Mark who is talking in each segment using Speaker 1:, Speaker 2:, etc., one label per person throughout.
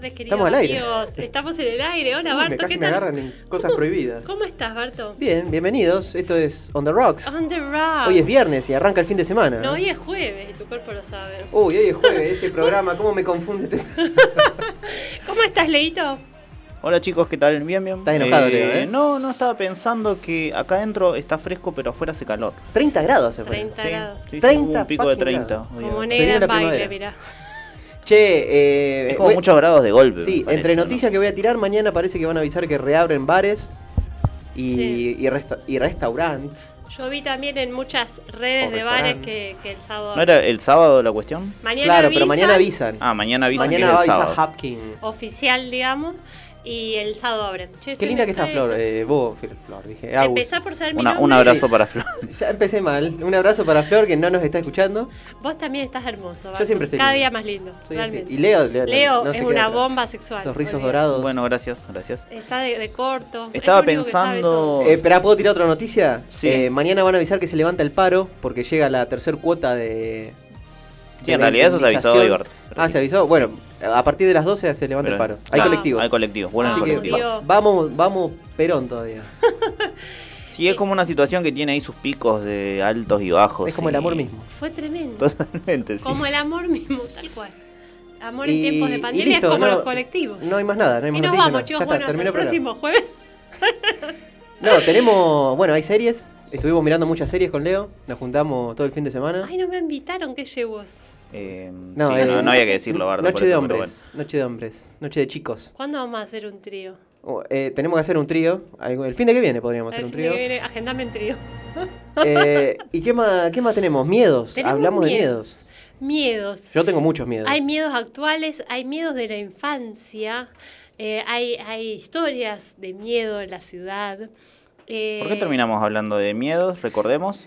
Speaker 1: queridos
Speaker 2: Estamos al aire.
Speaker 1: amigos. Estamos en el aire. Hola,
Speaker 2: Uy, me-
Speaker 1: Barto,
Speaker 2: casi
Speaker 1: ¿qué
Speaker 2: me
Speaker 1: tal?
Speaker 2: agarran en cosas
Speaker 1: ¿Cómo-
Speaker 2: prohibidas.
Speaker 1: ¿Cómo estás, Barto?
Speaker 2: Bien, bienvenidos. Esto es On the Rocks.
Speaker 1: On the rock.
Speaker 2: Hoy es viernes Ah. y arranca el fin de semana.
Speaker 1: No,
Speaker 2: ¿eh?
Speaker 1: hoy es jueves y tu cuerpo lo sabe.
Speaker 2: Uy, hoy es jueves, este programa, ¿cómo me confunde? este-
Speaker 1: ¿Cómo estás, Leito?
Speaker 3: Hola chicos, ¿qué tal? Bien, bien.
Speaker 2: Estás enojado, Leo, ¿eh?
Speaker 3: No, no estaba pensando que acá adentro está fresco, pero afuera hace calor.
Speaker 2: 30 grados se fue.
Speaker 1: 30
Speaker 3: Sí,
Speaker 1: grados.
Speaker 3: sí, sí,
Speaker 2: 30
Speaker 3: hubo un pico de
Speaker 2: fucking
Speaker 3: 30. hoy
Speaker 1: Como
Speaker 3: hoy.
Speaker 2: ne-
Speaker 1: negra
Speaker 2: la
Speaker 1: en baile,
Speaker 2: primavera.
Speaker 1: mirá.
Speaker 2: Che, eh,
Speaker 3: es como
Speaker 2: voy-
Speaker 3: muchos grados de golpe.
Speaker 2: Sí,
Speaker 3: me parece,
Speaker 2: entre
Speaker 3: ¿no?
Speaker 2: noticias que voy a tirar, mañana parece que van a avisar que reabren bares y,
Speaker 1: Sí.
Speaker 2: y resta- y restaurantes.
Speaker 1: Yo vi también en muchas redes
Speaker 2: O
Speaker 1: de bares
Speaker 2: Oh, restaurante.
Speaker 1: que, que el sábado.
Speaker 3: ¿No era el sábado la cuestión?
Speaker 1: Mañana
Speaker 2: Claro, pero
Speaker 1: avisan,
Speaker 2: mañana avisan.
Speaker 3: Ah, mañana avisan
Speaker 2: mañana
Speaker 3: que
Speaker 2: va a
Speaker 3: es el
Speaker 2: avisar
Speaker 3: sábado.
Speaker 2: Hopkins.
Speaker 1: Oficial, digamos. Y el sábado abren. Che, se
Speaker 2: Qué
Speaker 1: me
Speaker 2: linda que está
Speaker 1: fue
Speaker 2: Flor,
Speaker 1: esto.
Speaker 2: eh, vos, Flor, dije. Agus.
Speaker 1: Empezá por saber mi
Speaker 3: Una- un
Speaker 1: nombre.
Speaker 3: abrazo
Speaker 2: Sí.
Speaker 3: para Flor.
Speaker 2: Ya empecé mal. Un abrazo para Flor que no nos está escuchando.
Speaker 1: Vos también estás hermoso. Barto.
Speaker 2: siempre estoy
Speaker 1: Cada
Speaker 2: lindo.
Speaker 1: día más lindo.
Speaker 2: Soy así.
Speaker 1: realmente.
Speaker 2: Y Leo, Leo, no-
Speaker 1: Leo
Speaker 2: no se
Speaker 1: es
Speaker 2: queda
Speaker 1: una
Speaker 2: atrás.
Speaker 1: bomba sexual.
Speaker 2: Esos rizos
Speaker 1: olvidate.
Speaker 2: dorados.
Speaker 3: Bueno, gracias, gracias.
Speaker 1: Está de, de corto.
Speaker 3: Estaba
Speaker 1: Es lo único que sabe
Speaker 3: pensando-
Speaker 1: todo.
Speaker 2: Eh, espera, ¿puedo tirar otra noticia?
Speaker 3: Sí.
Speaker 2: Eh, mañana van a avisar que se levanta el paro porque llega la tercer cuota de.
Speaker 3: Sí,
Speaker 2: de
Speaker 3: en
Speaker 2: la
Speaker 3: realidad eso se avisó hoy,
Speaker 2: indemnización.
Speaker 3: Bart.
Speaker 2: Ah, se avisó. Bueno, a partir de las 12 se levanta
Speaker 3: Pero-
Speaker 2: el paro. Hay
Speaker 1: Ah.
Speaker 2: colectivos.
Speaker 3: Hay colectivos, vuelan
Speaker 1: Ah,
Speaker 2: Así
Speaker 3: los
Speaker 2: que
Speaker 1: colectivo.
Speaker 3: colectivos.
Speaker 2: va- vamos, vamos Perón todavía.
Speaker 3: Sí, es como una situación que tiene ahí sus picos de altos y bajos.
Speaker 2: Es como el
Speaker 3: y-
Speaker 2: amor mismo.
Speaker 1: Fue tremendo.
Speaker 3: Totalmente, sí.
Speaker 1: Como el amor mismo, tal cual. Amor en
Speaker 2: Y-
Speaker 1: tiempos de
Speaker 2: y
Speaker 1: pandemia
Speaker 2: listo,
Speaker 1: es como
Speaker 2: no-
Speaker 1: los colectivos.
Speaker 2: No hay más nada, no hay
Speaker 1: y
Speaker 2: más
Speaker 1: nos
Speaker 2: noticias,
Speaker 1: vamos,
Speaker 2: no.
Speaker 1: chicos.
Speaker 2: Ya está,
Speaker 1: bueno, hasta
Speaker 2: terminó
Speaker 1: el
Speaker 2: el programa.
Speaker 1: próximo jueves.
Speaker 2: No, tenemos. Bueno, hay series. Estuvimos mirando muchas series con Leo. Nos juntamos todo el fin de semana.
Speaker 1: Ay, no me invitaron, ¿qué llevos?
Speaker 3: Eh, sí,
Speaker 2: No,
Speaker 3: no,
Speaker 2: eh,
Speaker 3: no, había que decirlo, Bardo. por
Speaker 2: Noche de
Speaker 3: eso, pero
Speaker 2: hombres, noche de hombres, noche de chicos.
Speaker 1: ¿Cuándo vamos a hacer un trío?
Speaker 2: O, eh, tenemos que hacer un trío. algo- El fin de que viene podríamos hacer
Speaker 1: El
Speaker 2: un
Speaker 1: fin
Speaker 2: trío.
Speaker 1: que viene, Agendame un trío.
Speaker 2: Eh, ¿Y qué más, qué más tenemos? Miedos.
Speaker 1: Tenemos
Speaker 2: Hablamos
Speaker 1: miedos.
Speaker 2: de
Speaker 1: Miedos.
Speaker 2: miedos. Yo tengo muchos miedos.
Speaker 1: Hay miedos actuales, hay miedos de la infancia, eh, hay, hay historias de miedo en la ciudad. Eh,
Speaker 3: bueno. ¿Por qué terminamos hablando de miedos? Recordemos.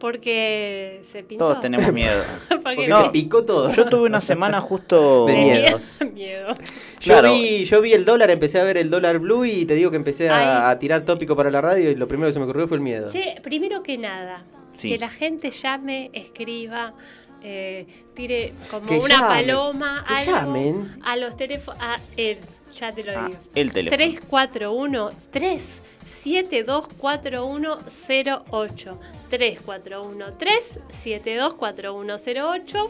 Speaker 1: Porque se pintó.
Speaker 3: Todos tenemos miedo.
Speaker 1: Porque
Speaker 2: Porque
Speaker 3: no,
Speaker 2: se picó todo.
Speaker 3: Yo tuve una semana justo.
Speaker 2: De
Speaker 1: de
Speaker 2: miedo.
Speaker 1: miedo. miedo.
Speaker 2: Yo
Speaker 3: Claro.
Speaker 2: vi, yo vi el dólar, empecé a ver el dólar blue y te digo que empecé a,
Speaker 1: Ay.
Speaker 2: a tirar tópico para la radio y lo primero que se me ocurrió fue el miedo.
Speaker 1: Che, primero que nada,
Speaker 3: Sí.
Speaker 1: que la gente llame, escriba, eh, tire como
Speaker 2: Que
Speaker 1: una
Speaker 2: llamen,
Speaker 1: paloma,
Speaker 2: que
Speaker 1: algo
Speaker 2: llamen.
Speaker 1: a los teléfonos, a él, ya te lo
Speaker 3: Ah,
Speaker 1: digo.
Speaker 3: el teléfono.
Speaker 1: 341 3724108 341 3724108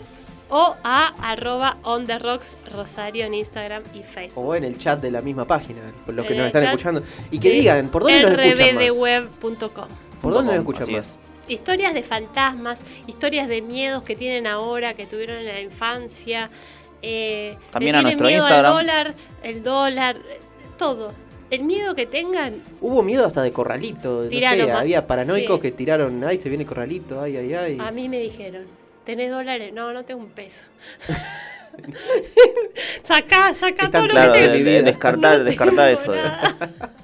Speaker 1: o a arroba on the rocks rosario en Instagram y Facebook.
Speaker 2: O en el chat de la misma página, por los que
Speaker 1: En
Speaker 2: nos
Speaker 1: el
Speaker 2: están
Speaker 1: chat
Speaker 2: escuchando. Y que digan, ¿por dónde nos escuchan más?
Speaker 1: rbdweb.com
Speaker 2: ¿Por dónde nos
Speaker 3: Com,
Speaker 2: escuchan
Speaker 3: así
Speaker 2: más?
Speaker 3: es.
Speaker 1: Historias de fantasmas, historias de miedos que tienen ahora, que tuvieron en la infancia. eh,
Speaker 3: También a
Speaker 1: le tienen
Speaker 3: nuestro
Speaker 1: miedo
Speaker 3: Instagram.
Speaker 1: Al dólar, el dólar, eh, todo. El miedo que tengan,
Speaker 2: Hubo miedo hasta de corralito, no
Speaker 1: Tiralo,
Speaker 2: sé,
Speaker 1: ma-
Speaker 2: había paranoicos
Speaker 1: sí.
Speaker 2: que tiraron, ay, se viene corralito, ay, ay, ay.
Speaker 1: a mí me dijeron, ¿tenés dólares? No, no tengo un peso. sacá, sacá
Speaker 2: Están
Speaker 1: todo lo
Speaker 3: Claro,
Speaker 1: que
Speaker 3: de-
Speaker 1: tengo.
Speaker 3: de-
Speaker 2: vida.
Speaker 3: descartar,
Speaker 1: No
Speaker 3: descartar
Speaker 1: tengo
Speaker 3: eso. de-
Speaker 1: nada,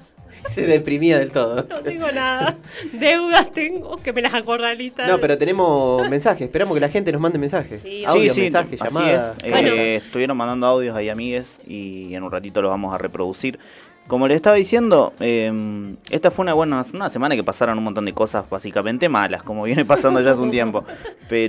Speaker 2: Se deprimía del todo.
Speaker 1: no tengo nada. Deudas tengo que me las acorralitan.
Speaker 2: No, pero tenemos mensajes, esperamos que la gente nos mande mensajes.
Speaker 1: Sí,
Speaker 2: Audio,
Speaker 3: sí, sí,
Speaker 2: mensajes,
Speaker 3: así
Speaker 2: llamadas.
Speaker 3: es. Eh,
Speaker 1: Bueno.
Speaker 3: estuvieron mandando audios ahí, amigues, y en un ratito los vamos a reproducir. Como les estaba diciendo, eh, esta fue una buena una semana que pasaron un montón de cosas básicamente malas, como viene pasando ya hace un tiempo.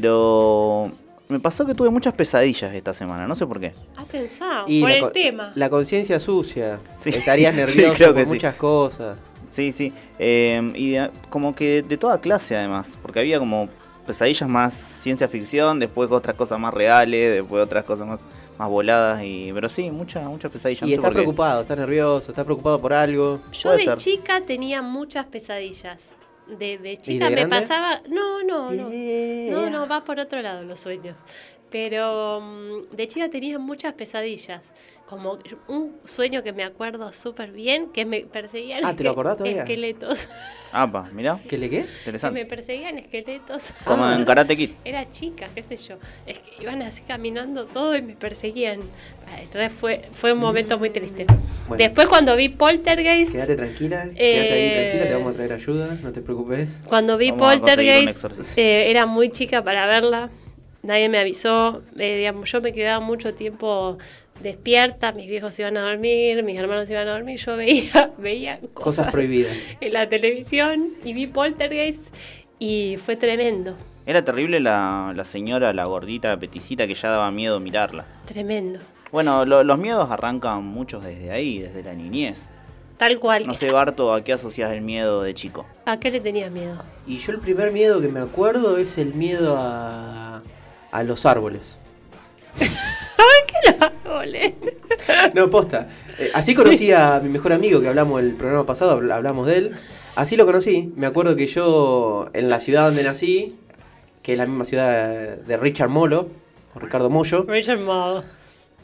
Speaker 3: Pero me pasó que tuve muchas pesadillas esta semana, no sé por qué.
Speaker 1: Has pensado
Speaker 2: Y
Speaker 1: por
Speaker 2: la
Speaker 1: el
Speaker 2: co-
Speaker 1: tema.
Speaker 2: La conciencia sucia.
Speaker 3: Sí.
Speaker 2: Estarías
Speaker 3: Sí,
Speaker 2: nervioso
Speaker 3: creo
Speaker 2: por
Speaker 3: que sí.
Speaker 2: muchas cosas.
Speaker 3: Sí, sí. Eh, y de- como que de toda clase además, porque había como pesadillas más ciencia ficción, después otras cosas más reales, después otras cosas más, más voladas, y pero sí, muchas muchas pesadillas. no
Speaker 2: Y
Speaker 3: sé
Speaker 2: estás
Speaker 3: por qué.
Speaker 2: preocupado, estás nervioso, estás preocupado por algo.
Speaker 1: Yo
Speaker 3: Puede
Speaker 1: de
Speaker 3: ser.
Speaker 1: chica tenía muchas pesadillas. De, de
Speaker 2: ¿Y
Speaker 1: chica
Speaker 2: de
Speaker 1: me
Speaker 2: grande?
Speaker 1: pasaba. No, no, no. No,
Speaker 2: No,
Speaker 1: no, va por otro lado los sueños. Pero mm, de chica tenía muchas pesadillas. Como un sueño que me acuerdo súper bien, que me perseguían
Speaker 2: Ah, ¿te lo
Speaker 1: esque-
Speaker 2: acordás todavía?
Speaker 1: esqueletos.
Speaker 3: Apa, mirá,
Speaker 2: ¿Qué le qué?
Speaker 1: Que me
Speaker 3: interesante.
Speaker 1: perseguían esqueletos. Ah.
Speaker 3: Como en Karate Kid.
Speaker 1: Era chica, qué sé yo. Es que iban así caminando todo y me perseguían. Ay, re- Fue, fue un momento muy triste.
Speaker 2: Bueno.
Speaker 1: Después cuando vi Poltergeist,
Speaker 2: Quédate tranquila, quédate ahí
Speaker 1: Eh,
Speaker 2: tranquila, te vamos a traer ayuda, no te preocupes.
Speaker 1: Cuando vi
Speaker 3: Vamos a conseguir un
Speaker 1: Poltergeist,
Speaker 3: exorcista.
Speaker 1: eh, era muy chica para verla. Nadie me avisó. eh, digamos, yo me quedaba mucho tiempo despierta. Mis viejos se iban a dormir, mis hermanos se iban a dormir. Yo veía, veía
Speaker 2: Cosas
Speaker 1: cosas
Speaker 2: prohibidas.
Speaker 1: en la televisión y vi Poltergeist y fue tremendo,
Speaker 3: Era terrible la, la señora, la gordita, la peticita, que ya daba miedo mirarla.
Speaker 1: tremendo.
Speaker 3: Bueno, lo- los miedos arrancan muchos desde ahí, desde la niñez.
Speaker 1: Tal cual.
Speaker 3: No sé, Barto, ¿a qué asocias el miedo de chico?
Speaker 1: ¿A qué le tenías miedo?
Speaker 2: Y yo el primer miedo que me acuerdo es el miedo a, a los árboles.
Speaker 1: Ole.
Speaker 2: No, posta. Eh, así conocí a mi mejor amigo que hablamos el programa pasado, habl- hablamos de él. Así lo conocí. Me acuerdo que yo, en la ciudad donde nací, que es la misma ciudad de Richard Molo, o Ricardo Mollo,
Speaker 1: Richard Mall.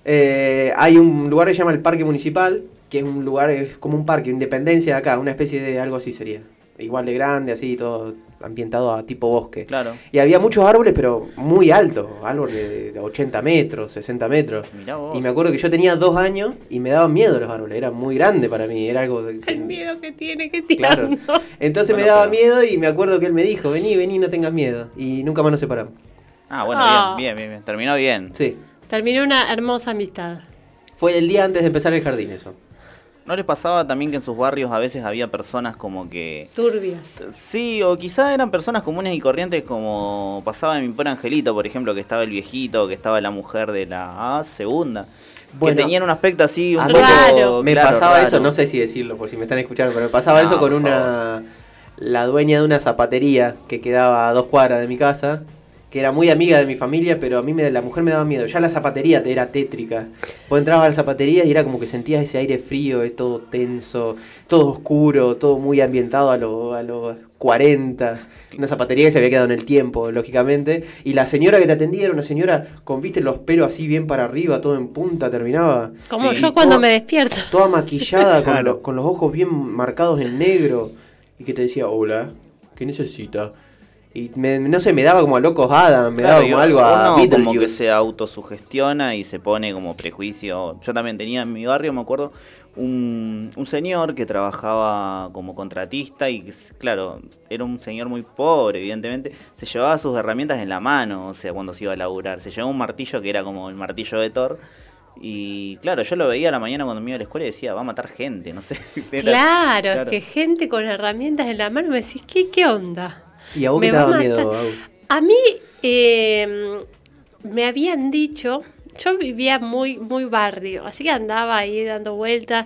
Speaker 2: eh, hay un lugar que se llama el Parque Municipal, que es un lugar, es como un parque, independencia de acá, una especie de algo así sería. Igual de grande, así, todo ambientado a tipo bosque.
Speaker 3: Claro.
Speaker 2: Y había muchos árboles, pero muy altos, árboles de 80 metros, 60 metros.
Speaker 3: Mirá vos.
Speaker 2: Y me acuerdo que yo tenía dos años y me daban miedo los árboles, era muy grande para mí, era algo... de-
Speaker 1: El miedo que tiene, que
Speaker 2: Claro.
Speaker 1: tierno.
Speaker 2: Entonces me
Speaker 3: Bueno,
Speaker 2: daba
Speaker 3: pero-
Speaker 2: miedo y me acuerdo que él me dijo, vení, vení, no tengas miedo. Y nunca más nos separamos.
Speaker 3: Ah, bueno,
Speaker 1: Ah.
Speaker 3: bien, bien, bien, bien. Terminó bien.
Speaker 2: Sí.
Speaker 1: Terminó una hermosa amistad.
Speaker 2: Fue el día antes de empezar el jardín eso.
Speaker 3: ¿No les pasaba también que en sus barrios a veces había personas como que...
Speaker 1: Turbias.
Speaker 3: Sí, o quizá eran personas comunes y corrientes como pasaba en mi pobre angelito, por ejemplo, que estaba el viejito, que estaba la mujer de la ah, segunda.
Speaker 2: Bueno.
Speaker 3: que tenían un aspecto así un
Speaker 2: A mí
Speaker 3: poco...
Speaker 1: Raro.
Speaker 2: Me
Speaker 3: claro,
Speaker 2: pasaba
Speaker 3: raro.
Speaker 2: eso, no sé si decirlo por si me están escuchando, pero me pasaba
Speaker 3: No,
Speaker 2: eso con
Speaker 3: por
Speaker 2: una... La dueña de una zapatería que quedaba a dos cuadras de mi casa, que era muy amiga de mi familia, pero a mí me, la mujer me daba miedo. Ya la zapatería te era tétrica. Vos entrabas a la zapatería y era como que sentías ese aire frío, es todo tenso, todo oscuro, todo muy ambientado a los a los 40. Una zapatería que se había quedado en el tiempo, lógicamente. Y la señora que te atendía era una señora con, viste, los pelos así bien para arriba, todo en punta, terminaba.
Speaker 1: Como
Speaker 3: Sí.
Speaker 1: yo cuando
Speaker 2: Toda-
Speaker 1: me despierto.
Speaker 2: Toda maquillada, con,
Speaker 3: Claro.
Speaker 2: lo- con los ojos bien marcados en negro. Y que te decía, hola, ¿qué necesita? Y me- no sé, me daba como a locos Adam, me
Speaker 3: Claro,
Speaker 2: daba como
Speaker 3: y
Speaker 2: algo a
Speaker 3: uno como que
Speaker 2: Beetlejuice.
Speaker 3: se autosugestiona y se pone como prejuicio. Yo también tenía en mi barrio, me acuerdo, un, un señor que trabajaba como contratista y, claro, era un señor muy pobre, evidentemente. Se llevaba sus herramientas en la mano, o sea, cuando se iba a laburar. Se llevaba un martillo que era como el martillo de Thor. Y claro, yo lo veía a la mañana cuando me iba a la escuela y decía, va a matar gente, no sé. Era-
Speaker 1: Claro, es
Speaker 3: claro.
Speaker 1: que gente con herramientas en la mano me decís, ¿qué, qué onda?
Speaker 2: Y a vos
Speaker 1: me
Speaker 2: que te
Speaker 1: va a
Speaker 2: daba
Speaker 1: matar.
Speaker 2: miedo, Agus.
Speaker 1: A mí eh, me habían dicho, yo vivía muy, muy barrio, así que andaba ahí dando vueltas.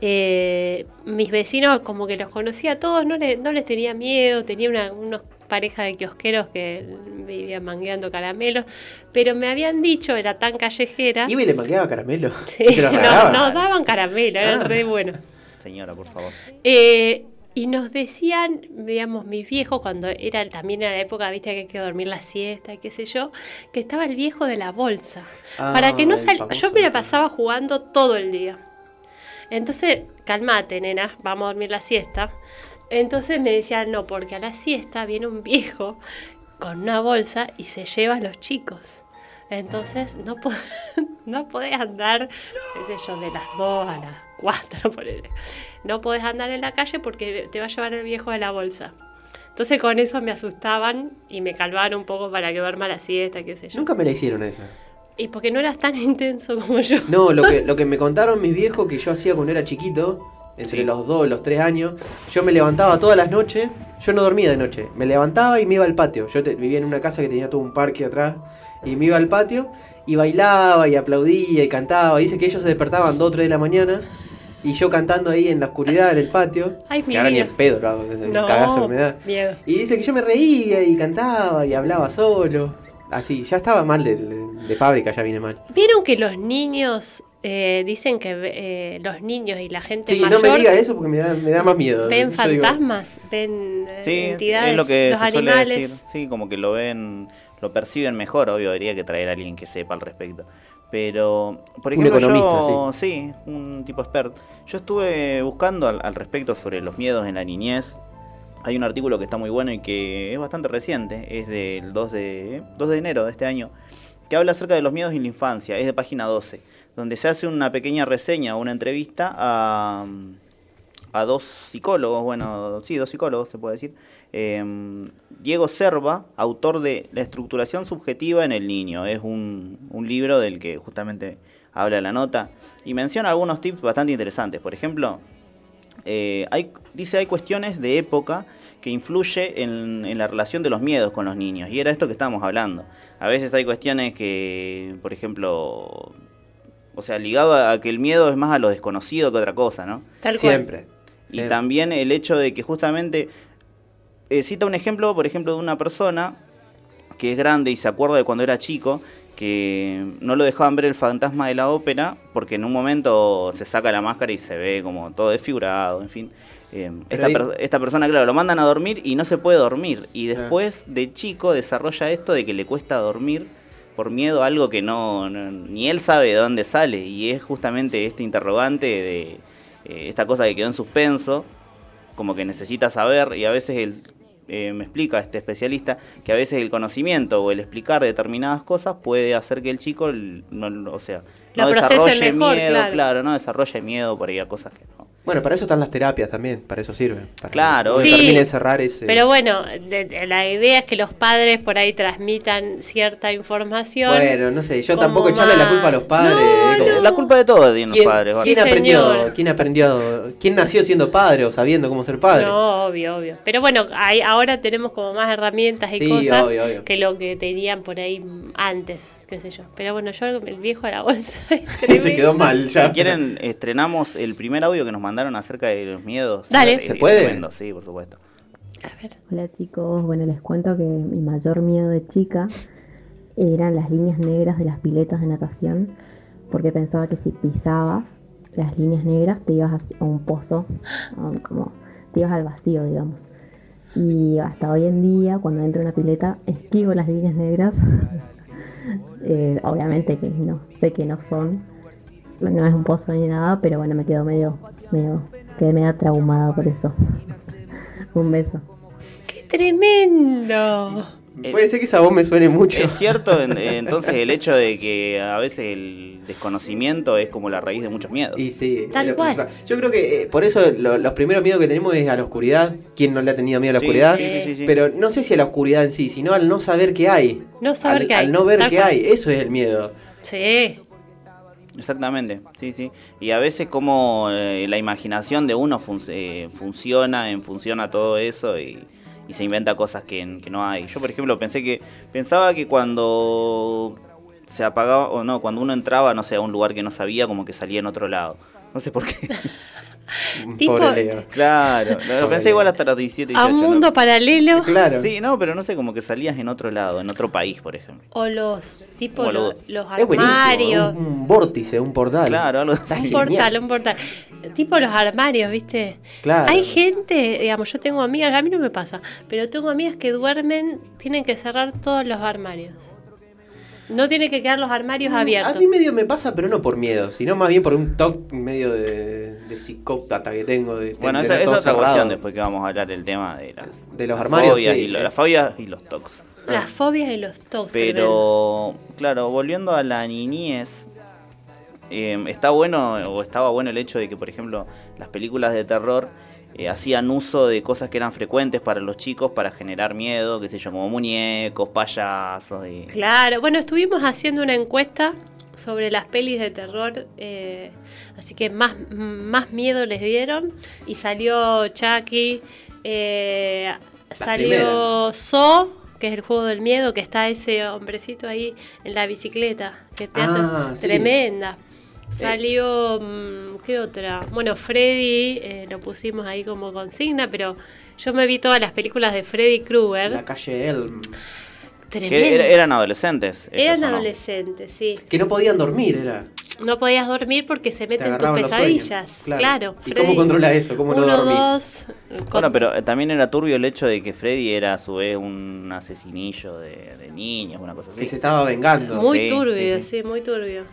Speaker 1: eh, mis vecinos, como que los conocía a todos, no, le- no les tenía miedo, tenía una, unos pareja de kiosqueros que vivían mangueando caramelos, pero me habían dicho, era tan callejera,
Speaker 2: Iba y le mangueaba caramelo.
Speaker 1: Sí,
Speaker 2: Y te lo
Speaker 1: no,
Speaker 2: regalaba.
Speaker 1: no, daban caramelo, eran
Speaker 2: Ah.
Speaker 1: re buenos.
Speaker 3: Señora, por favor.
Speaker 1: Eh, y nos decían, digamos, mis viejos, cuando era también era la época, viste, que hay que dormir la siesta, qué sé yo, que estaba el viejo de la bolsa.
Speaker 2: Ah,
Speaker 1: para que no
Speaker 2: el
Speaker 1: sal...
Speaker 2: famoso.
Speaker 1: Yo me la pasaba jugando todo el día. Entonces, calmate, nena, vamos a dormir la siesta. Entonces me decían, no, porque a la siesta viene un viejo con una bolsa y se lleva a los chicos. Entonces no, po- no podés andar, qué sé yo, de las 2 a las 4, ponele. No podés andar en la calle porque te va a llevar el viejo de la bolsa. Entonces con eso me asustaban y me calmaron un poco para que duerma la siesta, qué sé yo.
Speaker 2: Nunca me la hicieron esa.
Speaker 1: Y porque no eras tan intenso como yo.
Speaker 2: No, lo que, lo que me contaron mis viejos que yo hacía cuando era chiquito, entre
Speaker 3: Sí.
Speaker 2: los dos y los tres años, yo me levantaba todas las noches, yo no dormía de noche, me levantaba y me iba al patio. Yo te- vivía en una casa que tenía todo un parque atrás y me iba al patio y bailaba y aplaudía y cantaba. Dice que ellos se despertaban 2 o 3 de la mañana y yo cantando ahí en la oscuridad en el patio.
Speaker 1: Ay, mi
Speaker 2: que ahora ni
Speaker 1: vida.
Speaker 2: el pedo lo hago, el cagazo que me da.
Speaker 1: miedo.
Speaker 2: Y dice que yo me reía y cantaba y hablaba solo. Así, ya estaba mal de, de fábrica, ya vine mal.
Speaker 1: ¿Vieron que los niños eh, dicen que eh, los niños y la gente
Speaker 2: Sí,
Speaker 1: mayor
Speaker 2: no me digas eso porque me da, me da más miedo.
Speaker 1: ven
Speaker 2: Yo digo,
Speaker 1: fantasmas, ven eh,
Speaker 3: Sí,
Speaker 1: entidades,
Speaker 3: es lo que
Speaker 1: los
Speaker 3: se suele
Speaker 1: animales?
Speaker 3: decir. Sí, como que lo ven, lo perciben mejor, obvio, habría que traer a alguien que sepa al respecto. Pero, por
Speaker 2: Un
Speaker 3: ejemplo, yo,
Speaker 2: economista,
Speaker 3: sí. un tipo experto. Yo estuve buscando al, al respecto sobre los miedos en la niñez. Hay un artículo que está muy bueno y que es bastante reciente, es del 2 de, 2 de enero de este año, que habla acerca de los miedos en la infancia, es de página 12, donde se hace una pequeña reseña, una entrevista a, a dos psicólogos, bueno, sí, dos psicólogos se puede decir. Eh, Diego Serva, autor de La estructuración subjetiva en el niño, es un, un libro del que justamente habla la nota y menciona algunos tips bastante interesantes. Por ejemplo, eh, hay, dice hay cuestiones de época que influye en, en la relación de los miedos con los niños. Y era esto que estábamos hablando. A veces hay cuestiones que, por ejemplo, O sea, ligado a, a que el miedo es más a lo desconocido que otra cosa, ¿no?
Speaker 1: Tal cual.
Speaker 2: Siempre.
Speaker 3: Y
Speaker 2: Siempre.
Speaker 3: también el hecho de que justamente eh, cita un ejemplo, por ejemplo, de una persona que es grande y se acuerda de cuando era chico, que no lo dejaban ver el fantasma de la ópera, porque en un momento se saca la máscara y se ve como todo desfigurado, en fin. Eh,
Speaker 2: Pero
Speaker 3: esta,
Speaker 2: ahí-
Speaker 3: per- esta persona, claro, lo mandan a dormir y no se puede dormir. Y después de chico desarrolla esto de que le cuesta dormir por miedo a algo que no, no- ni él sabe de dónde sale. Y es justamente este interrogante de eh, esta cosa que quedó en suspenso, como que necesita saber y a veces el, eh, me explica este especialista que a veces el conocimiento o el explicar determinadas cosas puede hacer que el chico, l- no, no- o sea,
Speaker 1: La
Speaker 3: no
Speaker 1: procese
Speaker 3: desarrolle
Speaker 1: mejor,
Speaker 3: miedo,
Speaker 1: claro.
Speaker 3: claro. no desarrolle miedo por ahí a cosas que no.
Speaker 2: Bueno, para eso están las terapias también, para eso sirven. Para
Speaker 3: Claro,
Speaker 2: que
Speaker 1: obvio.
Speaker 2: termine
Speaker 1: Sí,
Speaker 2: de cerrar ese.
Speaker 1: Pero bueno, de- de- la idea es que los padres por ahí transmitan cierta información.
Speaker 2: Bueno, no sé, yo
Speaker 1: como
Speaker 2: tampoco echarle la
Speaker 1: más.
Speaker 2: culpa a los padres.
Speaker 1: No,
Speaker 2: es como-
Speaker 1: no.
Speaker 3: La culpa de todo tienen los
Speaker 2: ¿Quién,
Speaker 3: padres.
Speaker 1: sí,
Speaker 2: quién
Speaker 1: señor.
Speaker 2: aprendió, ¿Quién aprendió? ¿Quién nació siendo padre o sabiendo cómo ser padre?
Speaker 1: No, obvio, obvio. Pero bueno, hay- ahora tenemos como más herramientas y
Speaker 2: Sí,
Speaker 1: cosas
Speaker 2: obvio, obvio.
Speaker 1: que lo que tenían por ahí antes, qué sé yo. Pero bueno, yo el viejo a la bolsa.
Speaker 2: Se quedó mal ya.
Speaker 3: Si quieren, estrenamos el primer audio que nos mandaron acerca de los miedos.
Speaker 1: Dale.
Speaker 3: Es
Speaker 2: ¿Se puede?
Speaker 3: tremendo, sí, por supuesto.
Speaker 1: A ver.
Speaker 4: Hola chicos, bueno les cuento que mi mayor miedo de chica eran las líneas negras de las piletas de natación, porque pensaba que si pisabas las líneas negras te ibas hacia- a un pozo, a un- como te ibas al vacío, digamos. Y hasta hoy en día, cuando entro en una pileta, esquivo las líneas negras. Eh, obviamente que no, sé que no son, no es un pozo ni nada, pero bueno, me quedo medio, medio, quedé medio traumada por eso. un beso.
Speaker 1: ¡Qué tremendo!
Speaker 2: Eh, Puede ser que esa voz me suene mucho.
Speaker 3: Eh, Es cierto, en- entonces, el hecho de que a veces el desconocimiento es como la raíz de muchos miedos.
Speaker 2: Y sí,
Speaker 1: Tal
Speaker 2: es Eh, lo
Speaker 1: cual.
Speaker 2: principal. Yo creo que eh, por eso lo- los primeros miedos que tenemos es a la oscuridad. ¿Quién no le ha tenido miedo a la
Speaker 3: Sí,
Speaker 2: oscuridad?
Speaker 3: sí, sí, sí, sí.
Speaker 2: Pero no sé si a la oscuridad en sí, sino al no saber qué hay.
Speaker 1: No saber
Speaker 2: al,
Speaker 1: qué hay,
Speaker 2: Al no ver
Speaker 1: tal
Speaker 2: qué
Speaker 1: cual.
Speaker 2: hay. Eso es el miedo.
Speaker 1: Sí,
Speaker 3: Exactamente, sí, sí. Y a veces como eh, la imaginación de uno fun- eh, funciona en función a todo eso y, y se inventa cosas que, n- que no hay. Yo, por ejemplo, pensé que pensaba que cuando se apagaba o no, cuando uno entraba, no sé, a un lugar que no sabía, como que salía en otro lado. No sé por qué.
Speaker 1: Tipo-
Speaker 2: Pobre Leo.
Speaker 3: claro, lo- lo pensé igual hasta los 17,
Speaker 1: a
Speaker 3: 18.
Speaker 1: un
Speaker 3: ¿no?
Speaker 1: mundo paralelo
Speaker 2: Claro.
Speaker 3: Sí, no, pero no sé, como que salías en otro lado, en otro país, por ejemplo.
Speaker 1: o los tipo
Speaker 3: Boludo.
Speaker 1: los, los
Speaker 2: Es buenísimo.
Speaker 1: armarios.
Speaker 2: Un, un vórtice, un portal.
Speaker 3: Claro, algo
Speaker 2: Está
Speaker 1: Un
Speaker 3: así.
Speaker 2: genial.
Speaker 1: portal, un portal. Tipo los armarios, ¿viste?
Speaker 2: Claro.
Speaker 1: Hay gente, digamos, yo tengo amigas, a mí no me pasa, pero tengo amigas que duermen, tienen que cerrar todos los armarios. No tienen que quedar los armarios abiertos.
Speaker 2: Mm, A mí medio me pasa, pero no por miedo, sino más bien por un toque medio de, de psicópata que tengo. De,
Speaker 3: Bueno,
Speaker 2: de
Speaker 3: esa esa
Speaker 2: tener todo
Speaker 3: es otra
Speaker 2: cerrado.
Speaker 3: cuestión después que vamos a hablar el tema de las
Speaker 2: De los armarios.
Speaker 3: fobias
Speaker 2: sí.
Speaker 3: y lo- las fobias y los tocs.
Speaker 1: Las fobias y los toques.
Speaker 3: Pero, claro, volviendo a la niñez, eh, está bueno o estaba bueno el hecho de que, por ejemplo, las películas de terror eh, hacían uso de cosas que eran frecuentes para los chicos para generar miedo, qué sé yo, como muñecos, payasos y...
Speaker 1: Claro, bueno, estuvimos haciendo una encuesta sobre las pelis de terror, eh, así que más, más miedo les dieron y salió Chucky, eh, salió
Speaker 2: primeras.
Speaker 1: So, que es el juego del miedo, que está ese hombrecito ahí en la bicicleta, que te
Speaker 2: Ah,
Speaker 1: hace
Speaker 2: sí.
Speaker 1: tremenda. Salió, mm, ¿qué otra? Bueno, Freddy, eh, lo pusimos ahí como consigna, pero yo me vi todas las películas de Freddy
Speaker 2: La
Speaker 1: Krueger.
Speaker 2: calle Elm.
Speaker 3: Que
Speaker 1: Tremenda.
Speaker 3: er- eran adolescentes. ellos,
Speaker 1: Eran
Speaker 3: ¿o no?
Speaker 1: adolescentes, sí.
Speaker 2: Que no podían dormir, era.
Speaker 1: No podías dormir porque se meten tus
Speaker 2: agarraban los sueños.
Speaker 1: pesadillas.
Speaker 2: Claro.
Speaker 1: Claro.
Speaker 2: ¿Y cómo controla eso? ¿Cómo no
Speaker 1: Uno,
Speaker 2: dormís?
Speaker 1: dos, con-
Speaker 3: Bueno, pero eh, también era turbio el hecho de que Freddy era a su vez un asesinillo de, de niñas, una cosa así.
Speaker 2: Que se estaba vengando.
Speaker 1: Muy
Speaker 3: sí,
Speaker 1: turbio, sí,
Speaker 3: sí, sí.
Speaker 1: muy turbio.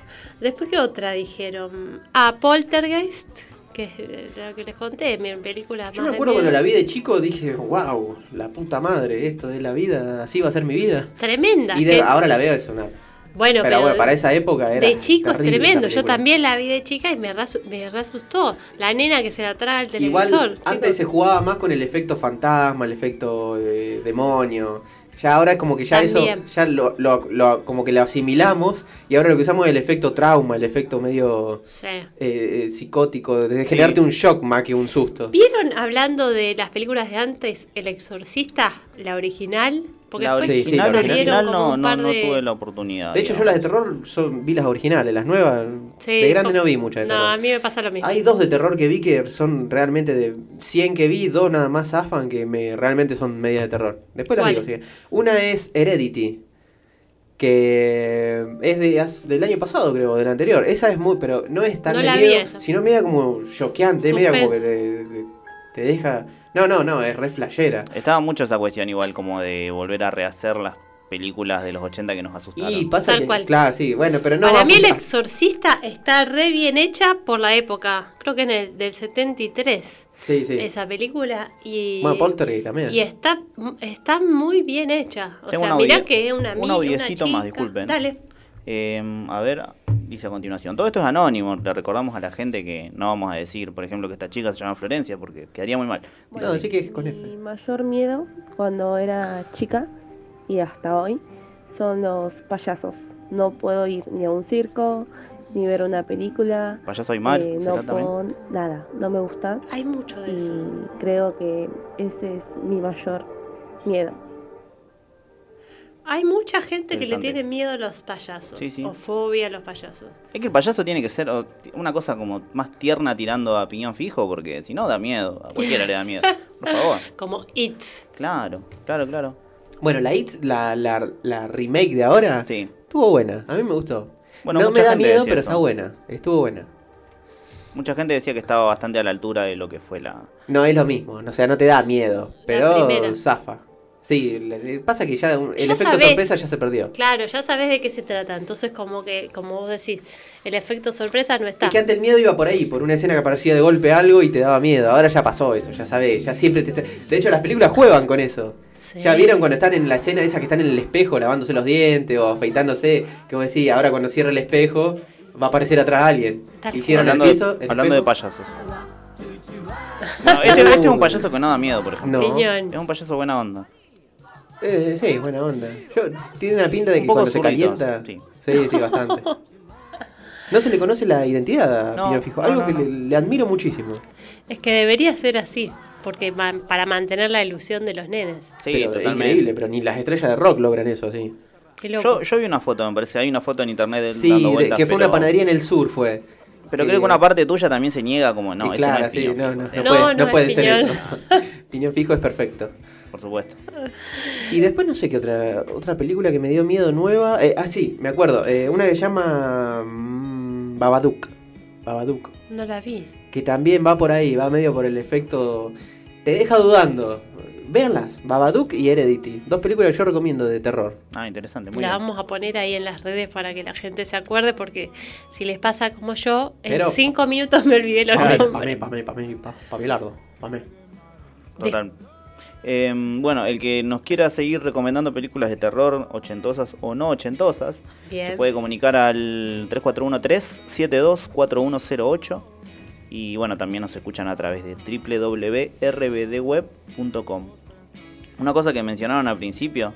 Speaker 1: Después, ¿qué otra dijeron? Ah, Poltergeist, que es eh, lo que les conté, mi película
Speaker 2: Yo
Speaker 1: más
Speaker 2: me
Speaker 1: de
Speaker 2: acuerdo cuando la
Speaker 1: miedo.
Speaker 2: vi de chico, dije, wow, la puta madre, esto es la vida, así va a ser mi vida.
Speaker 1: Tremenda.
Speaker 2: Y de-
Speaker 1: que-
Speaker 2: ahora la veo, es una.
Speaker 1: bueno,
Speaker 2: Pero, bueno, para esa época era.
Speaker 1: de chico es
Speaker 2: terrible esa
Speaker 1: tremendo. Yo
Speaker 2: película.
Speaker 1: también la vi de chica y me, rasu- me reasustó. La nena que se la traga el
Speaker 2: Igual
Speaker 1: televisor.
Speaker 2: antes
Speaker 1: chicos.
Speaker 2: se jugaba más con el efecto fantasma, el efecto eh, demonio. Ya ahora es como que ya
Speaker 1: También.
Speaker 2: eso, ya lo, lo- lo- como que lo asimilamos y ahora lo que usamos es el efecto trauma, el efecto medio
Speaker 1: Sí.
Speaker 2: eh, eh, psicótico, de generarte un shock más que un susto.
Speaker 1: ¿Vieron hablando de las películas de antes, El Exorcista, la original? Porque
Speaker 3: la
Speaker 1: después
Speaker 2: sí, sí, la
Speaker 3: original,
Speaker 1: salieron
Speaker 3: original
Speaker 1: como
Speaker 3: no,
Speaker 1: un
Speaker 3: no,
Speaker 1: par
Speaker 3: no
Speaker 1: de-
Speaker 3: tuve la oportunidad.
Speaker 2: De hecho, yo
Speaker 3: digamos.
Speaker 2: las de terror son, vi las originales, las nuevas.
Speaker 1: Sí,
Speaker 2: de grande
Speaker 1: como-
Speaker 2: no vi muchas de
Speaker 1: No,
Speaker 2: terror.
Speaker 1: a mí me pasa lo mismo.
Speaker 2: Hay dos de terror que vi que son realmente de 100 que vi, dos nada más zafan que me, realmente son medias de terror. Después las
Speaker 1: ¿Cuál?
Speaker 2: digo. sí. Una es Heredity, que es de, hace- del año pasado, creo, del anterior. Esa es muy, pero no es tan
Speaker 1: No
Speaker 2: de
Speaker 1: la vi
Speaker 2: miedo,
Speaker 1: esa.
Speaker 2: sino media como choqueante, media como que te, te- te deja... No, no, no, es re flashera.
Speaker 3: Estaba mucho esa cuestión igual como de volver a rehacer las películas de los 80 que nos asustaron.
Speaker 2: Y pasa
Speaker 1: Tal
Speaker 2: que,
Speaker 1: cual.
Speaker 2: claro, sí, bueno, pero no...
Speaker 1: Para mí, El
Speaker 2: vamos a-
Speaker 1: Exorcista está re bien hecha por la época. Creo que en el del 73,
Speaker 2: Sí, sí.
Speaker 1: esa película. Y,
Speaker 2: Bueno, Poltergeist también.
Speaker 1: y está, está muy bien hecha. O
Speaker 3: Tengo
Speaker 1: sea,
Speaker 3: un
Speaker 1: mirá
Speaker 3: audio-
Speaker 1: que es una
Speaker 3: un
Speaker 1: mina, una
Speaker 3: audiecito más,
Speaker 1: chica.
Speaker 3: disculpen.
Speaker 1: Dale.
Speaker 3: Eh, a ver, dice a continuación. Todo esto es anónimo. Le recordamos a la gente que no vamos a decir, por ejemplo, que esta chica se llama Florencia porque quedaría muy mal.
Speaker 2: No, sí que es con F.
Speaker 5: Mi mayor miedo cuando era chica y hasta hoy son los payasos. No puedo ir ni a un circo, ni ver una película.
Speaker 3: Payaso soy mal.
Speaker 5: eh,
Speaker 3: ¿será
Speaker 5: no
Speaker 3: también?
Speaker 5: puedo nada, no me gusta
Speaker 1: Hay mucho de
Speaker 5: y
Speaker 1: eso.
Speaker 5: creo
Speaker 6: Eh,
Speaker 5: que ese es mi mayor miedo.
Speaker 1: Hay mucha gente que le
Speaker 3: Interesante.
Speaker 1: tiene miedo a los payasos.
Speaker 3: Sí, sí.
Speaker 1: O fobia a los payasos.
Speaker 3: Es que el payaso tiene que ser o, ti- una cosa como más tierna tirando a piñón fijo porque si no da miedo. A cualquiera le da miedo. Por favor.
Speaker 1: Como It's.
Speaker 3: Claro, claro, claro.
Speaker 2: Bueno, la, It, la, la, la remake de ahora
Speaker 3: Sí.
Speaker 2: estuvo buena. A mí me gustó.
Speaker 3: Bueno,
Speaker 2: no
Speaker 3: mucha
Speaker 2: me da
Speaker 3: gente
Speaker 2: miedo,
Speaker 3: decía
Speaker 2: pero
Speaker 3: eso.
Speaker 2: está buena. Estuvo buena.
Speaker 3: Mucha gente decía que estaba bastante a la altura de lo que fue la...
Speaker 2: No es lo mismo, o sea, no te da miedo,
Speaker 1: primera.
Speaker 2: pero zafa. Sí, le- le- pasa que ya un- el
Speaker 1: Ya
Speaker 2: efecto
Speaker 1: sabés.
Speaker 2: sorpresa ya se perdió.
Speaker 1: Claro, ya sabes de qué se trata. Entonces, como que, como vos decís, el efecto sorpresa no está.
Speaker 2: Es que antes el miedo iba por ahí, por una escena que aparecía de golpe algo y te daba miedo. Ahora ya pasó eso, ya sabés, ya siempre te... está- De hecho, las películas juegan con eso.
Speaker 1: Sí.
Speaker 2: Ya vieron cuando están en la escena esa que están en el espejo lavándose los dientes o afeitándose, que vos decís, ahora cuando cierre el espejo va a aparecer atrás alguien.
Speaker 1: Tal
Speaker 2: Hicieron
Speaker 3: hablando
Speaker 2: el
Speaker 3: de,
Speaker 2: piso, el
Speaker 3: hablando de
Speaker 2: espejo.
Speaker 3: payasos. No, este, este
Speaker 2: Uh.
Speaker 3: es un payaso que no da miedo, por ejemplo.
Speaker 2: No.
Speaker 1: Piñón.
Speaker 3: Es un payaso buena onda.
Speaker 2: Eh, sí, buena onda. Yo, tiene una pinta de
Speaker 3: Un
Speaker 2: que
Speaker 3: poco
Speaker 2: cuando se
Speaker 3: zurdito,
Speaker 2: calienta.
Speaker 3: sí.
Speaker 2: Sí. sí, bastante. No se le conoce la identidad a
Speaker 3: No,
Speaker 2: Pino Fijo,
Speaker 3: no,
Speaker 2: algo
Speaker 3: no,
Speaker 2: que
Speaker 3: no.
Speaker 2: Le, le admiro muchísimo.
Speaker 1: Es que debería ser así, porque ma- para mantener la ilusión de los nenes.
Speaker 3: Sí,
Speaker 2: pero es
Speaker 3: totalmente.
Speaker 2: increíble, pero ni las estrellas de rock logran eso así.
Speaker 1: Qué
Speaker 3: Yo,
Speaker 1: loco.
Speaker 3: yo vi una foto, me parece. Hay una foto en internet del
Speaker 2: Sí,
Speaker 3: dando
Speaker 2: de-
Speaker 3: vueltas,
Speaker 2: que fue
Speaker 3: pero-
Speaker 2: una panadería en el sur, fue.
Speaker 3: Pero creo
Speaker 2: Eh,
Speaker 3: que una parte tuya también se niega como, no,
Speaker 2: y
Speaker 3: ese
Speaker 2: claro,
Speaker 3: no es
Speaker 2: sí,
Speaker 3: Piñón
Speaker 2: no,
Speaker 3: Fijo,
Speaker 2: no,
Speaker 3: ese-
Speaker 2: no puede, no
Speaker 1: no es
Speaker 2: puede ser
Speaker 1: piñón.
Speaker 2: eso. Piñón Fijo es perfecto.
Speaker 3: Por supuesto.
Speaker 2: Y después no sé qué otra otra película que me dio miedo nueva. Eh, ah, sí, me acuerdo. eh, una que se llama mm, Babadook. Babadook.
Speaker 1: No la vi.
Speaker 2: que también va por ahí, va medio por el efecto. Te deja dudando. Véanlas, Babadook y Heredity. Dos películas que yo recomiendo de terror.
Speaker 3: Ah, interesante, muy
Speaker 1: La
Speaker 3: bien.
Speaker 1: vamos a poner ahí en las redes para que la gente se acuerde, porque si les pasa como yo, en
Speaker 2: Pero-
Speaker 1: cinco minutos me olvidé los
Speaker 2: Pamé, pamé,
Speaker 1: nombres.
Speaker 2: pamé, pamé, pa- pamelardo, pamé.
Speaker 3: Total. Eh, bueno, el que nos quiera seguir recomendando películas de terror, ochentosas o no ochentosas, se
Speaker 1: Bien.
Speaker 3: puede comunicar al 3413-724108. Y bueno, también nos escuchan a través de www.rbdweb.com. Una cosa que mencionaron al principio,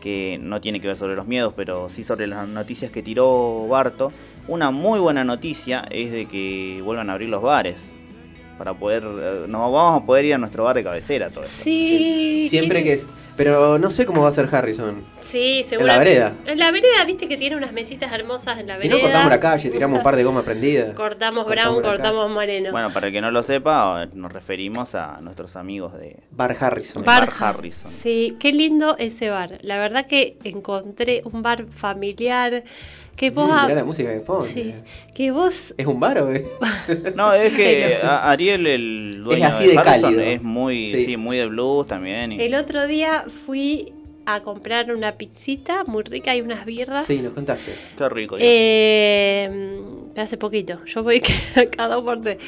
Speaker 3: que no tiene que ver sobre los miedos, pero sí sobre las noticias que tiró Barto. Una muy buena noticia es de que vuelvan a abrir los bares. Para poder, eh, nos vamos a poder ir a nuestro bar de cabecera todo esto.
Speaker 1: Sí.
Speaker 2: Siempre
Speaker 1: ¿quién-
Speaker 2: que es. Pero no sé cómo va a ser Harrison.
Speaker 1: Sí, seguro.
Speaker 2: En la vereda.
Speaker 1: En la vereda, viste que tiene unas mesitas hermosas en la
Speaker 2: Si
Speaker 1: vereda.
Speaker 2: no, cortamos la calle, tiramos un par de goma prendida.
Speaker 1: Cortamos
Speaker 2: Cortamos la
Speaker 1: brown,
Speaker 2: calle.
Speaker 1: cortamos moreno.
Speaker 3: Bueno, para el que no lo sepa, nos referimos a nuestros amigos de,
Speaker 2: Bar Harrison.
Speaker 3: Bar
Speaker 1: Har-
Speaker 3: Harrison.
Speaker 1: Sí, qué lindo ese bar. La verdad que encontré un bar familiar que vos...
Speaker 2: Mm,
Speaker 1: a-
Speaker 2: mirá la música que pone.
Speaker 1: sí, que vos...
Speaker 2: ¿Es un eh? bar o es?
Speaker 3: No, es que ah. a- Ariel, el dueño
Speaker 2: Es así de
Speaker 3: Harrison,
Speaker 2: cálido.
Speaker 3: es muy, sí.
Speaker 2: Sí.
Speaker 3: muy de blues también. y-
Speaker 1: El otro día fui a comprar una pizzita muy rica y unas birras.
Speaker 2: Sí, nos contaste.
Speaker 3: Qué rico.
Speaker 1: Eh, hace poquito, yo voy a cada aporte.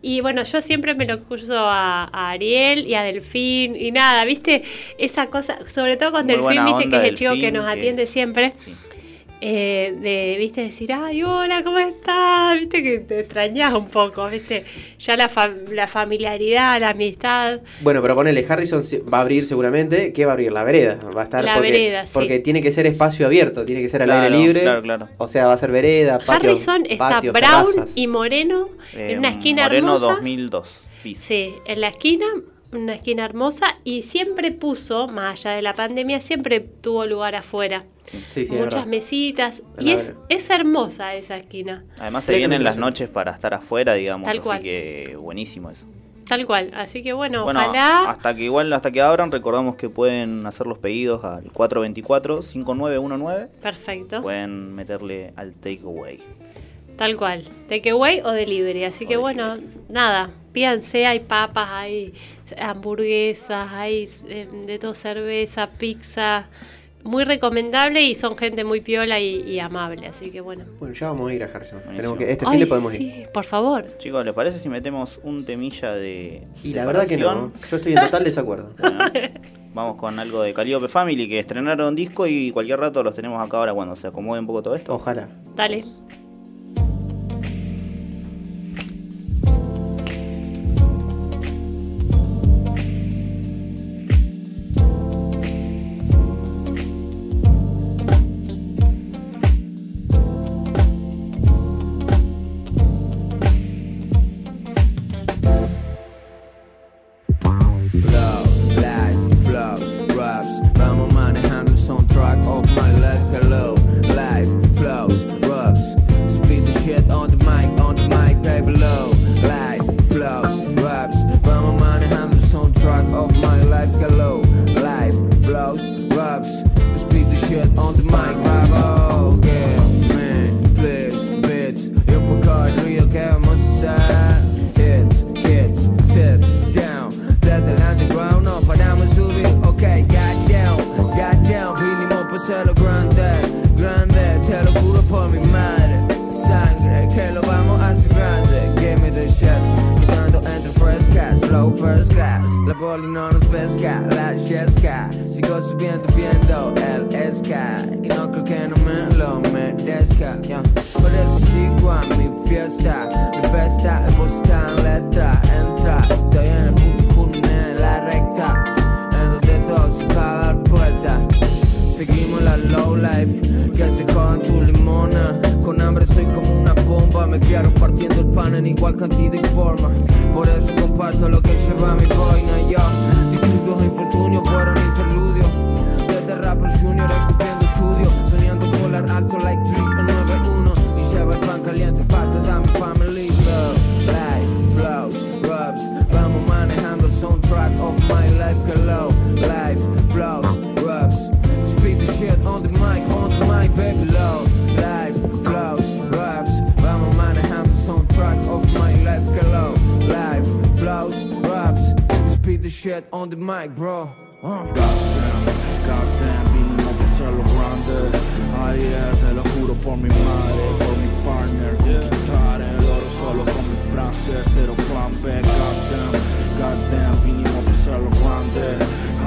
Speaker 1: Y bueno, yo siempre me lo curso a, a Ariel y a Delfín y nada, ¿viste? Esa cosa, sobre todo con
Speaker 3: Muy buena
Speaker 1: Delfín, ¿viste? Que
Speaker 3: onda,
Speaker 1: es el chico que
Speaker 3: Delfín,
Speaker 1: nos
Speaker 3: que
Speaker 1: atiende
Speaker 3: es-
Speaker 1: siempre.
Speaker 3: Sí.
Speaker 1: eh, de, ¿viste? Decir, ay, hola, ¿cómo estás? ¿Viste? Que te extrañas un poco, ¿viste? Ya la, fam- la familiaridad, la amistad.
Speaker 2: Bueno, pero ponele, Harrison se- va a abrir seguramente. ¿Qué va a abrir? La vereda. Va a estar
Speaker 1: La
Speaker 2: porque,
Speaker 1: vereda, sí.
Speaker 2: porque tiene que ser espacio abierto, tiene que ser al
Speaker 3: Claro,
Speaker 2: aire libre.
Speaker 3: claro, claro.
Speaker 2: O sea, va a ser vereda, patio.
Speaker 1: Harrison está
Speaker 2: patios,
Speaker 1: brown
Speaker 2: terrazas.
Speaker 1: y moreno
Speaker 3: Eh,
Speaker 1: en una esquina
Speaker 3: Moreno
Speaker 1: hermosa.
Speaker 3: 2002. Pis.
Speaker 1: Sí, en la esquina una esquina hermosa y siempre puso, más allá de la pandemia, siempre tuvo lugar afuera.
Speaker 2: Sí, sí, es
Speaker 1: Muchas
Speaker 2: verdad.
Speaker 1: mesitas.
Speaker 2: Es
Speaker 1: y
Speaker 2: la
Speaker 1: es,
Speaker 2: verdad.
Speaker 1: es hermosa esa esquina.
Speaker 3: Además se
Speaker 2: Creo que
Speaker 3: vienen
Speaker 2: me
Speaker 3: las
Speaker 2: parece.
Speaker 3: noches para estar afuera, digamos,
Speaker 1: Tal
Speaker 3: así
Speaker 1: cual.
Speaker 3: que buenísimo eso.
Speaker 1: Tal cual. Así que bueno,
Speaker 3: Bueno, ah,
Speaker 1: ojalá.
Speaker 3: hasta que igual hasta que abran, recordamos que pueden hacer los pedidos al 424 5919.
Speaker 1: Perfecto.
Speaker 3: Pueden meterle al takeaway.
Speaker 1: Tal cual. Takeaway o delivery. Así
Speaker 3: O
Speaker 1: que
Speaker 3: delivery.
Speaker 1: bueno, nada. Pídanse, hay papas, hay hamburguesas, hay eh, de todo cerveza, pizza. Muy recomendable y son gente muy piola y, y amable. Así que bueno.
Speaker 2: Bueno, ya vamos a ir a Harrison.
Speaker 3: Buenísimo.
Speaker 2: Tenemos que, este fin
Speaker 1: Ay,
Speaker 2: de podemos ir.
Speaker 1: sí, por favor.
Speaker 3: Chicos, ¿les parece si metemos un temilla de
Speaker 2: Y la verdad que no.
Speaker 3: separación?
Speaker 2: Yo estoy en total desacuerdo.
Speaker 3: Bueno, vamos con algo de Calliope Family que estrenaron disco y cualquier rato los tenemos acá ahora cuando se acomode un poco todo esto.
Speaker 2: Ojalá.
Speaker 1: Dale.
Speaker 7: Blow, light, flows, rubs. Vamos manejando el soundtrack of my life. Hello, life, flows, rubs. Spin the shit on the mic, on the mic, baby, low. Life, flows, rubs. Vamos manejando el soundtrack of my life. Hello, life, flows, rubs. Spin the shit on the mic, baby. Yeah, man, please, bitch. Yo por acá, New York, vamos a usar. Hits, kids, sit down. Desde el underground no paramos de subir. Ok, goddamn, goddamn. Vinimos por ser lo grande, grande. Te lo juro por mi madre. Sangre, que lo vamos a hacer grande. Give me the shit. Flotando entre frescas, flow first class. La poli no nos pesca, la yesca. Sigo subiendo, viendo el sky. Y no creo que no me lo merezca. yeah. Por eso sigo a mi fiesta. Mi fiesta es puesta en letra. Entra, estoy en el punto culmen en la recta. En donde todo se paga la puerta. Seguimos la low life, que se jodan tu limona. Con hambre soy como una bomba, me criaron partiendo el pan en igual cantidad y forma. Por eso comparto lo que lleva mi boina. Yo, disturbios e infortunios fueron interludios. Desde Rapper Junior cumpliendo estudio, soñando volar alto like Trip 91. Y lleva el pan caliente, pasta da mi family. Love, life, flows, rubs. Vamos manejando el soundtrack of my life. Hello, life, flows, rubs. Speak the shit on the mic, on the mic, baby low. Life flows, raps. Vamos manejando soundtrack of my life, hello. Life flows, raps. Speak the shit on the mic, bro. Uh.
Speaker 8: Goddamn, goddamn, vinimos por ser lo grande. Ay, yeah, te lo juro por mi madre, por mi partner. Quitar el oro solo con mi frase, cero plan B. Goddamn, goddamn, vinimos por ser lo grande.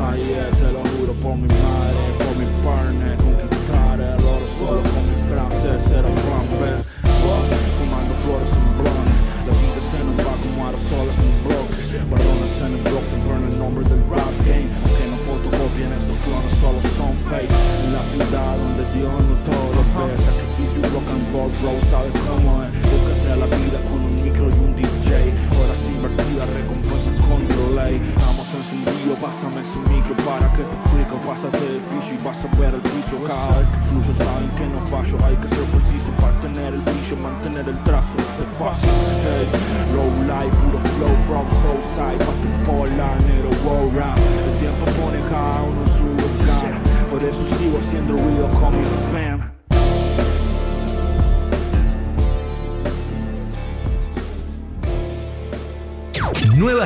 Speaker 8: Ay, yeah, te lo juro por mi madre, por mi partner. Conquistar el oro solo con mi frase, cero plan B. Fuck, fumando flores en blones. La vida se nos va como aerosoles en bloques. Barrones en el blog se burn el nombre del rap game. Aunque no fotocopien esos clones, solo son fake. En la ciudad donde Dios no todo lo ve. Sacrificio y rock and roll, bro, sabes cómo es. Búscate la vida con un micro y un DJ. Horas invertidas, recompensas con delay. Amos encendido, pásame ese micro para que te explico. Pásate el piso y vas a ver el piso. Cada vez que fluyo, saben que no fallo. Hay que ser preciso para tener el brillo, mantener el trazo. Despacio, hey. Low life, puro flow from Southside. Pa' tu pola, negro, wow, rap. El tiempo pone cada uno en su lugar. Por eso sigo haciendo ruido con mi fam.
Speaker 9: Nueva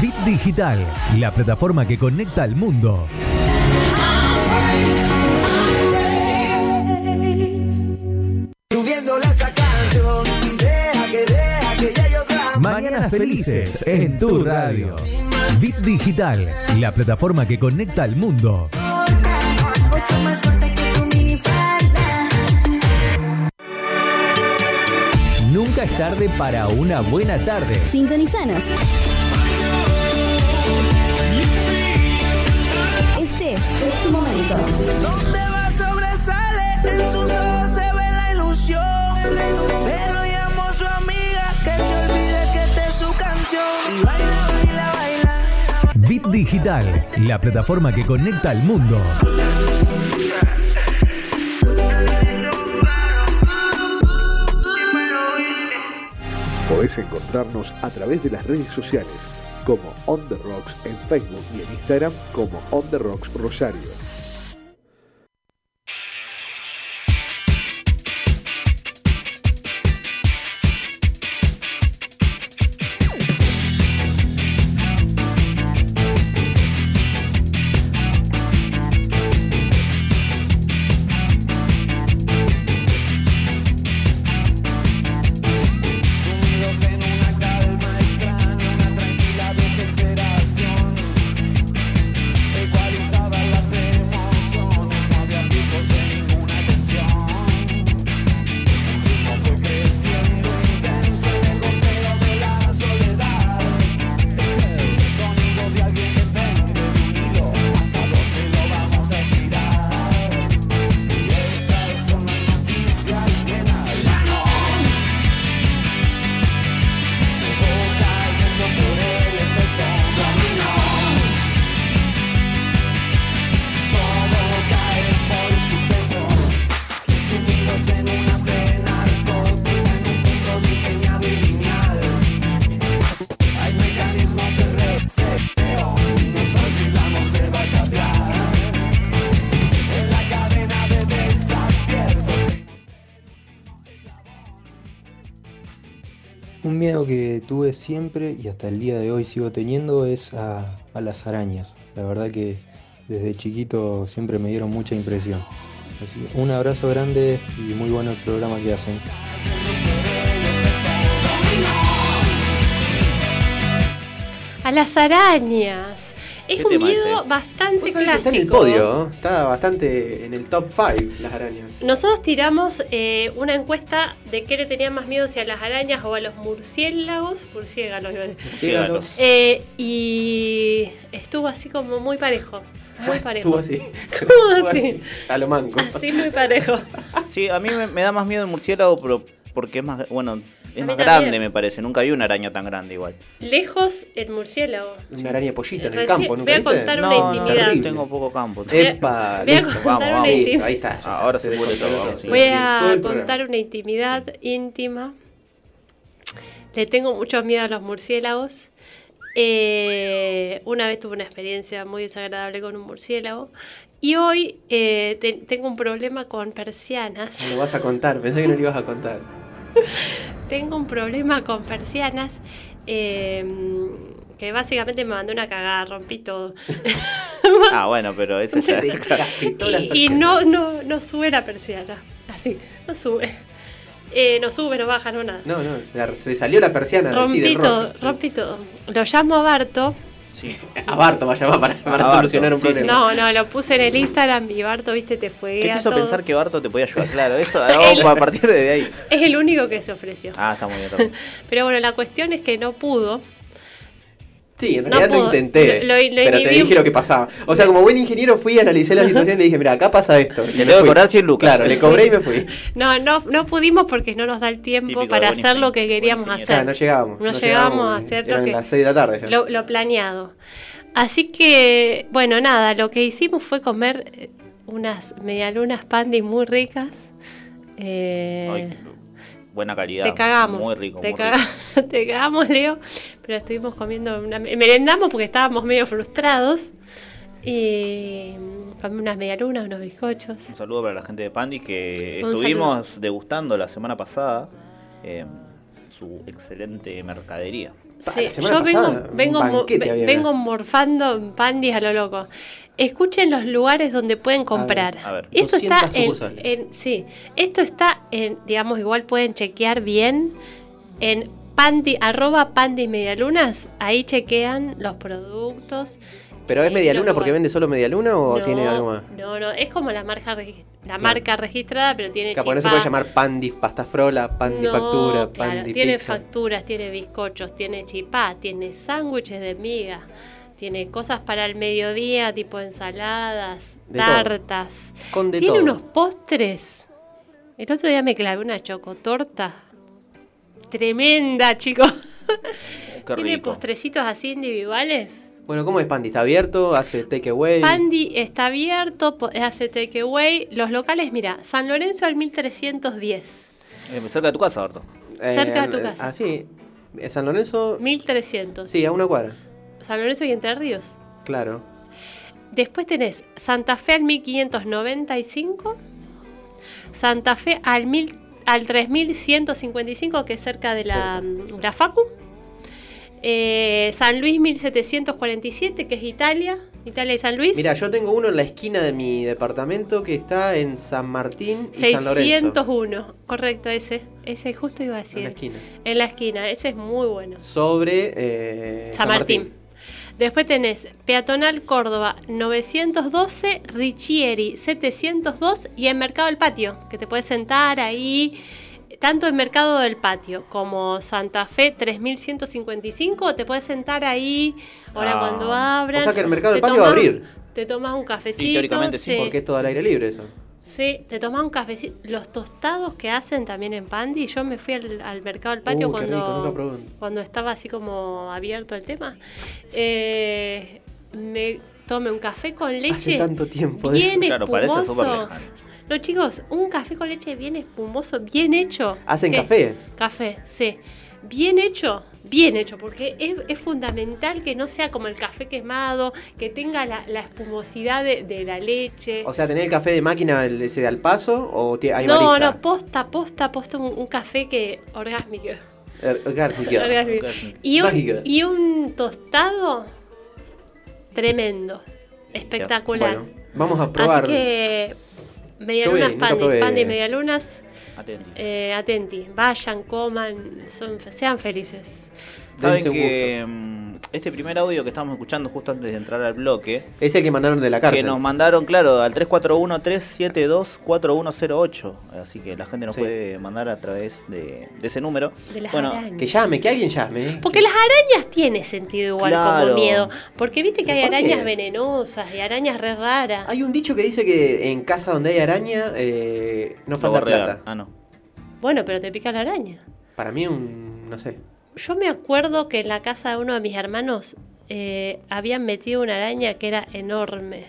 Speaker 9: Bit Digital, la plataforma que conecta al mundo. Mañanas felices en tu radio. Bit Digital, la plataforma que conecta al mundo.
Speaker 10: Mucho más fuerte que tu minifalda.
Speaker 9: Nunca es tarde para una buena tarde.
Speaker 11: Sintonizanos. Este es tu momento.
Speaker 10: Donde va sobresale, en sus ojos se ve la ilusión. Pero llamo a su amiga que se olvide que esta es su canción. Y baila, baila, baila.
Speaker 9: Bit Digital, la plataforma que conecta al mundo.
Speaker 12: Podés encontrarnos a través de las redes sociales como On The Rocks en Facebook y en Instagram como On The Rocks Rosario.
Speaker 10: Sumidos en una calma extraña, una tranquila desesperación. Ecualizaban las emociones, no había picos en ninguna tensión. El ritmo fue creciendo intenso en el golpeo de la soledad. Es el sonido de alguien que pende de un hilo, hasta dónde lo vamos a estirar. Y estas son las noticias llenas. ¡Ya no! Cayendo por el efecto dominó Todo cae por su peso Sumidos en una fe narcótica En un mundo diseñado y lineal Hay mecanismos de reseteo Nos olvidamos de batallar En la cadena de desaciertos
Speaker 13: Un miedo que tuve siempre y hasta el día de hoy sigo teniendo es a, a las arañas. La verdad que desde chiquito siempre me dieron mucha impresión. Así, un abrazo grande y muy bueno el programa que hacen.
Speaker 1: A las arañas. Es
Speaker 2: ¿Qué
Speaker 1: un
Speaker 2: tema
Speaker 1: miedo
Speaker 2: ese?
Speaker 1: bastante
Speaker 2: Vos sabés que
Speaker 1: clásico.
Speaker 2: Está en el podio, ¿no? está bastante en el top 5 las arañas.
Speaker 1: Nosotros tiramos eh, una encuesta de qué le tenían más miedo, si a las arañas o a los murciélagos. Murciélagos, iba a decir.
Speaker 2: Murciélagos.
Speaker 1: Eh, y estuvo así como muy parejo. Muy parejo.
Speaker 2: Ah, Estuvo así.
Speaker 1: ¿Cómo así? Ah,
Speaker 2: A lo manco.
Speaker 1: Así muy parejo.
Speaker 3: Sí, a mí me, me da más miedo el murciélago, pero porque es más, bueno, es más
Speaker 1: también.
Speaker 3: grande, me parece. Nunca vi una araña tan grande igual.
Speaker 1: Lejos el murciélago.
Speaker 2: Una araña pollita en el
Speaker 1: Recién-
Speaker 2: campo, ¿nunca
Speaker 1: voy a
Speaker 2: viste?
Speaker 1: contar una No, no, intimidad.
Speaker 2: terrible.
Speaker 3: tengo poco campo.
Speaker 2: Epa,
Speaker 1: Voy a
Speaker 2: listo,
Speaker 1: contar una
Speaker 2: Ahí,
Speaker 1: intimidad.
Speaker 2: ahí está. ya
Speaker 3: Ahora
Speaker 2: está,
Speaker 3: se puede
Speaker 2: descontroló
Speaker 3: todo,
Speaker 2: todo,
Speaker 3: sí.
Speaker 1: Voy
Speaker 2: sí, todo
Speaker 1: a
Speaker 2: el programa.
Speaker 1: contar una intimidad íntima. Le tengo mucho miedo a los murciélagos. Eh, una vez tuve una experiencia muy desagradable con un murciélago. Y hoy eh, te- tengo un problema con persianas.
Speaker 2: No Lo vas a contar, pensé que no lo ibas a contar.
Speaker 1: Tengo un problema con persianas. eh, que básicamente me mandó una cagada, rompí todo.
Speaker 3: Ah, bueno, pero eso ya
Speaker 2: Te
Speaker 3: es.
Speaker 2: cagitó la
Speaker 1: Y, y no, no, no sube la persiana. Así, no sube. Eh, no sube, no baja, no nada.
Speaker 2: No, no, se, se salió la persiana así
Speaker 1: Rompí
Speaker 2: del
Speaker 1: todo,
Speaker 2: rock.
Speaker 1: rompí todo. Lo llamo a Barto.
Speaker 3: Sí.
Speaker 2: A Barto va a llamar para, para
Speaker 3: A Barto,
Speaker 2: solucionar un
Speaker 3: sí,
Speaker 2: problema.
Speaker 1: No, no, lo puse en el Instagram y Barto, viste, te fue.
Speaker 3: ¿Qué te hizo pensar que Barto te podía ayudar? Claro, eso
Speaker 1: El-
Speaker 3: vamos a partir de ahí.
Speaker 1: Es el único que se ofreció.
Speaker 3: Ah, está muy bien. está muy bien.
Speaker 1: Pero bueno, la cuestión es que no pudo.
Speaker 2: Sí, en
Speaker 1: No
Speaker 2: realidad
Speaker 1: puedo.
Speaker 2: lo intenté.
Speaker 1: Lo- lo- lo
Speaker 2: pero te
Speaker 1: inhibí.
Speaker 2: dije lo que pasaba. O sea, como buen ingeniero fui, analicé la situación y le dije, mira, acá pasa esto. Y
Speaker 3: Te
Speaker 2: me
Speaker 3: tengo que
Speaker 2: fui.
Speaker 3: cobrar 100 lucas.
Speaker 2: Claro, le cobré y me fui.
Speaker 1: No, no, no pudimos porque no nos da el tiempo
Speaker 3: Típico de
Speaker 1: para
Speaker 3: buen
Speaker 1: hacer
Speaker 3: ingeniero,
Speaker 1: lo que queríamos
Speaker 3: buen
Speaker 1: hacer.
Speaker 3: ingeniero. Ah,
Speaker 2: O sea, no llegábamos.
Speaker 1: No llegábamos a hacer lo
Speaker 2: Eran
Speaker 1: que-
Speaker 2: las 6 de la tarde ya.
Speaker 1: lo, lo planeado. Así que, bueno, nada, lo que hicimos fue comer eh, unas medialunas pandy muy ricas. Eh,
Speaker 3: Ay, buena calidad.
Speaker 1: te cagamos.
Speaker 3: Muy rico.
Speaker 1: te,
Speaker 3: muy
Speaker 1: caga-
Speaker 3: rico.
Speaker 1: te cagamos, Leo. Pero estuvimos comiendo, una- merendamos porque estábamos medio frustrados. Y mm, comí unas medialunas, unos bizcochos.
Speaker 3: Un saludo para la gente de Pandy que
Speaker 1: Un
Speaker 3: estuvimos degustando la semana pasada eh, su excelente mercadería.
Speaker 2: Pa,
Speaker 1: Sí,
Speaker 2: la semana
Speaker 1: yo vengo,
Speaker 2: pasada, un
Speaker 1: vengo, mo-
Speaker 2: banquete
Speaker 1: ve-
Speaker 2: había acá.
Speaker 1: vengo morfando en pandis a lo loco. Escuchen los lugares donde pueden comprar.
Speaker 3: a ver,
Speaker 1: Eso está
Speaker 2: 200
Speaker 1: en,
Speaker 2: sucursales.
Speaker 1: en- sí, esto está en, digamos, igual pueden chequear bien en Pandi, arroba Pandi Medialunas, ahí chequean los productos.
Speaker 2: ¿Pero es
Speaker 1: Eh,
Speaker 2: media
Speaker 1: lo
Speaker 2: luna
Speaker 1: que
Speaker 2: porque
Speaker 1: va-
Speaker 2: vende solo media luna o
Speaker 1: No,
Speaker 2: tiene algo más?
Speaker 1: No, no, es como la marca, regi- la marca registrada, pero tiene
Speaker 2: Capaz no se
Speaker 1: chipá.
Speaker 2: puede llamar pandi pastafrola, pandi
Speaker 1: No,
Speaker 2: factura,
Speaker 1: claro,
Speaker 2: pandi
Speaker 1: tiene
Speaker 2: pizza.
Speaker 1: facturas, tiene bizcochos, tiene chipá, tiene sándwiches de miga, tiene cosas para el mediodía, tipo ensaladas,
Speaker 2: De todo.
Speaker 1: tartas.
Speaker 2: Con de
Speaker 1: tiene
Speaker 2: todo.
Speaker 1: unos postres. El otro día me clavé una chocotorta. Tremenda, chicos.
Speaker 2: Qué
Speaker 1: Tiene
Speaker 2: rico.
Speaker 1: postrecitos así individuales.
Speaker 2: Bueno, ¿cómo es pandi? ¿Está abierto? ¿Hace takeaway?
Speaker 1: Pandi está abierto, po- hace takeaway. Los locales, mira, San Lorenzo al 1310.
Speaker 3: Eh, cerca de tu casa, Orto.
Speaker 1: cerca de tu casa.
Speaker 2: Ah, sí. Eh, ¿San Lorenzo?
Speaker 1: 1300.
Speaker 2: Sí, a una cuadra.
Speaker 1: San Lorenzo y Entre Ríos.
Speaker 2: Claro.
Speaker 1: Después tenés Santa Fe al 1595, Santa Fe al, mil- al 3155, que es cerca de la, mm, la Facu, eh, San Luis 1747, que es Italia, Italia y San Luis.
Speaker 2: Mira, yo tengo uno en la esquina de mi departamento que está en San Martín y San Lorenzo.
Speaker 1: 601, correcto, ese. Ese justo iba a decir.
Speaker 2: En la esquina.
Speaker 1: En la esquina, ese es muy bueno.
Speaker 2: Sobre eh,
Speaker 1: San Martín. Después tenés Peatonal Córdoba 912, Richieri 702 y en Mercado del Patio, que te puedes sentar ahí, tanto en Mercado del Patio como Santa Fe 3155, te puedes sentar ahí ahora
Speaker 2: Ah.
Speaker 1: cuando abran.
Speaker 2: O sea que el Mercado del
Speaker 1: Te
Speaker 2: Patio va a
Speaker 1: tomás-
Speaker 2: abrir.
Speaker 1: Te tomas un cafecito.
Speaker 2: Sí, teóricamente sí,
Speaker 1: sí.
Speaker 2: porque es todo al aire libre eso.
Speaker 1: Sí, te tomas un cafecito. Los tostados que hacen también en Pandi, yo me fui al, al mercado del patio
Speaker 2: Uh, qué
Speaker 1: cuando,
Speaker 2: rico, nunca probé uno.
Speaker 1: cuando estaba así como abierto el tema. Eh, me tomé un café con leche.
Speaker 2: Hace tanto tiempo de
Speaker 1: Bien
Speaker 2: eso. Claro, parece
Speaker 1: espumoso.
Speaker 2: súper lejano.
Speaker 1: no, chicos, un café con leche bien espumoso, bien hecho.
Speaker 2: ¿Hacen
Speaker 1: Que-
Speaker 2: café?
Speaker 1: Café, sí. Bien hecho, bien hecho, porque es, es fundamental que no sea como el café quemado, que tenga la, la espumosidad de, de la leche.
Speaker 2: O sea, ¿tenés el café de máquina el- ese de al paso o ti- hay
Speaker 1: No,
Speaker 2: barista?
Speaker 1: no, posta, posta, posta, un, un café que orgásmico.
Speaker 2: Er- orgánico.
Speaker 1: Orgánico. Y un,
Speaker 2: Mágica.
Speaker 1: y un tostado tremendo, espectacular.
Speaker 2: Bueno, vamos a probar.
Speaker 1: Así que
Speaker 2: Yo
Speaker 1: medialunas,
Speaker 2: voy, nunca
Speaker 1: pan
Speaker 2: probé.
Speaker 1: pan de medialunas, eh, atenti, vayan, coman, son- sean felices.
Speaker 3: Saben
Speaker 2: Dense un
Speaker 3: que mm, este primer audio que estábamos escuchando justo antes de entrar al bloque.
Speaker 2: Es el que mandaron de la cárcel.
Speaker 3: Que nos mandaron, claro, al 341-372-4108. Así que la gente nos puede mandar a través de, de ese número.
Speaker 1: De las arañas.
Speaker 2: que llame, que alguien llame. ¿eh?
Speaker 1: Porque las arañas tiene sentido igual
Speaker 2: Claro.
Speaker 1: como miedo. Porque viste que hay
Speaker 2: ¿Por qué?
Speaker 1: arañas venenosas y arañas re raras.
Speaker 2: Hay un dicho que dice que en casa donde hay araña eh, no falta
Speaker 3: borregan.
Speaker 2: plata.
Speaker 3: Ah, no.
Speaker 1: Bueno, pero te pica la araña.
Speaker 2: Para mí un, no sé.
Speaker 1: Yo me acuerdo que en la casa de uno de mis hermanos eh, habían metido una araña que era enorme.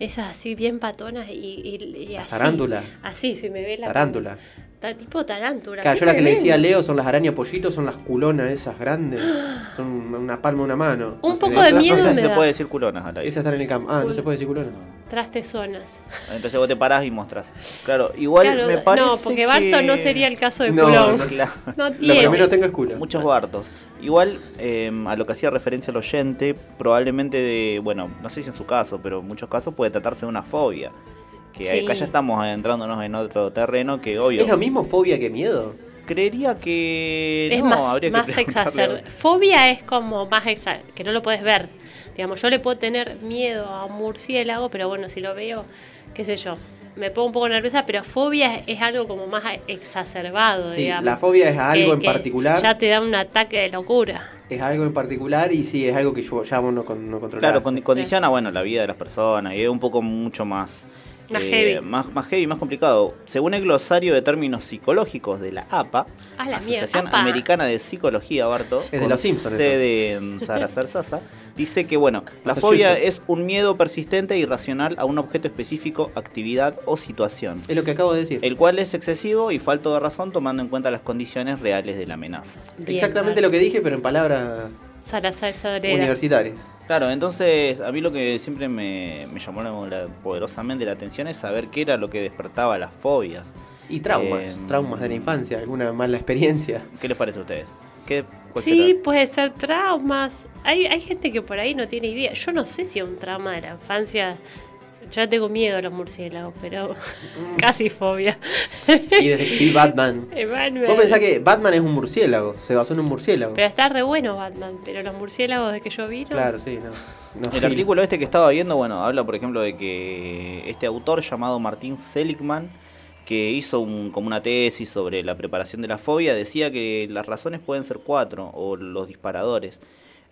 Speaker 1: Esas así bien patonas y, y- y así.
Speaker 2: tarántula.
Speaker 1: Así, se me ve la...
Speaker 2: Tarántula.
Speaker 1: Ta- tipo tarántula.
Speaker 2: Claro,
Speaker 1: qué
Speaker 2: yo la que le decía a
Speaker 1: tremendo.
Speaker 2: Leo son las arañas pollitos, son las culonas esas grandes. Son una palma de una mano.
Speaker 1: Un poco de miedo
Speaker 3: Entonces
Speaker 1: me
Speaker 3: se
Speaker 1: da.
Speaker 3: puede decir culonas al aire.
Speaker 2: Esas están en el campo. Ah, no se puede decir culonas.
Speaker 1: Trastezonas.
Speaker 3: Entonces vos te parás y mostrás. Claro, igual
Speaker 1: Claro,
Speaker 3: me parece.
Speaker 1: no, porque Barto
Speaker 3: que-
Speaker 1: no sería el caso de culón. No tiene.
Speaker 2: tengo es culo.
Speaker 3: Muchos bartos. Igual, eh, a lo que hacía referencia el oyente, probablemente de, bueno, no sé si en su caso, pero en muchos casos puede tratarse de una fobia. Que
Speaker 2: Sí.
Speaker 3: acá ya estamos adentrándonos en otro terreno que, obvio.
Speaker 2: ¿Es lo mismo fobia que miedo?
Speaker 3: Creería que.
Speaker 1: es
Speaker 3: no,
Speaker 1: más,
Speaker 3: habría que
Speaker 1: más
Speaker 3: preguntarle a
Speaker 1: exacerbada.
Speaker 3: otro.
Speaker 1: Fobia es como más exacerbada, que no lo puedes ver. Digamos, yo le puedo tener miedo a un murciélago, pero bueno, si lo veo, qué sé yo, me pongo un poco nerviosa, pero fobia es algo como más exacerbado,
Speaker 2: Sí,
Speaker 1: digamos.
Speaker 2: la fobia es a algo
Speaker 1: Que-
Speaker 2: en
Speaker 1: que
Speaker 2: particular.
Speaker 1: Ya te da un ataque de locura.
Speaker 2: Es algo en particular y sí, es algo que yo ya vos no, con- no controlás.
Speaker 3: Claro, condi- condiciona, bueno, la vida de las personas y es un poco mucho más... eh,
Speaker 1: Más heavy.
Speaker 3: Más, más heavy, más complicado. Según el glosario de términos psicológicos de la APA,
Speaker 1: A Ah, la mierda,
Speaker 3: Asociación
Speaker 1: apa.
Speaker 3: Americana de Psicología, Barto,
Speaker 2: de
Speaker 3: con
Speaker 2: los Simpsons, eso.
Speaker 3: sede en Sarasar Sasa, dice que, bueno, la
Speaker 2: Massachusetts.
Speaker 3: fobia es un miedo persistente e irracional a un objeto específico, actividad o situación.
Speaker 2: Es lo que acabo de decir.
Speaker 3: El cual es excesivo y falto de razón tomando en cuenta las condiciones reales de la amenaza.
Speaker 1: Bien,
Speaker 2: Exactamente
Speaker 1: Barto.
Speaker 2: lo que dije, pero en palabras
Speaker 1: Salazar Saavedra.
Speaker 2: universitarias.
Speaker 3: Claro, entonces a mí lo que siempre me, me llamó la- la- poderosamente la atención es saber qué era lo que despertaba las fobias. Eh,
Speaker 2: Y traumas, traumas de la infancia, alguna mala experiencia.
Speaker 3: ¿Qué les parece a ustedes? ¿Qué, cuál
Speaker 1: Sí,
Speaker 3: será?
Speaker 1: puede ser traumas. Hay, hay gente que por ahí no tiene idea. Yo no sé si un trauma de la infancia Yo le tengo miedo a los murciélagos, pero casi fobia.
Speaker 2: Mm. Y, de- y Batman.
Speaker 1: Eh, Batman.
Speaker 2: Vos pensás que Batman es un murciélago, se basó en un murciélago.
Speaker 1: Pero está re bueno Batman, pero los murciélagos de que yo vi no.
Speaker 2: Claro, sí, no. no
Speaker 3: El
Speaker 2: sí.
Speaker 3: artículo este que estaba viendo, bueno, habla por ejemplo de que este autor llamado Martín Seligman, que hizo un- como una tesis sobre la preparación de la fobia, decía que las razones pueden ser cuatro, o los disparadores.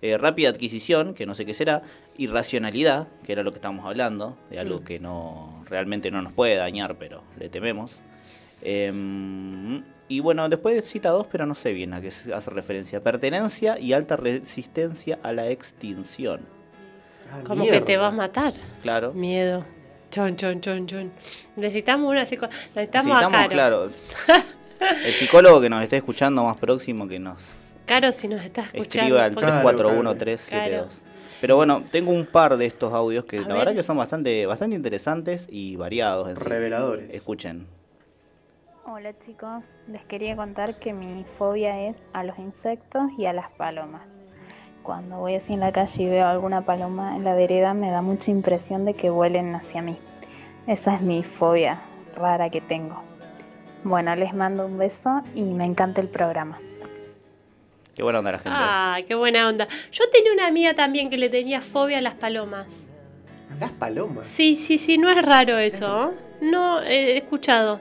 Speaker 3: Eh, rápida adquisición, que no sé qué será, irracionalidad, que era lo que estábamos hablando, de algo
Speaker 14: Mm.
Speaker 3: que no realmente no nos puede dañar, pero le tememos. Em, y bueno, después cita dos, pero no sé bien a qué se hace referencia. Pertenencia y alta resistencia a la extinción.
Speaker 1: Como
Speaker 3: mierda.
Speaker 1: que te va a matar.
Speaker 3: Claro.
Speaker 1: Miedo. Chon, chon, chon, chon. Necesitamos una psico... Necesitamos, a
Speaker 3: Necesitamos,
Speaker 1: Caro.
Speaker 3: claro. El psicólogo que nos esté escuchando más próximo que nos
Speaker 1: Caro, si nos estás escuchando.
Speaker 3: escriba al
Speaker 1: porque-
Speaker 3: 341-372. Pero bueno, tengo un par de estos audios que
Speaker 1: A
Speaker 3: la
Speaker 1: ver.
Speaker 3: verdad que son bastante, bastante interesantes y variados. En sí.
Speaker 2: Reveladores.
Speaker 3: Escuchen.
Speaker 15: Hola chicos, les quería contar que mi fobia es a los insectos y a las palomas. Cuando voy así en la calle y veo alguna paloma en la vereda me da mucha impresión de que vuelen hacia mí. Esa es mi fobia rara que tengo. Bueno, les mando un beso y me encanta el programa.
Speaker 3: Qué buena onda la gente.
Speaker 1: Ah, qué buena onda. Yo tenía una amiga también que le tenía fobia a las palomas.
Speaker 2: Las palomas.
Speaker 1: Sí, sí, sí, no es raro eso. ¿eh? No, eh, he escuchado.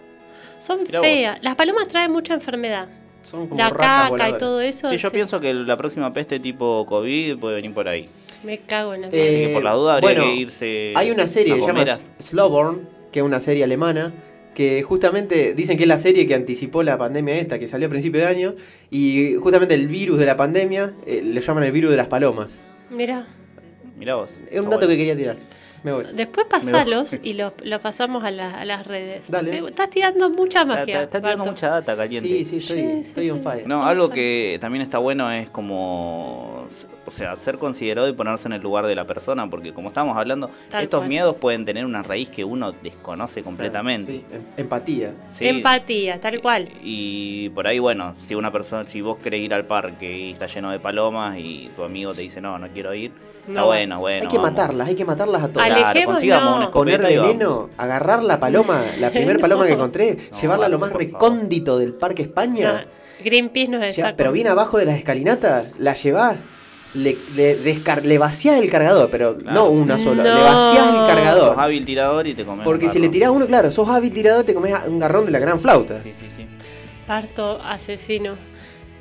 Speaker 1: Son
Speaker 3: Mirá vos.
Speaker 1: feas. Las palomas traen mucha enfermedad.
Speaker 2: Son
Speaker 1: La caca y todo eso.
Speaker 3: Sí, yo
Speaker 1: sí.
Speaker 3: pienso que la próxima peste tipo COVID puede venir por ahí.
Speaker 1: Me cago en la
Speaker 2: Eh,
Speaker 3: Así que por la duda habría
Speaker 2: bueno,
Speaker 3: que irse.
Speaker 2: Hay una serie
Speaker 3: a
Speaker 2: que se llama
Speaker 3: comeras.
Speaker 2: Slowborn, que es una serie alemana, que justamente dicen que es la serie que anticipó la pandemia esta, que salió a principio de año, y justamente el virus de la pandemia eh, le llaman el virus de las palomas.
Speaker 1: Mira,
Speaker 3: Mirá vos.
Speaker 2: Es un dato que quería tirar. Me voy.
Speaker 1: después pasalos y los, los pasamos a, la- a las redes.
Speaker 2: Dale.
Speaker 1: Eh, Estás tirando mucha
Speaker 3: Está,
Speaker 1: magia.
Speaker 3: está- está tirando mucha data caliente.
Speaker 2: Sí, sí, estoy,
Speaker 1: Sí, sí,
Speaker 2: estoy on fire.
Speaker 3: No, algo que también está bueno es como, o sea, ser considerado y ponerse en el lugar de la persona, porque como estábamos hablando,
Speaker 1: Tal
Speaker 3: estos
Speaker 1: cual.
Speaker 3: miedos pueden tener una raíz que uno desconoce completamente.
Speaker 2: Sí, em- empatía.
Speaker 3: Sí,
Speaker 1: Empatía, tal cual.
Speaker 3: Y por ahí, bueno, si una persona, si vos querés ir al parque y está lleno de palomas y tu amigo te dice, no, no quiero ir, está
Speaker 1: No.
Speaker 3: bueno, bueno.
Speaker 2: Hay que
Speaker 3: vamos.
Speaker 2: matarlas, hay que matarlas a todas.
Speaker 3: Claro, Alejémonos. consigamos una escopeta
Speaker 2: Poner
Speaker 3: y vamos.
Speaker 2: veneno, agarrar la paloma, la primer paloma que encontré, llevarla a lo más
Speaker 3: por favor.
Speaker 2: recóndito del Parque España.
Speaker 1: Greenpeace nos
Speaker 2: Ya,
Speaker 1: está.
Speaker 2: pero
Speaker 1: con-
Speaker 2: bien abajo de las escalinatas, la llevás, le, le, descar- le vaciás el cargador, pero no una sola, le vaciás el
Speaker 3: Sos
Speaker 2: cargador.
Speaker 3: hábil tirador y te comes.
Speaker 2: Porque
Speaker 3: un
Speaker 2: si le
Speaker 3: garrón.
Speaker 2: tirás uno, claro, sos hábil tirador, te comés un garrón de la gran flauta.
Speaker 3: Sí, sí, sí.
Speaker 1: Parto asesino.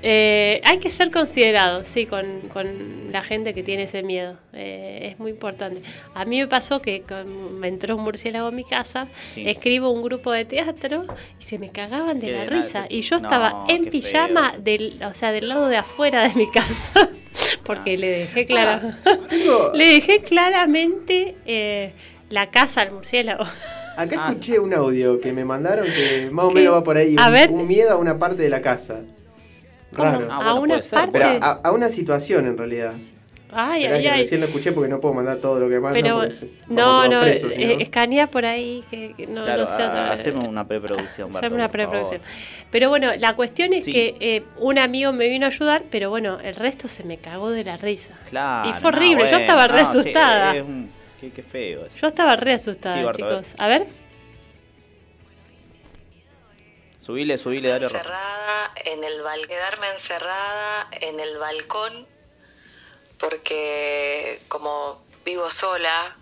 Speaker 1: Eh, hay que ser considerado, sí, con, con la gente que tiene ese miedo. Eh, es muy importante. A mí me pasó que con- me entró un murciélago en mi casa,
Speaker 10: Sí.
Speaker 1: escribo un grupo de teatro y se me cagaban de
Speaker 10: Qué
Speaker 1: la
Speaker 10: de
Speaker 1: risa.
Speaker 10: nada,
Speaker 1: Y yo
Speaker 10: no,
Speaker 1: estaba en
Speaker 10: qué
Speaker 1: pijama, del, o sea, del lado de afuera de mi casa,
Speaker 10: Ah.
Speaker 1: porque le dejé clara, le dejé claramente eh, la casa al murciélago.
Speaker 2: Acá escuché un audio que me mandaron que más o menos va por ahí.
Speaker 1: A
Speaker 2: un,
Speaker 1: ver.
Speaker 2: un miedo a una parte de la casa.
Speaker 1: ¿Cómo?
Speaker 2: Raro.
Speaker 1: Ah, bueno, ¿A una puede ser. parte?
Speaker 2: Pero a, a una situación en realidad.
Speaker 1: Ay,
Speaker 2: Esperá
Speaker 1: ay,
Speaker 2: que
Speaker 1: ay.
Speaker 2: Recién lo escuché porque Ah, no puedo mandar todo lo que mandan.
Speaker 1: Pero
Speaker 2: porque se- vamos
Speaker 1: no,
Speaker 2: todos
Speaker 1: no,
Speaker 2: presos,
Speaker 1: eh,
Speaker 2: ¿no?
Speaker 1: escanea por ahí que, que no,
Speaker 3: Claro,
Speaker 1: no sea
Speaker 3: ha-
Speaker 1: otra-
Speaker 3: hacemos una preproducción.
Speaker 1: hacemos
Speaker 3: Bartolo,
Speaker 1: una
Speaker 3: por favor.
Speaker 1: preproducción. Pero bueno, la cuestión es
Speaker 3: Sí.
Speaker 1: que eh, un amigo me vino a ayudar, pero bueno, el resto se me cagó de la risa.
Speaker 3: Claro,
Speaker 1: Y fue horrible, yo estaba re
Speaker 3: sí,
Speaker 1: asustada.
Speaker 3: es un- qué, qué feo eso.
Speaker 1: Yo estaba re
Speaker 3: Sí,
Speaker 1: asustada,
Speaker 3: Barto, a ver.
Speaker 1: chicos. A ver,
Speaker 3: Subile, subile, dale rojo.
Speaker 16: encerrada en el bal- quedarme encerrada en el balcón porque como vivo sola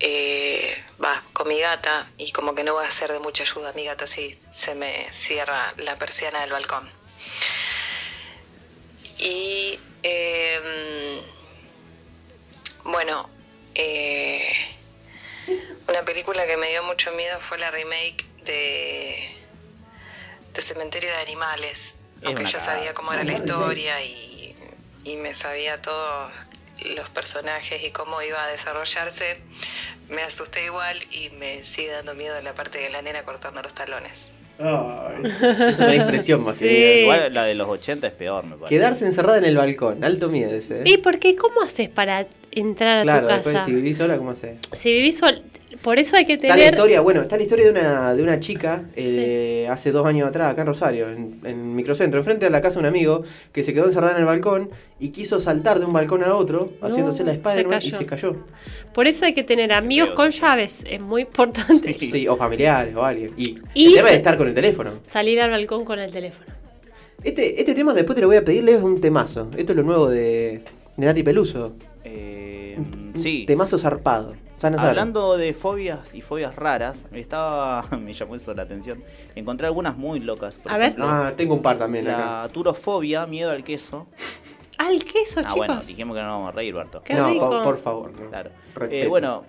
Speaker 16: eh, va con mi gata y como que no va a ser de mucha ayuda mi gata si se me cierra la persiana del balcón y eh, bueno eh, una película que me dio mucho miedo fue la remake de de Cementerio de Animales,
Speaker 10: Es
Speaker 16: aunque
Speaker 10: una
Speaker 16: ya
Speaker 10: cagada.
Speaker 16: sabía cómo era la
Speaker 10: Una cagada.
Speaker 16: historia y, y me sabía todos los personajes y cómo iba a desarrollarse, me asusté igual y me sigue dando miedo la parte de la nena cortando los talones.
Speaker 2: Ay, es una impresión más
Speaker 1: eh. Sí.
Speaker 2: que nada.
Speaker 3: Igual la de los 80 es peor, me parece.
Speaker 2: Quedarse encerrada en el balcón, alto miedo ese. ¿eh?
Speaker 1: ¿y por qué? ¿Cómo haces para entrar a
Speaker 2: claro,
Speaker 1: tu
Speaker 2: después
Speaker 1: casa.
Speaker 2: si vivís sola, ¿cómo haces?
Speaker 1: Si vivís sol- por eso hay que
Speaker 2: Está la
Speaker 1: tener
Speaker 2: historia, bueno, está la historia de una, de una chica eh, hace dos años atrás, acá en Rosario, en, en Microcentro, enfrente de la casa de un amigo que se quedó encerrada en el balcón y quiso saltar de un balcón a otro,
Speaker 1: No,
Speaker 2: haciéndose la
Speaker 1: se
Speaker 2: Spiderman y
Speaker 1: cayó.
Speaker 2: se cayó.
Speaker 1: por eso hay que tener amigos con llaves, es muy importante.
Speaker 2: Sí, o familiares o alguien. Y,
Speaker 1: Y
Speaker 2: el tema
Speaker 1: se-
Speaker 2: de estar con el teléfono.
Speaker 1: Salir al balcón con el teléfono.
Speaker 2: Este, este tema después te lo voy a pedir, Leo, es un temazo. Esto es lo nuevo de, de Nati Peluso. Un
Speaker 3: Eh, sí.
Speaker 2: Temazo zarpado. Sana, sana.
Speaker 3: Hablando de fobias y fobias raras, estaba, me llamó eso la atención. Encontré algunas muy locas. por
Speaker 1: A ver.
Speaker 3: ejemplo,
Speaker 2: Ah, tengo un par también
Speaker 3: La turofobia, miedo al queso.
Speaker 1: Al queso,
Speaker 3: ah,
Speaker 1: chicos.
Speaker 3: bueno, dijimos que no nos vamos a reír, Barto.
Speaker 1: Qué No, rico. por- por
Speaker 2: favor.
Speaker 3: Claro.
Speaker 2: Respeto.
Speaker 3: Eh, bueno,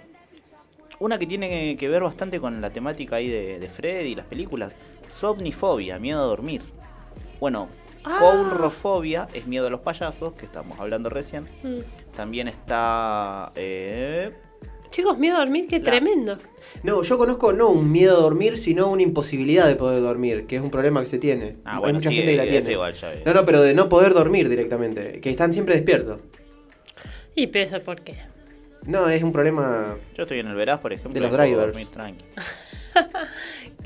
Speaker 3: una que tiene que ver bastante con la temática ahí de, de Freddy y las películas. Somnifobia, miedo a dormir. Bueno,
Speaker 10: Ah.
Speaker 3: coulrofobia es miedo a los payasos, que estamos hablando recién.
Speaker 1: Mm.
Speaker 3: También está... eh,
Speaker 1: Chicos, miedo a dormir, qué tremendo.
Speaker 2: No, yo conozco no un miedo a dormir, sino una imposibilidad de poder dormir, que es un problema que se tiene.
Speaker 3: Ah, bueno,
Speaker 2: Hay mucha
Speaker 3: sí,
Speaker 2: gente que la
Speaker 3: es
Speaker 2: tiene.
Speaker 3: igual, ya es.
Speaker 2: No, no, pero de no poder dormir directamente, que están siempre despiertos.
Speaker 1: Y pero eso por qué.
Speaker 2: No, es un problema...
Speaker 3: Yo estoy en el Verás, por ejemplo.
Speaker 2: De los
Speaker 3: y puedo
Speaker 2: drivers.
Speaker 3: dormir tranqui.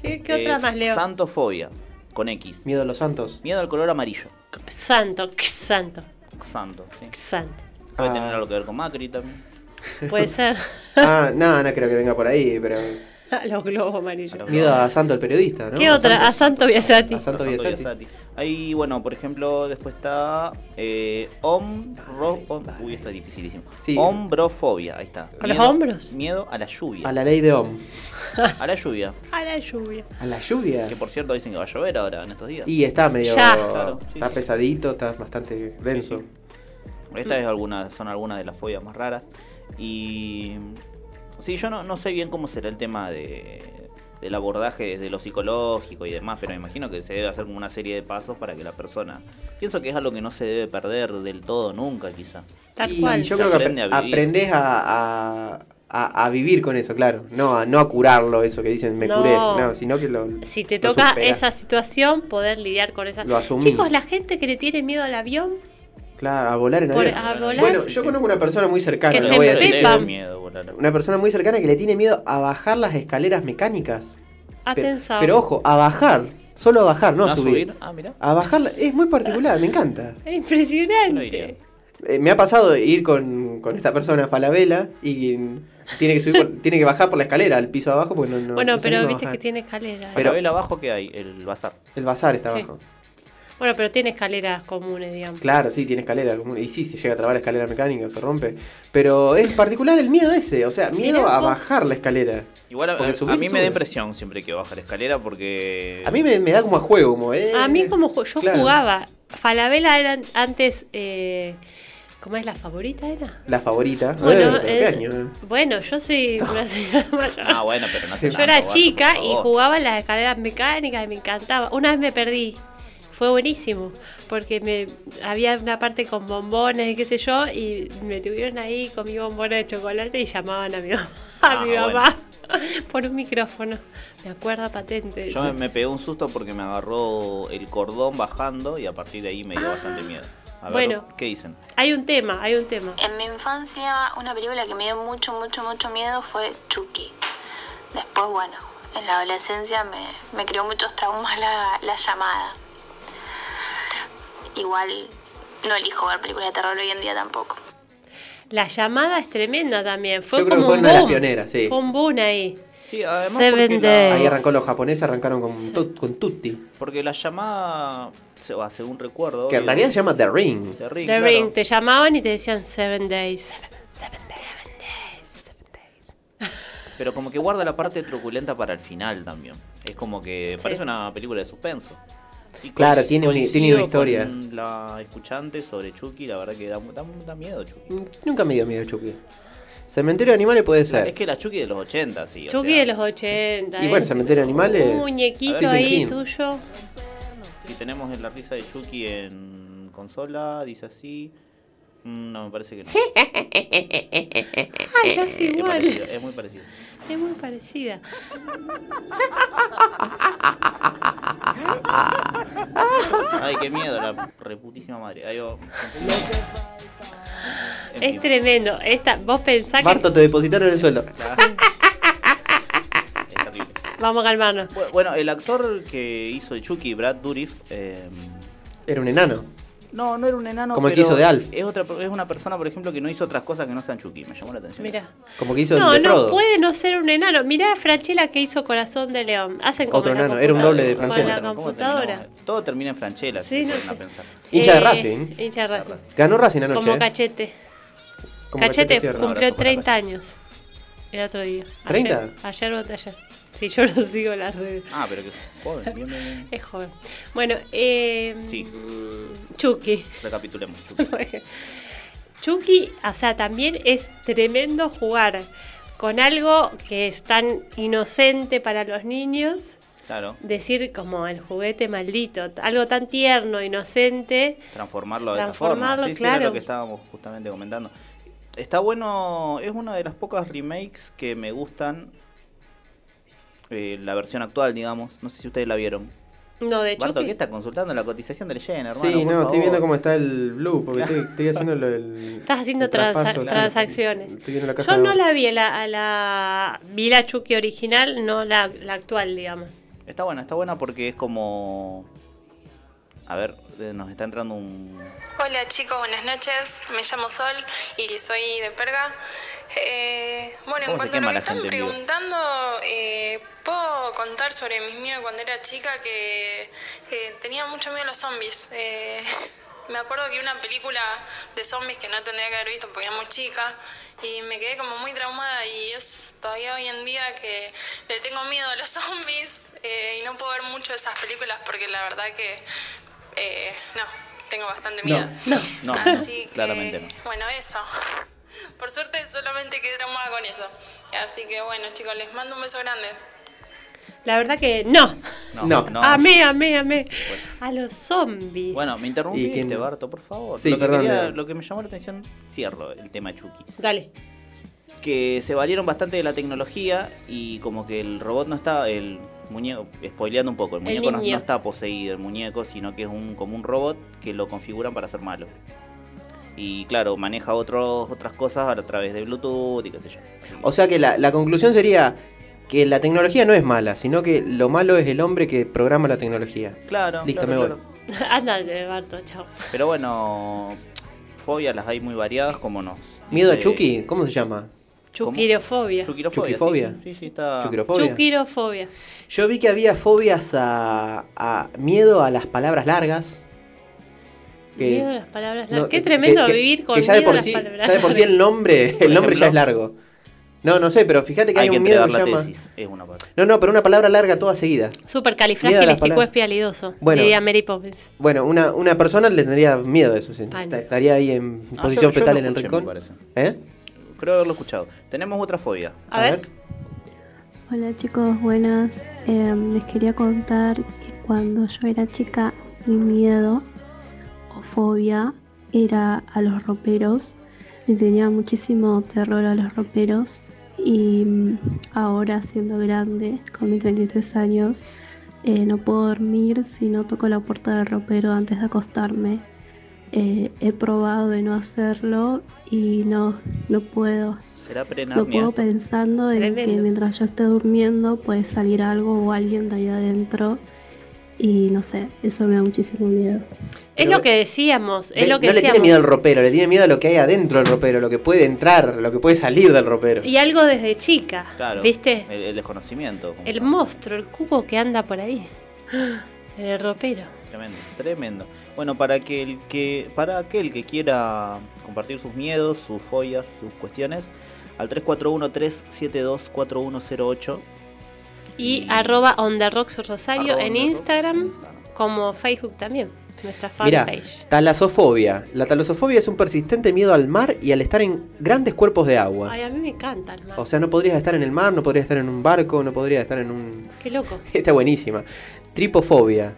Speaker 1: ¿Qué, qué otra
Speaker 3: Es
Speaker 1: más leo?
Speaker 3: Santofobia, con X.
Speaker 2: Miedo a los santos.
Speaker 3: Miedo al color amarillo.
Speaker 1: santo, qué santo,
Speaker 3: Santo, sí.
Speaker 1: santo.
Speaker 3: Puede
Speaker 2: Ah.
Speaker 3: tener algo que ver con Macri también.
Speaker 1: Puede ser
Speaker 2: Ah, no, no creo que venga por ahí, pero...
Speaker 1: los globos amarillos.
Speaker 2: Miedo a Santo el periodista, ¿no?
Speaker 1: ¿Qué otra? A Santo Biasati.
Speaker 2: A
Speaker 3: Santo
Speaker 2: Santo Biasati.
Speaker 3: Biasati. Ahí, bueno, por ejemplo, después está eh, om, ro- om- uy, esto es dificilísimo.
Speaker 2: Sí.
Speaker 3: Hombrofobia, ahí está.
Speaker 1: ¿A los
Speaker 3: Miedo-
Speaker 1: hombros?
Speaker 3: Miedo a la lluvia.
Speaker 2: A la ley de Ohm.
Speaker 3: A la lluvia.
Speaker 1: A la lluvia.
Speaker 2: A la lluvia.
Speaker 3: Que por cierto dicen que va a llover ahora, en estos días.
Speaker 2: Y está medio...
Speaker 1: Ya.
Speaker 3: Claro, sí,
Speaker 2: está
Speaker 3: sí.
Speaker 2: pesadito, está bastante denso.
Speaker 3: Estas es alguna- son algunas de las fobias más raras. Y. Sí, yo no, no sé bien cómo será el tema de, del abordaje desde lo psicológico y demás, pero me imagino que se debe hacer como una serie de pasos para que la persona. Pienso que es algo que no se debe perder del todo nunca, quizá.
Speaker 1: Tal
Speaker 2: Y
Speaker 1: cual.
Speaker 2: yo
Speaker 3: Se
Speaker 2: creo que
Speaker 3: aprende
Speaker 2: apre-
Speaker 3: a vivir.
Speaker 2: aprendes a, a- a- a vivir con eso, claro. No a, no a curarlo, eso que dicen, me
Speaker 1: No.
Speaker 2: curé. No, sino que lo.
Speaker 1: Si te
Speaker 2: lo
Speaker 1: toca
Speaker 2: superás.
Speaker 1: esa situación, poder lidiar con esa.
Speaker 2: Lo asumís.
Speaker 1: Chicos, la gente que le tiene miedo al avión,
Speaker 2: Claro, a volar en
Speaker 1: Por-
Speaker 2: avión.
Speaker 1: a volar.
Speaker 2: Bueno, yo conozco una persona muy cercana,
Speaker 1: Que
Speaker 2: no
Speaker 1: se
Speaker 2: voy a decir
Speaker 1: empepan.
Speaker 2: quién.
Speaker 3: Miedo, volar.
Speaker 2: Una persona muy cercana que le tiene miedo a bajar las escaleras mecánicas. Pero,
Speaker 1: atención.
Speaker 2: pero ojo, a bajar. Solo a bajar, no, a subir.
Speaker 3: Ah, mira.
Speaker 2: A bajar la- es muy particular, me encanta.
Speaker 1: Es impresionante.
Speaker 2: Eh, me ha pasado de ir con, con esta persona a Falabella y tiene que subir por- tiene que bajar por la escalera al piso de abajo porque no, no-
Speaker 1: bueno,
Speaker 2: no se anima
Speaker 1: pero
Speaker 2: a
Speaker 1: viste
Speaker 2: bajar.
Speaker 1: que tiene escalera.
Speaker 3: Pero vela abajo que hay, el bazar.
Speaker 2: El bazar está
Speaker 1: Sí.
Speaker 2: abajo.
Speaker 1: Bueno, pero tiene escaleras comunes, digamos.
Speaker 2: Claro, sí, tiene escalera. como- Y sí, se llega a trabar la escalera mecánica, se rompe. Pero es particular el miedo ese. O sea, miedo
Speaker 1: Mirá
Speaker 2: a
Speaker 1: vos.
Speaker 2: bajar la escalera.
Speaker 3: Igual a,
Speaker 2: Porque
Speaker 3: a-
Speaker 2: subir,
Speaker 3: a mí me da
Speaker 2: sube.
Speaker 3: impresión siempre que baja la escalera porque.
Speaker 2: A mí me, me da como a juego, como, eh.
Speaker 1: A mí como ju- yo
Speaker 2: claro.
Speaker 1: jugaba, Falabella era antes, eh, ¿cómo es la favorita era?
Speaker 2: La favorita.
Speaker 1: Bueno,
Speaker 2: Eh, pero qué
Speaker 1: es-
Speaker 2: año, eh.
Speaker 1: Bueno, yo soy una señora mayor.
Speaker 3: Ah, bueno, pero no hace
Speaker 1: Yo
Speaker 3: tanto,
Speaker 1: era
Speaker 3: Barto,
Speaker 1: chica
Speaker 3: por
Speaker 1: y
Speaker 3: favor.
Speaker 1: jugaba en las escaleras mecánicas y me encantaba. Una vez me perdí. Fue buenísimo, porque me había una parte con bombones y qué sé yo, y me tuvieron ahí con mi bombona de chocolate y llamaban a mi, a
Speaker 3: Ah,
Speaker 1: mi
Speaker 3: bueno.
Speaker 1: mamá por un micrófono. Me acuerdo patente. de
Speaker 3: Yo
Speaker 1: eso.
Speaker 3: me, me pegué un susto porque me agarró el cordón bajando y a partir de ahí me dio bastante miedo. A ver,
Speaker 1: Bueno.
Speaker 3: ¿qué dicen?
Speaker 1: Hay un tema, hay un tema.
Speaker 14: En mi infancia, una película que me dio mucho, mucho, mucho miedo fue Chucky. Después, bueno, en la adolescencia me, me creó muchos traumas la, la llamada. Igual no elijo ver películas de terror hoy en día tampoco.
Speaker 1: La llamada es tremenda también. Fue
Speaker 2: Yo creo que
Speaker 1: como
Speaker 2: fue
Speaker 1: un
Speaker 2: una de las
Speaker 1: boom.
Speaker 2: pioneras, sí.
Speaker 1: Fue un boom ahí.
Speaker 3: Sí, además
Speaker 1: Seven
Speaker 3: porque la-
Speaker 1: Days.
Speaker 2: Ahí arrancó los japoneses, arrancaron con, tut- con Tutti.
Speaker 3: Porque la llamada, se va, según recuerdo.
Speaker 2: Que en
Speaker 3: obvio,
Speaker 2: realidad se llama The Ring.
Speaker 3: The Ring,
Speaker 1: The
Speaker 3: claro.
Speaker 1: Ring, te llamaban y te decían Seven Days. Seven, days.
Speaker 3: Pero como que guarda la parte truculenta para el final también. Es como que parece una película de suspenso. Y
Speaker 2: Claro,
Speaker 3: coinc-
Speaker 2: tiene una-
Speaker 3: coincido
Speaker 2: tiene una historia.
Speaker 3: con la escuchante sobre Chucky, la verdad que da, mu- da, mu- da miedo Chucky.
Speaker 2: Nunca me dio miedo Chucky. Cementerio de animales puede
Speaker 3: Es
Speaker 2: ser.
Speaker 3: que la Chucky de los 80, sí. o
Speaker 1: Chucky de los 80.
Speaker 2: Y bueno,
Speaker 1: ¿eh?
Speaker 2: cementerio de animales.
Speaker 1: Un muñequito
Speaker 2: Stephen
Speaker 1: ahí
Speaker 2: King.
Speaker 1: tuyo.
Speaker 3: Si tenemos en la risa de Chucky en consola, dice así. Mm, No, me parece que no. Ay,
Speaker 1: ya es igual.
Speaker 3: es muy parecido.
Speaker 1: Es muy parecida.
Speaker 3: Ay, qué miedo, la reputísima madre. Ahí va.
Speaker 1: Es tremendo. Esta, vos pensás que.
Speaker 2: Marto, te depositaron en el suelo.
Speaker 1: Vamos a calmarnos.
Speaker 3: Bu- Bueno, el actor que hizo de Chucky, Brad Dourif, eh,
Speaker 2: Era un enano.
Speaker 3: no, no era un enano.
Speaker 2: Como el que
Speaker 3: pero
Speaker 2: hizo de Alf.
Speaker 3: Es, otra, es una persona, por ejemplo, que no hizo otras cosas que no sean Chucky. Me llamó la atención.
Speaker 1: Mirá.
Speaker 2: Como que hizo
Speaker 1: No,
Speaker 2: el de
Speaker 1: no
Speaker 2: Frodo.
Speaker 1: puede no ser un enano. Mirá a Franchella que hizo Corazón de León. Hacen como
Speaker 2: Otro
Speaker 1: en la
Speaker 2: enano, era un doble de
Speaker 1: computadora,
Speaker 2: Franchella.
Speaker 1: Con la
Speaker 3: ¿Cómo terminó?
Speaker 1: computadora.
Speaker 3: Todo termina en Franchella.
Speaker 1: Sí, no sé.
Speaker 2: Hincha de
Speaker 1: Eh,
Speaker 2: Racing.
Speaker 1: Hincha de Racing.
Speaker 2: ¿Mm? Ganó Racing anoche,
Speaker 1: Como
Speaker 2: eh.
Speaker 1: cachete.
Speaker 2: Como Cachete
Speaker 1: cachete
Speaker 2: Sierra.
Speaker 1: cumplió
Speaker 2: Abrazo para
Speaker 1: 30 años. El otro día. Ayer-
Speaker 2: ¿30?
Speaker 1: Ayer o ayer. Sí, yo lo sigo en las redes.
Speaker 3: Ah, pero que joven, bien, bien, bien.
Speaker 1: Es joven. Bueno, eh,
Speaker 3: Sí.
Speaker 1: Chucky.
Speaker 3: Recapitulemos. Chucky.
Speaker 1: Chucky, o sea, también es tremendo jugar con algo que es tan inocente para los niños.
Speaker 3: Claro.
Speaker 1: Decir como el juguete maldito, algo tan tierno, inocente.
Speaker 3: transformarlo de
Speaker 1: Transformarlo,
Speaker 3: esa forma. Sí, sí,
Speaker 1: claro.
Speaker 3: era lo que estábamos justamente comentando. Está bueno, es una de las pocas remakes que me gustan. eh, la versión actual, digamos. No sé si ustedes la vieron.
Speaker 1: No, de
Speaker 3: Barto, ¿qué
Speaker 1: Chucky.
Speaker 3: está consultando? La cotización del Yen, hermano.
Speaker 2: Sí, no,
Speaker 3: por
Speaker 2: estoy
Speaker 3: favor.
Speaker 2: viendo cómo está el blue, porque
Speaker 3: Claro.
Speaker 2: estoy, estoy haciendo lo- el.
Speaker 1: Estás haciendo
Speaker 2: el traspaso,
Speaker 1: transa-
Speaker 2: sí.
Speaker 1: transacciones.
Speaker 2: Estoy viendo la caja
Speaker 1: Yo
Speaker 2: de
Speaker 1: no
Speaker 2: ahorro.
Speaker 1: la vi, la, a la, vi la Chucky original, no la, la actual, digamos.
Speaker 3: Está buena, está buena porque es como. A ver, eh, nos está entrando un.
Speaker 17: Hola chicos, buenas noches. Me llamo Sol y soy de Perga. Eh, bueno, en
Speaker 3: ¿Cómo se
Speaker 17: cuanto a
Speaker 3: quema
Speaker 17: lo que
Speaker 3: la
Speaker 17: están
Speaker 3: gente en vivo?
Speaker 17: preguntando, eh, puedo contar sobre mis miedos cuando era chica que eh, tenía mucho miedo a los zombies. Eh, me acuerdo que una película de zombies que no tendría que haber visto porque era muy chica y me quedé como muy traumada y es todavía hoy en día que le tengo miedo a los zombies eh, y no puedo ver mucho de esas películas porque la verdad que eh, no, tengo bastante miedo.
Speaker 3: no, no,
Speaker 17: Así que,
Speaker 3: claramente no.
Speaker 17: bueno, eso. Por suerte solamente quedé traumada con eso. Así que bueno, chicos, les mando un beso grande.
Speaker 1: La verdad que no.
Speaker 3: No,
Speaker 2: No.
Speaker 3: no.
Speaker 1: Amé, amé, amé. A los zombies.
Speaker 3: Bueno, me
Speaker 2: ¿Y quién-
Speaker 3: interrumpiste, Barto, por favor.
Speaker 2: Sí,
Speaker 3: lo, que
Speaker 2: perdón,
Speaker 3: quería-
Speaker 2: Leo.
Speaker 3: lo que me llamó la atención, cierro el tema Chucky.
Speaker 1: Dale.
Speaker 3: que se valieron bastante de la tecnología y como que el robot no está, el muñeco, spoileando un poco, el
Speaker 1: El
Speaker 3: muñeco no,
Speaker 1: niño.
Speaker 3: no está poseído, el muñeco, sino que es un, como un robot que lo configuran para ser malo. Y claro, maneja otros, otras cosas a través de Bluetooth y qué sé yo.
Speaker 2: O sea que la, la conclusión sería que la tecnología no es mala, sino que lo malo es el hombre que programa la tecnología.
Speaker 3: Claro,
Speaker 2: Listo,
Speaker 3: claro,
Speaker 2: me
Speaker 3: claro.
Speaker 2: voy.
Speaker 1: Ándale, Barto, chao.
Speaker 3: Pero bueno, fobias las hay muy variadas como nos.
Speaker 2: ¿Miedo a
Speaker 3: dice-
Speaker 2: Chucky? ¿Cómo se llama?
Speaker 1: Chuquirofobia.
Speaker 3: Chuquirofobia. sí,
Speaker 2: Chuquifobia.
Speaker 3: Sí, sí, sí, está.
Speaker 2: ¿Chuquirofobia?
Speaker 1: Chuquirofobia.
Speaker 2: Yo vi que había fobias a, a miedo a las palabras largas. Que-
Speaker 1: Miedo a las palabras largas.
Speaker 2: no,
Speaker 1: Qué
Speaker 2: que-
Speaker 1: tremendo
Speaker 2: que-
Speaker 1: vivir con
Speaker 2: que ya de
Speaker 1: miedo a
Speaker 2: por
Speaker 1: las
Speaker 2: sí,
Speaker 1: palabras
Speaker 2: Ya de por sí el nombre,
Speaker 3: Por
Speaker 2: el nombre ya
Speaker 3: ejemplo.
Speaker 2: es largo. No, no sé, pero fíjate que hay,
Speaker 3: Hay que
Speaker 2: un miedo
Speaker 3: entregar
Speaker 2: que
Speaker 3: la
Speaker 2: llama...
Speaker 3: tesis, es una parte.
Speaker 2: No, no, pero una palabra larga toda seguida.
Speaker 1: Supercalifragilisticoespialidoso.
Speaker 2: Bueno.
Speaker 1: Diría Mary Poppins.
Speaker 2: Bueno, una, una persona le tendría miedo a eso. sí.
Speaker 1: Ay, Ah, no.
Speaker 2: Estaría ahí en
Speaker 3: Ah, yo-
Speaker 2: posición
Speaker 3: yo
Speaker 2: fetal
Speaker 3: lo
Speaker 2: en el
Speaker 3: escuché,
Speaker 2: rincón.
Speaker 3: me parece.
Speaker 2: ¿Eh?
Speaker 3: Creo haberlo escuchado. Tenemos otra fobia.
Speaker 1: A ver.
Speaker 6: Hola chicos, buenas. Eh, les quería contar que cuando yo era chica mi miedo o fobia era a los roperos. Le tenía muchísimo terror a los roperos y mm, ahora siendo grande, con mis 33 años, eh, no puedo dormir si no toco la puerta del ropero antes de acostarme. Eh, he probado de no hacerlo y no, no puedo.
Speaker 3: ¿Será
Speaker 6: Lo
Speaker 3: Prenarnia?
Speaker 6: puedo pensando en que mientras yo esté durmiendo puede salir algo o alguien de ahí adentro y no sé, eso me da muchísimo miedo.
Speaker 1: Es lo que decíamos. Es
Speaker 2: Ve,
Speaker 1: lo que
Speaker 2: no le tiene
Speaker 1: decíamos.
Speaker 2: miedo al ropero, le tiene miedo a lo que hay adentro del ropero, lo que puede entrar, lo que puede salir del ropero.
Speaker 1: Y algo desde chica.
Speaker 3: Claro.
Speaker 1: ¿Viste?
Speaker 3: El, el desconocimiento. como
Speaker 1: El
Speaker 3: tal.
Speaker 1: monstruo, el cubo que anda por ahí. Ah, En el ropero.
Speaker 3: Tremendo, tremendo. Bueno, para que el que para aquel que quiera compartir sus miedos, sus fobias, sus cuestiones, al 341 372 4108.
Speaker 1: Y, arroba Onda Rocks Rosario
Speaker 3: Arroba
Speaker 1: en
Speaker 3: Onda Rocks
Speaker 1: Instagram, como Facebook también. Nuestra
Speaker 2: Mira,
Speaker 1: fanpage.
Speaker 2: talasofobia. La talasofobia es un persistente miedo al mar y al estar en grandes cuerpos de agua.
Speaker 1: Ay, a mí me encanta el mar.
Speaker 2: O sea, no podrías estar en el mar, no podrías estar en un barco, no podrías estar en un...
Speaker 3: Oh.
Speaker 1: Qué loco.
Speaker 2: Está buenísima. Tripofobia.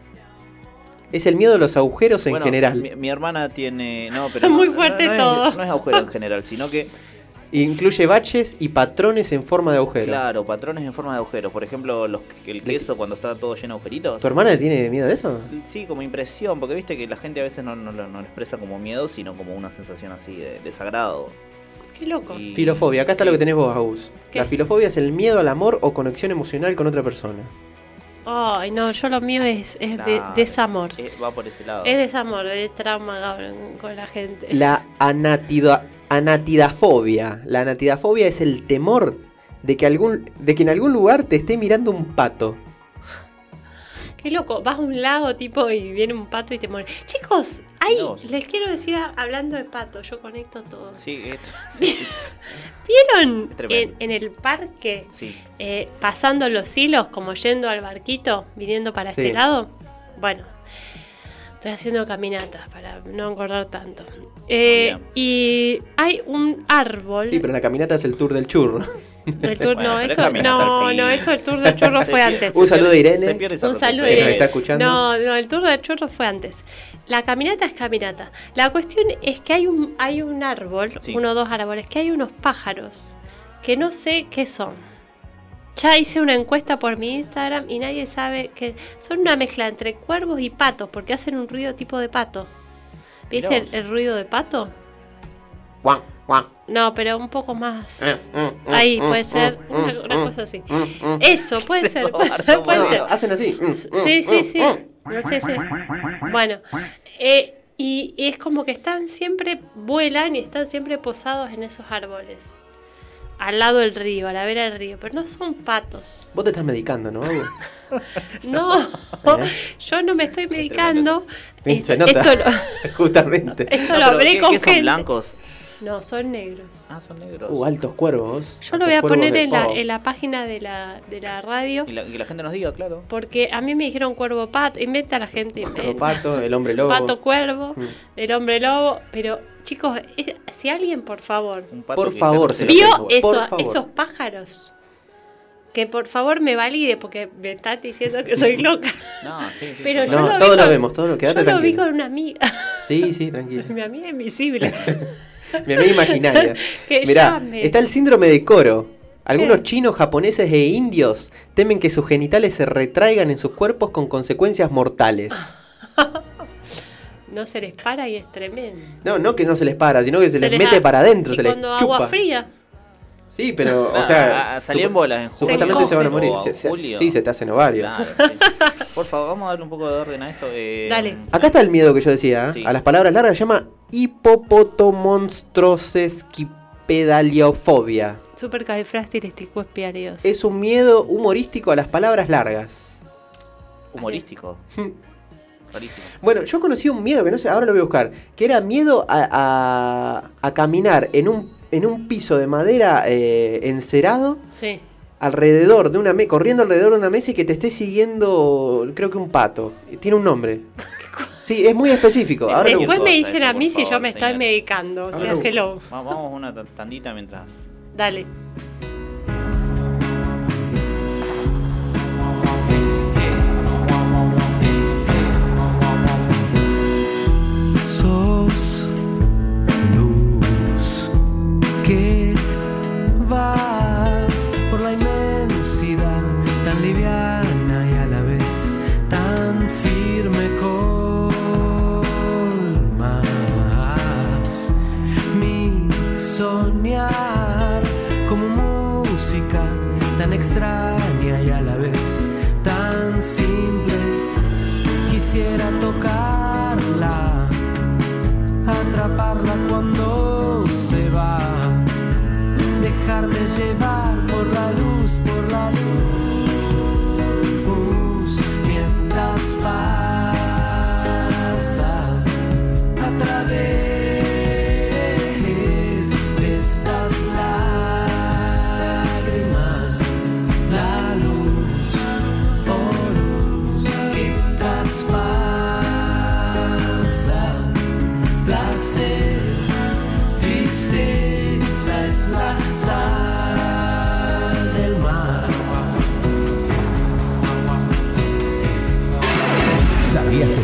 Speaker 2: Es el miedo a los agujeros en
Speaker 3: Bueno,
Speaker 2: general.
Speaker 3: Mi, mi hermana tiene. No, pero.
Speaker 1: Muy
Speaker 3: no-
Speaker 1: fuerte
Speaker 3: no, no
Speaker 1: todo.
Speaker 3: Es, no es agujero en general, sino que
Speaker 2: Incluye baches y patrones en forma de agujero.
Speaker 3: Claro, patrones en forma de agujeros. Por ejemplo, los, el queso cuando está todo lleno de agujeritos.
Speaker 2: ¿Tu hermana le tiene miedo a eso?
Speaker 3: Sí, como impresión, porque viste que la gente a veces no, no, lo- no lo expresa como miedo, sino como una sensación así de desagrado.
Speaker 1: Qué loco.
Speaker 3: Y-
Speaker 2: Filofobia, acá está lo que tenés vos, Agus.
Speaker 1: ¿Qué?
Speaker 2: La filofobia es el miedo al amor o conexión emocional con otra persona.
Speaker 1: Ay, no, yo lo mío es, es de-
Speaker 3: Claro.
Speaker 1: desamor.
Speaker 3: Eh, va por ese lado.
Speaker 1: Es desamor, es trauma Gabriel, con la gente.
Speaker 2: La anatida- anatidafobia. La anatidafobia es el temor de que, algún, de que en algún lugar te esté mirando un pato.
Speaker 1: Qué loco, vas a un lago tipo y viene un pato y te muere. Chicos, ahí les quiero decir a- hablando de pato, yo conecto todo.
Speaker 3: Sí, esto- sí,
Speaker 1: ¿Vieron
Speaker 3: Es tremendo.
Speaker 1: en, en el parque
Speaker 3: sí.
Speaker 1: eh, pasando los hilos, como yendo al barquito, viniendo para
Speaker 2: Sí.
Speaker 1: este lado? Bueno, estoy haciendo caminatas para no engordar tanto. Eh, y hay un árbol.
Speaker 2: Sí, pero la caminata es el tour del churro.
Speaker 1: El tour,
Speaker 2: Bueno,
Speaker 1: no,
Speaker 2: pero
Speaker 1: eso,
Speaker 2: caminata al
Speaker 1: no,
Speaker 2: fin.
Speaker 1: no, eso el tour del churro
Speaker 2: Se
Speaker 1: fue
Speaker 2: pierde-
Speaker 1: antes.
Speaker 2: Un saludo a Irene. se pierde esa
Speaker 1: Un saludo a
Speaker 2: que nos
Speaker 1: Irene.
Speaker 2: está escuchando.
Speaker 1: No, no, el tour del churro fue antes. La caminata es caminata. La cuestión es que hay un, hay un árbol,
Speaker 10: Sí.
Speaker 1: uno o dos árboles, que hay unos pájaros que no sé qué son. Ya hice una encuesta por mi Instagram y nadie sabe que son una mezcla entre cuervos y patos, porque hacen un ruido tipo de pato. ¿Viste
Speaker 2: Mirá
Speaker 1: el,
Speaker 2: vos.
Speaker 1: el ruido de pato?
Speaker 2: Guau, guau.
Speaker 1: No, pero un poco más.
Speaker 2: Eh, mm, mm,
Speaker 1: Ahí
Speaker 2: mm,
Speaker 1: puede ser
Speaker 2: mm,
Speaker 1: una,
Speaker 2: mm,
Speaker 1: una
Speaker 2: mm,
Speaker 1: cosa así.
Speaker 2: mm, mm.
Speaker 1: Eso, puede ser.
Speaker 2: Bardo,
Speaker 1: puede
Speaker 2: boludo.
Speaker 1: ser.
Speaker 2: Hacen así, mm,
Speaker 1: Sí,
Speaker 2: mm,
Speaker 1: sí,
Speaker 2: mm,
Speaker 1: sí.
Speaker 2: mm.
Speaker 1: No sé si- Bueno, eh, y, y es como que están siempre, vuelan y están siempre posados en esos árboles. Al lado del río, a la vera del río. Pero no son patos.
Speaker 2: Vos te estás medicando, ¿no? Agus?
Speaker 1: No, ¿Eh? yo no me estoy medicando.
Speaker 2: Sí, Se
Speaker 1: Esto-
Speaker 2: nota.
Speaker 1: Esto lo-
Speaker 2: Justamente.
Speaker 1: Esto lo hablé con
Speaker 3: ¿qué, qué
Speaker 1: gente.
Speaker 3: son blancos?
Speaker 1: no, son negros.
Speaker 3: Ah, son negros.
Speaker 2: Uh, altos cuervos.
Speaker 1: Yo lo voy a poner en la, en la página de la, de la radio.
Speaker 3: Y la, y la gente nos diga, claro.
Speaker 1: Porque a mí me dijeron cuervo pato. Inventa la gente.
Speaker 2: El
Speaker 1: inventa.
Speaker 2: pato, el hombre lobo.
Speaker 1: Pato cuervo,
Speaker 2: Mm.
Speaker 1: el hombre lobo. Pero chicos, es- si alguien, por favor,
Speaker 2: pato Por
Speaker 3: que
Speaker 2: favor,
Speaker 3: se lo
Speaker 1: vio
Speaker 2: Facebook,
Speaker 1: eso-
Speaker 2: por favor.
Speaker 1: esos pájaros, que por favor me valide, porque me estás diciendo que soy loca.
Speaker 3: No, sí, sí.
Speaker 1: Pero
Speaker 2: sí.
Speaker 1: yo
Speaker 2: No,
Speaker 1: lo vi
Speaker 2: todos lo
Speaker 1: con-
Speaker 2: vemos, todos lo-
Speaker 1: Yo
Speaker 2: quédate
Speaker 1: lo vi
Speaker 2: tranquila.
Speaker 1: con una amiga,
Speaker 2: Sí, sí, tranquilo.
Speaker 1: mi amiga invisible.
Speaker 2: Mi amiga imaginaria.
Speaker 1: Que
Speaker 2: Mirá,
Speaker 1: llame.
Speaker 2: está el síndrome de Coro. Algunos
Speaker 1: ¿Qué?
Speaker 2: chinos, japoneses e indios temen que sus genitales se retraigan en sus cuerpos con consecuencias mortales.
Speaker 1: Ah. No se les para y es tremendo.
Speaker 2: No, no que no se les para, sino que se, les,
Speaker 1: les
Speaker 2: mete
Speaker 1: da-
Speaker 2: para adentro,
Speaker 1: Y
Speaker 2: se les
Speaker 1: cuando
Speaker 2: chupa.
Speaker 1: agua fría,
Speaker 2: Sí, pero, o
Speaker 3: Ah,
Speaker 2: sea,
Speaker 3: ah, salí en bolas en julio.
Speaker 2: supuestamente se van a
Speaker 3: O
Speaker 2: morir.
Speaker 3: a
Speaker 2: Se- se-
Speaker 3: julio.
Speaker 2: sí, se te hacen ovarios.
Speaker 3: Por favor, vamos a darle un poco de orden a esto. eh,
Speaker 1: dale.
Speaker 2: Acá está el miedo que yo decía, ¿eh?
Speaker 3: Sí.
Speaker 2: a las palabras largas se llama hipopotomonstrosesquipedaliofobia.
Speaker 1: este Supercalifrastilesticopedalios.
Speaker 2: Es un miedo humorístico a las palabras largas.
Speaker 3: Humorístico. Rarísimo.
Speaker 2: Bueno, yo conocí un miedo que no sé, ahora lo voy a buscar, que era miedo a, a- a caminar en un, en un piso de madera eh, encerado
Speaker 1: Sí.
Speaker 2: alrededor de una mesa, corriendo alrededor de una mesa y que te esté siguiendo, creo que un pato. Tiene un nombre. Sí, es muy específico. Ahora lo
Speaker 1: Después
Speaker 2: busco.
Speaker 1: me dicen a
Speaker 3: por
Speaker 1: mí si yo
Speaker 3: favor,
Speaker 1: me estoy
Speaker 3: señor.
Speaker 1: medicando. O sea,
Speaker 3: Ahora lo-
Speaker 1: hello.
Speaker 3: Va- Vamos una ta- tandita mientras.
Speaker 1: Dale.
Speaker 10: Sos luz que vas por la inmensidad tan liviana y a la vez tan firme colmas mi soñar como música tan extraña y a la vez tan simple quisiera tocarla atraparla cuando se va, dejarme llevar por la luz, por la luz, mientras pasa a través de estas lágrimas, la luz, oh luz, que traspasa placer, tristeza es la sal del mar.
Speaker 9: ¿Sabías que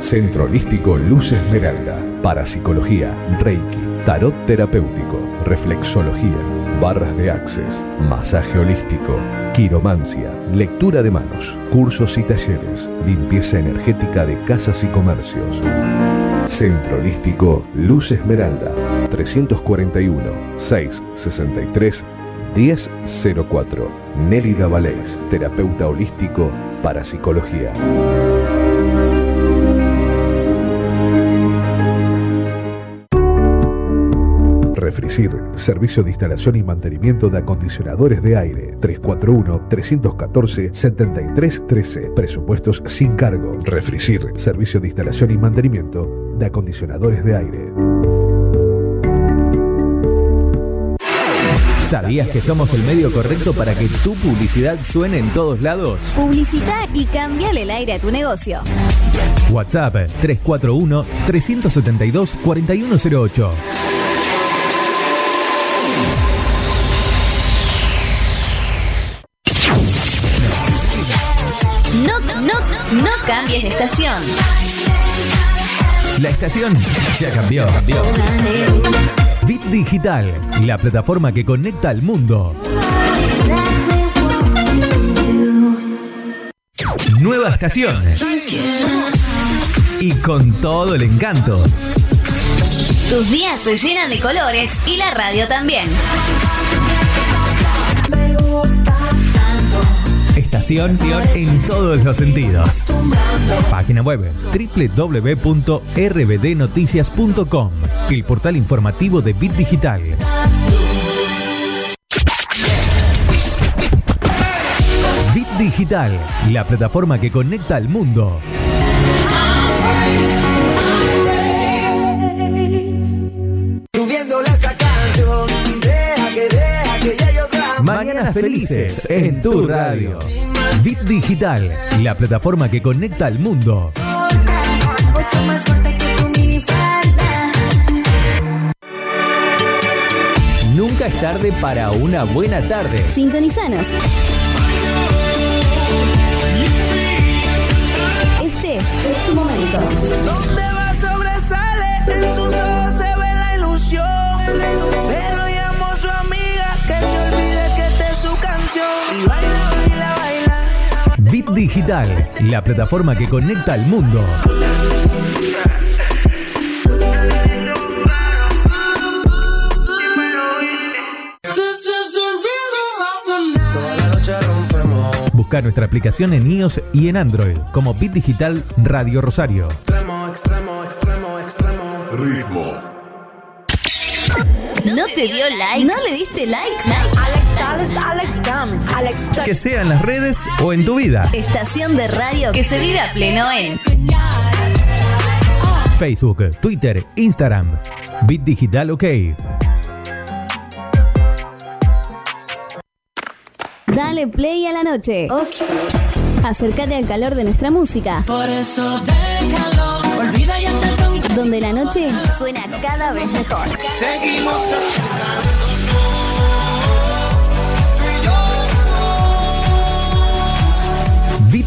Speaker 12: Centro Holístico Luz Esmeralda. Parapsicología, Reiki, Tarot Terapéutico, Reflexología, Barras de Axes, Masaje Holístico, Quiromancia, Lectura de Manos, Cursos y Talleres, Limpieza Energética de Casas y Comercios. Centro Holístico Luz Esmeralda, 341-663-1004. Nélida Valés, terapeuta holístico, parapsicología. Refricir, servicio de instalación y mantenimiento de acondicionadores de aire. 341-314-7313. Presupuestos sin cargo. Refricir, servicio de instalación y mantenimiento de acondicionadores de aire.
Speaker 9: ¿Sabías que somos el medio correcto para que tu publicidad suene en todos lados?
Speaker 11: Publicita y cambiale el aire a tu negocio.
Speaker 9: WhatsApp 341-372-4108.
Speaker 11: No, no, no cambies de estación.
Speaker 9: La estación ya cambió. Bit Digital, la plataforma que conecta al mundo. Nueva estación. Y con todo el encanto.
Speaker 11: Tus días se llenan de colores y la radio también.
Speaker 9: Estación en todos los sentidos. Página web www.rbdnoticias.com, el portal informativo de Bit Digital. Bit Digital, la plataforma que conecta al mundo.
Speaker 10: Subiéndole esta canción y deja que deja que ya yo grabo.
Speaker 9: Mañanas felices en tu radio. Bit Digital, la plataforma que conecta al mundo.
Speaker 10: Mucho más fuerte que tu minifalda.
Speaker 9: Nunca es tarde para una buena tarde.
Speaker 11: Sintonizanos. Este es tu momento.
Speaker 10: Donde va sobresale, en sus ojos se ve la ilusión. Pero llamo a su amiga que se olvide que esta es su canción. Y baila, baila, baila.
Speaker 9: Bit Digital, la plataforma que conecta al mundo.
Speaker 10: This is the rhythm of the night. Toda la noche rompemos.
Speaker 9: Busca nuestra aplicación en iOS y en Android como Bit Digital Radio Rosario.
Speaker 10: Extremo, extremo, extremo, extremo. Ritmo.
Speaker 11: ¿No te dio like? ¿No le diste like?
Speaker 9: Que sea en las redes o en tu vida.
Speaker 11: Estación de radio que se vive a pleno en.
Speaker 9: Facebook, Twitter, Instagram. Bit Digital OK.
Speaker 11: Dale play a la noche. Acércate al calor de nuestra música.
Speaker 10: Por eso déjalo, olvida y acepta un
Speaker 11: Donde la noche suena cada vez mejor.
Speaker 10: Seguimos así.
Speaker 9: Bit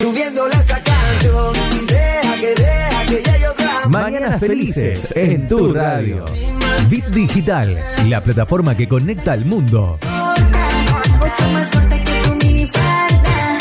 Speaker 10: Subiéndole esta canción y deja que deja que ya yo grabo.
Speaker 9: Mañanas, Mañanas Felices en tu radio. Bit Digital, la plataforma que conecta al mundo.
Speaker 10: Mucho más fuerte que tu minifalda.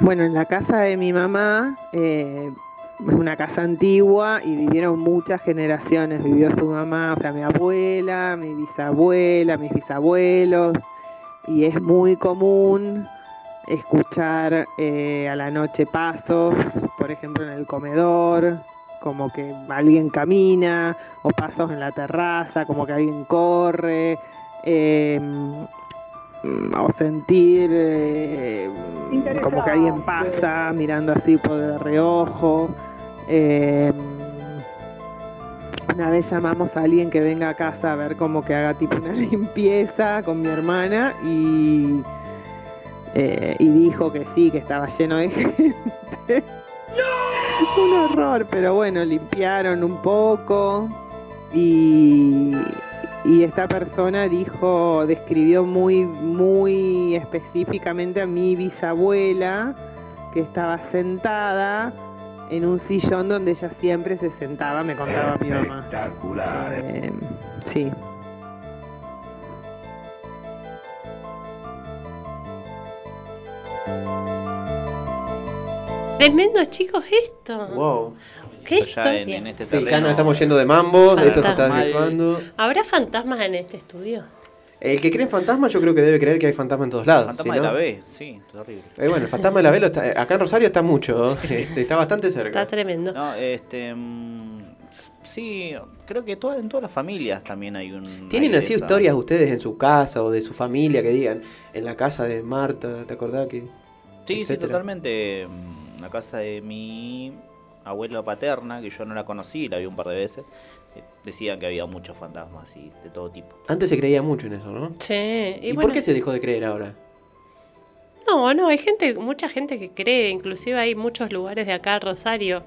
Speaker 18: Bueno, en la casa de mi mamá, eh, es una casa antigua y vivieron muchas generaciones. Vivió su mamá, o sea, mi abuela, mi bisabuela, mis bisabuelos. Y es muy común escuchar eh, a la noche pasos, por ejemplo, en el comedor, como que alguien camina, o pasos en la terraza, como que alguien corre. em, mm, o sentir eh, como que alguien pasa mirando así por el reojo. Eh, una vez llamamos a alguien que venga a casa a ver como que haga tipo una limpieza con mi hermana y, eh, y dijo que sí, que estaba lleno de gente. Un horror, pero bueno, limpiaron un poco y, y esta persona dijo, describió muy, muy específicamente a mi bisabuela, que estaba sentada en un sillón donde ella siempre se sentaba, me contaba mi mamá. Eh, sí.
Speaker 1: Tremendo, chicos, esto.
Speaker 2: Wow.
Speaker 1: ¿Qué
Speaker 3: Esto ya en-
Speaker 1: historia?
Speaker 3: en este
Speaker 2: Sí, ya
Speaker 3: terreno-
Speaker 2: nos estamos yendo de mambo, esto se está
Speaker 1: Fantasma.
Speaker 2: desvirtuando.
Speaker 1: ¿Habrá fantasmas en este estudio?
Speaker 2: El que cree en fantasmas, yo creo que debe creer que hay fantasmas en todos lados.
Speaker 3: Fantasma
Speaker 2: si
Speaker 3: de
Speaker 2: no-
Speaker 3: la B, sí, terrible.
Speaker 2: Eh, bueno, el fantasma de la vela está, acá en Rosario está mucho, este, está bastante cerca.
Speaker 1: tremendo.
Speaker 3: No, este. mm, sí, creo que toda- en todas las familias también hay un.
Speaker 2: ¿Tienen
Speaker 3: hay
Speaker 2: así
Speaker 3: esa-
Speaker 2: historias ustedes en su casa o de su familia que digan, en la casa de Marta, ¿te acordás que?
Speaker 3: Sí, sí,
Speaker 2: etcétera?
Speaker 3: totalmente. Mm, La casa de mi abuela paterna, que yo no la conocí, la vi un par de veces, eh, decían que había muchos fantasmas y de todo tipo.
Speaker 2: Antes se creía mucho en eso, ¿no?
Speaker 1: Sí.
Speaker 2: ¿Y, por qué se dejó de creer ahora?
Speaker 1: No, no, hay gente, mucha gente que cree, inclusive hay muchos lugares de acá, Rosario,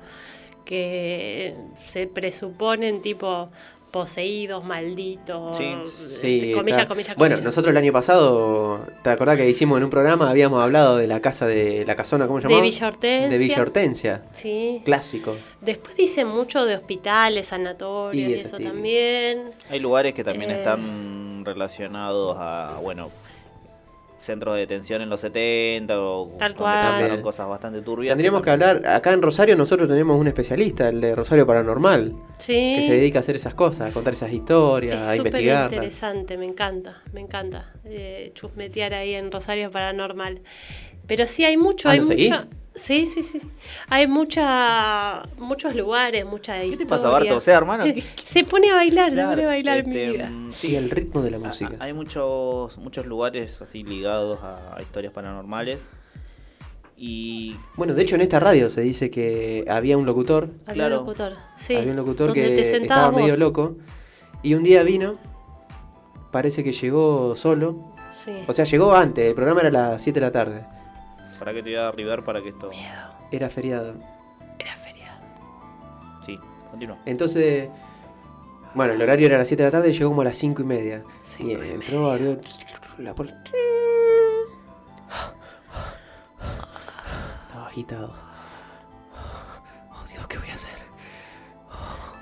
Speaker 1: que se presuponen tipo poseídos, malditos,
Speaker 2: Sí,
Speaker 1: este, comillas,
Speaker 2: está-
Speaker 1: comillas,
Speaker 2: Bueno,
Speaker 1: comillas.
Speaker 2: nosotros el año pasado, ¿te acordás que hicimos en un programa? Habíamos hablado de la casa de la casona, ¿cómo se
Speaker 1: De
Speaker 2: llamaba?
Speaker 1: Villa Hortensia.
Speaker 2: De Villa Hortensia.
Speaker 1: Sí.
Speaker 2: Clásico.
Speaker 1: Después dicen mucho de hospitales, sanatorios
Speaker 3: Y
Speaker 1: y,
Speaker 3: ese
Speaker 1: eso
Speaker 3: estilo.
Speaker 1: también.
Speaker 3: Hay lugares que también
Speaker 1: Eh.
Speaker 3: están relacionados a, bueno, centros de detención en los 70 o
Speaker 1: Tal
Speaker 3: donde
Speaker 1: cual.
Speaker 3: pasaron cosas bastante turbias.
Speaker 2: Tendríamos que hablar, acá en Rosario nosotros tenemos un especialista, el de Rosario Paranormal,
Speaker 1: Sí.
Speaker 2: que se dedica a hacer esas cosas, a contar esas historias, a
Speaker 1: Es súper
Speaker 2: investigarlas.
Speaker 1: interesante, me encanta, me encanta eh, chusmetear ahí en Rosario Paranormal. Pero sí hay mucho,
Speaker 2: Ah,
Speaker 1: hay
Speaker 2: ¿lo seguís?
Speaker 1: mucha- Sí, sí, sí. Hay mucha, muchos lugares, mucha historia. ¿Qué te
Speaker 3: pasa, Barto? O sea, hermano, ¿qué-
Speaker 1: Se pone a bailar, se pone a bailar
Speaker 3: este,
Speaker 1: mi vida.
Speaker 3: mm,
Speaker 2: Sí, el ritmo de la música.
Speaker 3: Hay muchos, muchos lugares así ligados a, a historias paranormales. Y
Speaker 2: Bueno, de hecho en esta radio se dice que había un locutor,
Speaker 1: Había un
Speaker 3: claro.
Speaker 1: locutor, sí.
Speaker 2: había un locutor
Speaker 1: donde te
Speaker 2: que
Speaker 1: sentabas
Speaker 2: estaba medio
Speaker 1: vos.
Speaker 2: loco, y un día vino, parece que llegó solo,
Speaker 1: Sí.
Speaker 2: o sea, llegó antes, el programa era a las 7 de la tarde,
Speaker 3: para que te voy a derribar para que esto.
Speaker 2: era feriado.
Speaker 3: Sí, continúa.
Speaker 2: Entonces, bueno, el horario era a las 7 de la tarde y llegó como a las 5 y media. y entró, abrió la puerta. Estaba agitado. Oh Dios, ¿qué voy a hacer?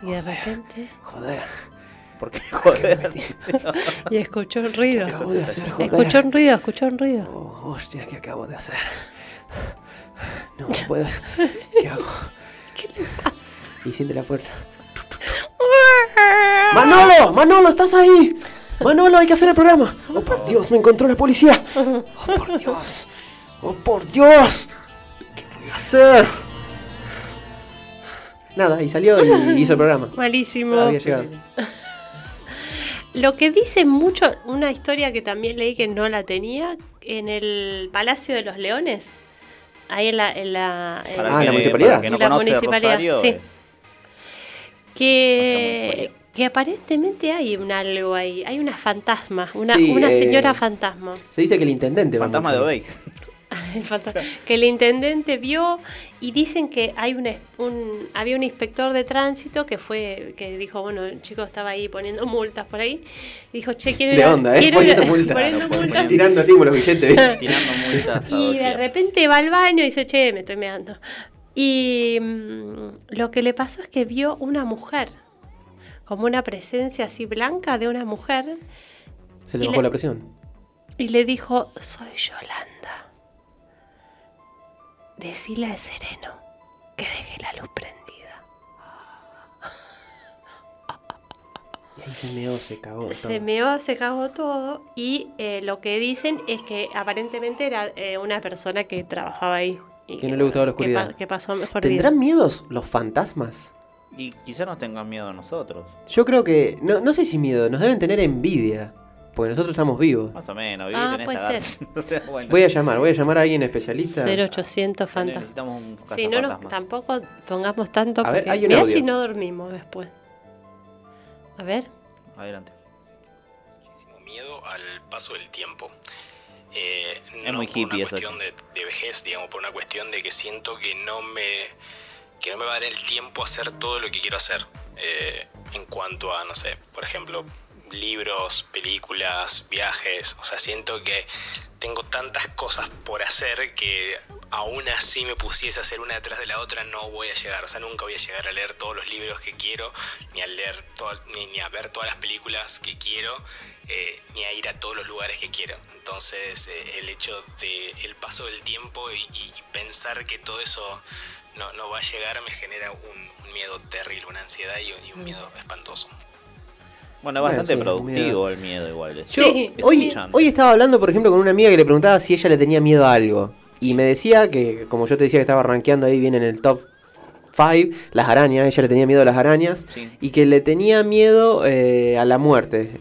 Speaker 1: Y de repente.
Speaker 2: Joder.
Speaker 3: ¿Por qué
Speaker 2: joder?
Speaker 1: Y escuchó un ruido.
Speaker 2: ¿Qué acabo de hacer, joder?
Speaker 1: Escuchó un ruido, escuchó un ruido.
Speaker 2: Oh, hostia, ¿qué acabo de hacer? No puedo. ¿Qué hago? Y siente la puerta. ¡Manolo! ¡Manolo, estás ahí! ¡Manolo, hay que hacer el programa! ¡Oh, por Dios, me encontró la policía! ¡Oh, por Dios! ¡Oh, por Dios! ¿Qué voy a hacer? Nada, y salió y hizo el programa.
Speaker 1: Malísimo.
Speaker 2: Había llegado.
Speaker 1: Lo que dice mucho, una historia que también leí que no la tenía, en el Palacio de los Leones, ahí en la... En la en-
Speaker 3: Para
Speaker 2: Ah,
Speaker 3: que-
Speaker 2: la municipalidad.
Speaker 3: para que no
Speaker 1: La
Speaker 3: conoce
Speaker 1: municipalidad,
Speaker 3: Rosario,
Speaker 1: sí.
Speaker 3: es-
Speaker 1: que, que aparentemente hay un algo ahí, hay una fantasma, una,
Speaker 2: Sí,
Speaker 1: una
Speaker 2: eh,
Speaker 1: señora fantasma.
Speaker 2: Se dice que el intendente. va
Speaker 3: Fantasma
Speaker 2: mucho.
Speaker 3: de Obey.
Speaker 1: Falta- que el intendente vio y dicen que hay un, es- un- había un inspector de tránsito que fue que dijo bueno el chico estaba ahí poniendo multas por ahí y dijo che quiero ir
Speaker 2: De
Speaker 1: a-
Speaker 2: onda, ¿eh?
Speaker 1: quiero ir a-
Speaker 2: Poniendo multas.
Speaker 1: poniendo multas.
Speaker 2: Tirando así como los billetes. ¿viste?
Speaker 3: Tirando multas. a
Speaker 1: y de
Speaker 3: doquier.
Speaker 1: repente va al baño y dice che me estoy meando y mm, lo que le pasó es que vio una mujer como una presencia así blanca de una mujer
Speaker 2: Se le
Speaker 1: Y
Speaker 2: bajó
Speaker 1: le-
Speaker 2: la presión.
Speaker 1: y le dijo, soy Yolanda. Decile al sereno que deje la luz prendida.
Speaker 2: Y ahí se meó, se cagó.
Speaker 1: Se meó, se cagó todo y eh, lo que dicen es que aparentemente era eh, una persona que trabajaba ahí. y
Speaker 2: Que no le gustaba la
Speaker 1: que pa-
Speaker 2: oscuridad.
Speaker 1: que pasó mejor vida.
Speaker 2: ¿Tendrán miedos los fantasmas?
Speaker 3: Y quizás nos tengan miedo a nosotros.
Speaker 2: Yo creo que. No, no sé si miedo, nos deben tener envidia. Porque nosotros estamos vivos.
Speaker 3: Más o menos,
Speaker 1: Ah,
Speaker 3: vivir en
Speaker 1: puede
Speaker 3: esta edad. O sea, bueno.
Speaker 2: Voy a llamar, voy a llamar a alguien especialista.
Speaker 1: 0800
Speaker 3: Necesitamos
Speaker 1: fantasma.
Speaker 3: un
Speaker 1: Si no, nos,
Speaker 2: cazafantasma.
Speaker 1: tampoco pongamos tanto.
Speaker 2: A ver,
Speaker 1: porque
Speaker 2: hay un
Speaker 1: mirá
Speaker 2: audio.
Speaker 1: si no dormimos después. A ver.
Speaker 3: Adelante.
Speaker 19: miedo al paso del tiempo. Eh,
Speaker 3: Es
Speaker 19: no
Speaker 3: muy
Speaker 19: por
Speaker 3: hippie
Speaker 19: una
Speaker 3: eso,
Speaker 19: cuestión de, de vejez, digamos, por una cuestión de que siento que no me que no me va a dar el tiempo a hacer todo lo que quiero hacer. Eh, en cuanto a, no sé, por ejemplo, libros, películas, viajes. O sea, siento que tengo tantas cosas por hacer que aún así me pusiese a hacer una detrás de la otra, no voy a llegar. O sea, nunca voy a llegar a leer todos los libros que quiero, ni a leer to- ni, ni a ver todas las películas que quiero, eh, ni a ir a todos los lugares que quiero. Entonces, eh, el hecho de el paso del tiempo y, y- y pensar que todo eso no, no va a llegar me genera un, un miedo terrible, una ansiedad y, un- y un miedo espantoso.
Speaker 3: Bueno, es
Speaker 2: Bueno,
Speaker 3: bastante
Speaker 2: sí,
Speaker 3: productivo
Speaker 2: miedo.
Speaker 3: el miedo igual. es-
Speaker 2: Yo
Speaker 3: es
Speaker 2: hoy,
Speaker 3: escuchante.
Speaker 2: hoy estaba hablando, por ejemplo, con una amiga que le preguntaba si ella le tenía miedo a algo. Y me decía que, como yo te decía que estaba rankeando ahí bien en el top 5, las arañas, ella le tenía miedo a las arañas. Y que le tenía miedo eh, a la muerte.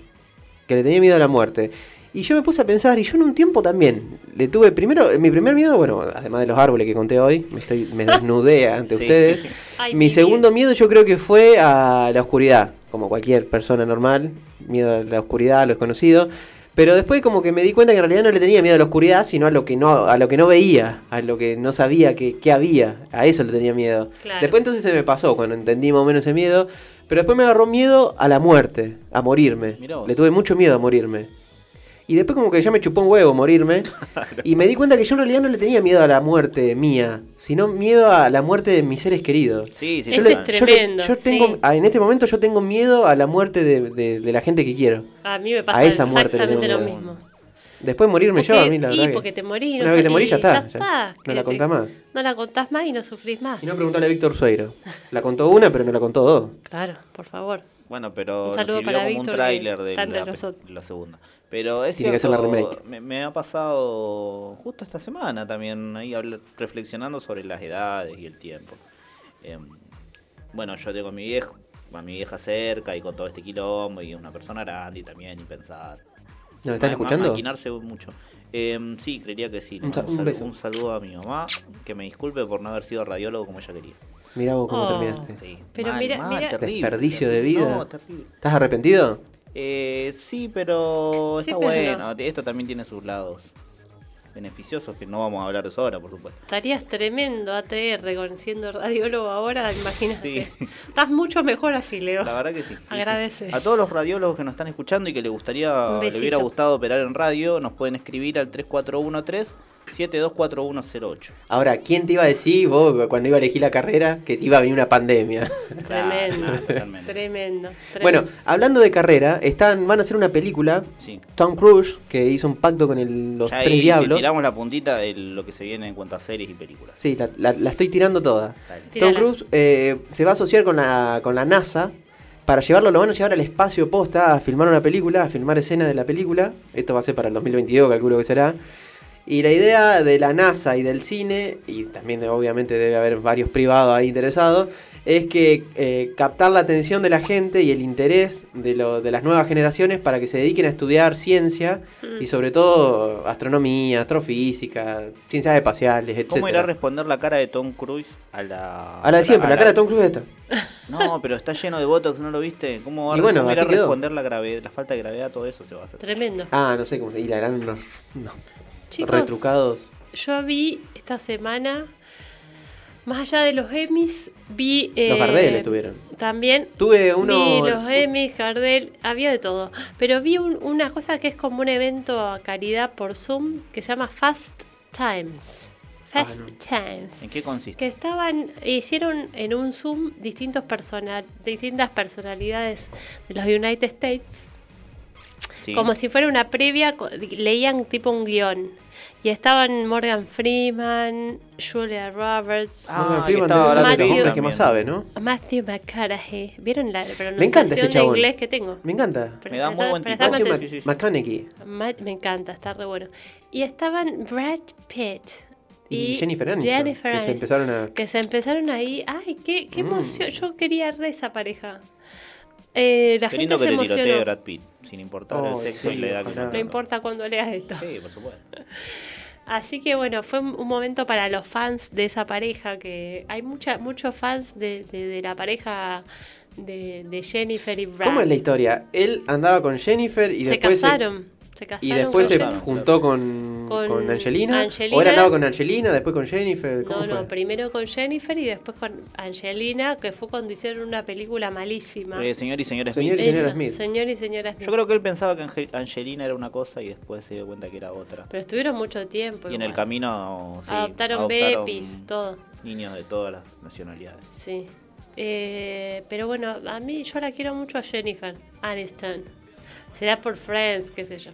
Speaker 2: Que le tenía miedo a la muerte. Y yo me puse a pensar, y yo en un tiempo también, le tuve primero, mi primer miedo, bueno, además de los árboles que conté hoy, me, estoy, me desnudé ante
Speaker 3: Sí.
Speaker 2: ustedes.
Speaker 3: Ay,
Speaker 2: mi segundo miedo yo creo que fue a la oscuridad, como cualquier persona normal, miedo a la oscuridad, a lo desconocido. Pero después como que me di cuenta que en realidad no le tenía miedo a la oscuridad, sino a lo que no, a lo que no veía, a lo que no sabía que, que había, a eso le tenía miedo.
Speaker 1: Claro.
Speaker 2: Después entonces se me pasó, cuando entendí más o menos ese miedo, pero después me agarró miedo a la muerte, a morirme.
Speaker 3: Mirá vos.
Speaker 2: Le tuve mucho miedo a morirme. Y después como que ya me chupó un huevo morirme. Y me di cuenta que yo en realidad no le tenía miedo a la muerte mía, sino miedo a la muerte de mis seres queridos.
Speaker 3: Sí, sí,
Speaker 2: Yo
Speaker 3: sí.
Speaker 2: le-
Speaker 3: Eso es
Speaker 2: yo le-
Speaker 1: tremendo,
Speaker 2: yo tengo,
Speaker 1: sí.
Speaker 2: ah, En este momento yo tengo miedo a la muerte de, de- de la gente que quiero.
Speaker 1: A mí me pasa
Speaker 2: a esa muerte le tengo
Speaker 1: exactamente lo
Speaker 2: miedo.
Speaker 1: mismo.
Speaker 2: Después morirme yo, a mí la
Speaker 1: y
Speaker 2: verdad.
Speaker 1: porque
Speaker 2: que-
Speaker 1: te morís.
Speaker 2: Una vez que te morís ya
Speaker 1: y
Speaker 2: está. ya
Speaker 1: que
Speaker 2: no la
Speaker 1: te-
Speaker 2: contás más.
Speaker 1: No la contás más y no sufrís más.
Speaker 2: Y no preguntale a Víctor Sueiro. La contó una, pero no la contó dos.
Speaker 1: Claro, por favor.
Speaker 3: Bueno, pero
Speaker 1: Un
Speaker 3: nos
Speaker 1: saludo
Speaker 3: sirvió
Speaker 1: para
Speaker 3: como un
Speaker 1: Víctor,
Speaker 3: tráiler
Speaker 1: que
Speaker 3: de
Speaker 1: está entre
Speaker 3: la, pe-
Speaker 1: nosotros.
Speaker 3: la segunda. Pero es
Speaker 2: Tiene que hacer la
Speaker 3: cierto,
Speaker 2: remake.
Speaker 3: Me, me ha pasado justo esta semana también, ahí habl- reflexionando sobre las edades y el tiempo. Em, bueno, yo tengo a mi viejo, a mi vieja cerca y con todo este quilombo y una persona grande y también y pensar.
Speaker 2: ¿Nos están
Speaker 3: Ma- ma-
Speaker 2: escuchando?
Speaker 3: Maquinarse mucho. Em, sí, creería que sí. le
Speaker 2: Un sa-
Speaker 3: mando
Speaker 2: un
Speaker 3: salu-
Speaker 2: beso.
Speaker 3: un saludo a mi mamá, que me disculpe por no haber sido radiólogo como ella quería.
Speaker 2: Mirá vos cómo
Speaker 3: Oh.
Speaker 2: terminaste.
Speaker 3: Sí.
Speaker 1: Pero
Speaker 3: Mal,
Speaker 1: mira-
Speaker 3: mal,
Speaker 1: mira-
Speaker 3: terrible,
Speaker 2: Desperdicio de
Speaker 3: terrible.
Speaker 2: vida.
Speaker 3: No, terrible.
Speaker 2: ¿Estás arrepentido?
Speaker 3: Eh, sí, pero
Speaker 1: Sí,
Speaker 3: está
Speaker 1: pero
Speaker 3: bueno. Esto también tiene sus lados beneficiosos que no vamos a hablar eso ahora, por supuesto.
Speaker 1: Estarías tremendo ATR con siendo radiólogo ahora, imagínate.
Speaker 3: Sí.
Speaker 1: Estás mucho mejor así, Leo.
Speaker 3: La verdad que sí. sí, sí.
Speaker 1: Agradece.
Speaker 3: A todos los radiólogos que nos están escuchando y que les gustaría,
Speaker 1: Un
Speaker 3: le
Speaker 1: besito.
Speaker 3: hubiera gustado operar en radio, nos pueden escribir al 3413 724108.
Speaker 2: Ahora, ¿quién te iba a decir vos cuando iba a elegir la carrera que te iba a venir una pandemia?
Speaker 1: Tremendo.
Speaker 3: Ah,
Speaker 1: tremendo.
Speaker 3: totalmente.
Speaker 1: tremendo.
Speaker 2: Bueno, hablando de carrera, están, van a hacer una película.
Speaker 3: Sí.
Speaker 2: Tom Cruise, que hizo un pacto con el- los
Speaker 3: Ya ahí
Speaker 2: tres
Speaker 3: te
Speaker 2: diablos.
Speaker 3: Tiramos la puntita de lo que se viene en cuanto a series y películas.
Speaker 2: Sí, la, la- la estoy tirando toda.
Speaker 3: Dale.
Speaker 2: Tom
Speaker 3: Tírala.
Speaker 2: Cruise eh, se va a asociar con la, con la NASA para llevarlo, lo van a llevar al espacio posta a filmar una película, a filmar escenas de la película. Esto va a ser para el 2022, calculo que será. Y la idea de la NASA y del cine, y también de- obviamente debe haber varios privados ahí interesados, es que eh, captar la atención de la gente y el interés de, lo- de las nuevas generaciones para que se dediquen a estudiar ciencia y sobre todo astronomía, astrofísica, ciencias espaciales, etc.
Speaker 3: ¿Cómo irá a responder la cara de Tom Cruise a la...
Speaker 2: A la de siempre, la cara de Tom Cruise está.
Speaker 3: No, pero está lleno de botox, ¿no lo viste? ¿Cómo va
Speaker 2: Y bueno,
Speaker 3: cómo irá a
Speaker 2: así quedó.
Speaker 3: responder la, gravedad, la falta de gravedad? Todo eso se va a hacer.
Speaker 1: Tremendo.
Speaker 2: Ah, no sé cómo se. Y la eran unos, unos
Speaker 1: Chicos,
Speaker 2: retrucados.
Speaker 1: yo vi esta semana, más allá de los Emmys, vi...
Speaker 2: Los
Speaker 1: eh,
Speaker 2: Gardel estuvieron.
Speaker 1: También
Speaker 2: Tuve uno-
Speaker 1: vi los Emmys, Gardel, había de todo. Pero vi un- una cosa que es como un evento a caridad por Zoom que se llama Fast Times.
Speaker 3: Ah,
Speaker 1: Fast Times.
Speaker 3: ¿En qué consiste?
Speaker 1: Que estaban, hicieron en un Zoom distintos personal, distintas personalidades de los United States,
Speaker 3: Sí.
Speaker 1: como si fuera una previa, co- leían tipo un guión. Y estaban Morgan Freeman, Julia Roberts,
Speaker 2: Ah, Morgan Freeman debe ser de los hombres que más sabe, ¿no?
Speaker 1: Matthew McConaughey. ¿Vieron la pronunciación
Speaker 2: Me encanta ese
Speaker 1: de
Speaker 2: chabón.
Speaker 1: inglés que tengo?
Speaker 2: Me encanta.
Speaker 1: Pero prestá- prestá
Speaker 2: Matthew
Speaker 1: atención.
Speaker 2: Mc- McConaughey.
Speaker 1: Ma- me encanta, está re bueno. Y estaban Brad Pitt
Speaker 2: Y Jennifer Aniston,
Speaker 1: Jennifer
Speaker 2: que se
Speaker 1: Aniston,
Speaker 2: empezaron a-
Speaker 1: que se empezaron ahí. Ay, qué, qué
Speaker 2: Mm.
Speaker 1: emoción. Yo quería re esa pareja. Eh, la
Speaker 3: Qué
Speaker 1: gente
Speaker 3: lindo que te
Speaker 1: se
Speaker 3: tirotee
Speaker 1: emocionó.
Speaker 3: Brad Pitt, sin importar
Speaker 2: Oh,
Speaker 3: el sexo
Speaker 2: sí,
Speaker 3: y la edad que
Speaker 2: ojalá.
Speaker 1: No importa cuando leas esto.
Speaker 3: Sí, por supuesto.
Speaker 1: Así que bueno, fue un un momento para los fans de esa pareja, que hay mucha, muchos fans de, de- de la pareja de, de Jennifer y Brad.
Speaker 2: ¿Cómo es la historia? Él andaba con Jennifer y
Speaker 1: se
Speaker 2: después se-
Speaker 1: casaron. Se casaron
Speaker 2: Y después
Speaker 1: con
Speaker 2: se
Speaker 1: Jennifer.
Speaker 2: juntó con,
Speaker 1: Con
Speaker 2: con Angelina.
Speaker 1: Angelina.
Speaker 2: O él andaba con Angelina, después con Jennifer. ¿Cómo
Speaker 1: No,
Speaker 2: fue?
Speaker 1: no, primero con Jennifer y después con Angelina, que fue cuando hicieron una película malísima.
Speaker 3: Eh, señor y señora Smith.
Speaker 2: Señor y señora
Speaker 1: Eso, Señor y señora Smith.
Speaker 3: Yo creo que él pensaba que Ange- Angelina era una cosa y después se dio cuenta que era otra.
Speaker 1: Pero estuvieron mucho tiempo.
Speaker 3: Y en
Speaker 1: igual.
Speaker 3: el camino sí,
Speaker 1: adoptaron, bebis, todo.
Speaker 3: Niños de todas las nacionalidades.
Speaker 1: Sí. Eh, pero bueno, a mí yo la quiero mucho a Jennifer Aniston. Será por Friends, qué sé yo.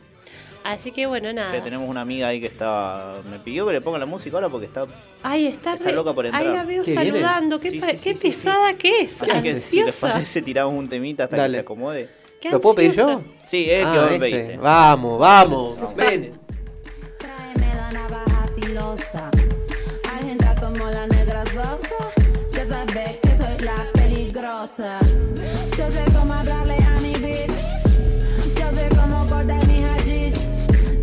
Speaker 1: Así que bueno,
Speaker 3: O
Speaker 1: nada.
Speaker 3: sea, tenemos una amiga ahí que está. Me pidió que le ponga la música ahora porque está.
Speaker 1: Ay, está,
Speaker 3: Está
Speaker 1: re-
Speaker 3: loca por entrar.
Speaker 1: Ahí la veo
Speaker 3: ¿Qué viene?
Speaker 1: saludando. Qué, pa- qué pesada que es.
Speaker 3: Así que si les
Speaker 1: Ansiosa.
Speaker 3: parece, tiramos un temita hasta que se acomode.
Speaker 1: Qué ¿Lo puedo pedir yo? ansiosa.
Speaker 3: Sí, es
Speaker 2: Ah,
Speaker 3: que vos
Speaker 2: ese.
Speaker 3: pediste.
Speaker 2: Vamos, vamos. Ven.
Speaker 20: Tráeme la navaja filosa. Hay gente como la negra sosa que sabe que soy la peligrosa. Yo sé cómo hablarle a mi bitch. Yo sé cómo cortar mi hachís.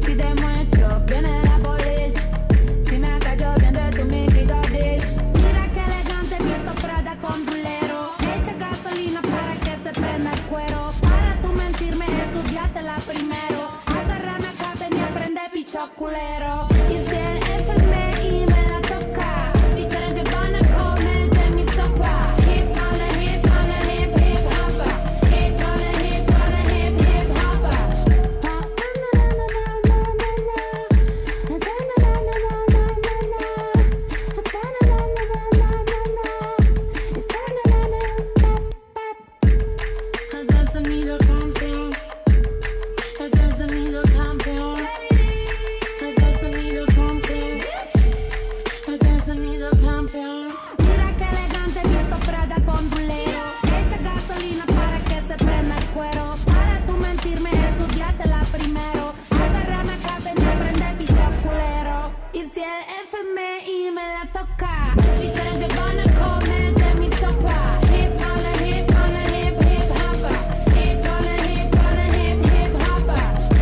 Speaker 20: Si te muestro, viene la polis. Si me callo, siente tu mi grito dish. Mira qué elegante, visto Prada con bulero. Echa gasolina para que se prenda el cuero. Para tú mentirme, estudiatela primero. Agarrame acá, ven y aprende, bicho culero. Y si el enferme y me la toca. Si creen que van a comer de mi sopa. Hip on a hip on a hip hip hopper. Hip on a hip on a hip hip hopper. Ah, na, na, na, na, na, na, na. Na, na, na, na, na, na, Es el sonido campeón. Es el sonido campeón. Es el sonido campeón. Es el sonido campeón. Mira que elegante visto Prada con buleo. Echa gasolina para que se prenda el cuero. Para tú mentirme, estudiatela primero. Agarrame acá, ven y aprende, bicho culero. Y si el FMI me la toca, si creen que van a comer de mi sopa. Hip on a hip on a hip hip hopper. Hip on a hip on a hip hip hopper.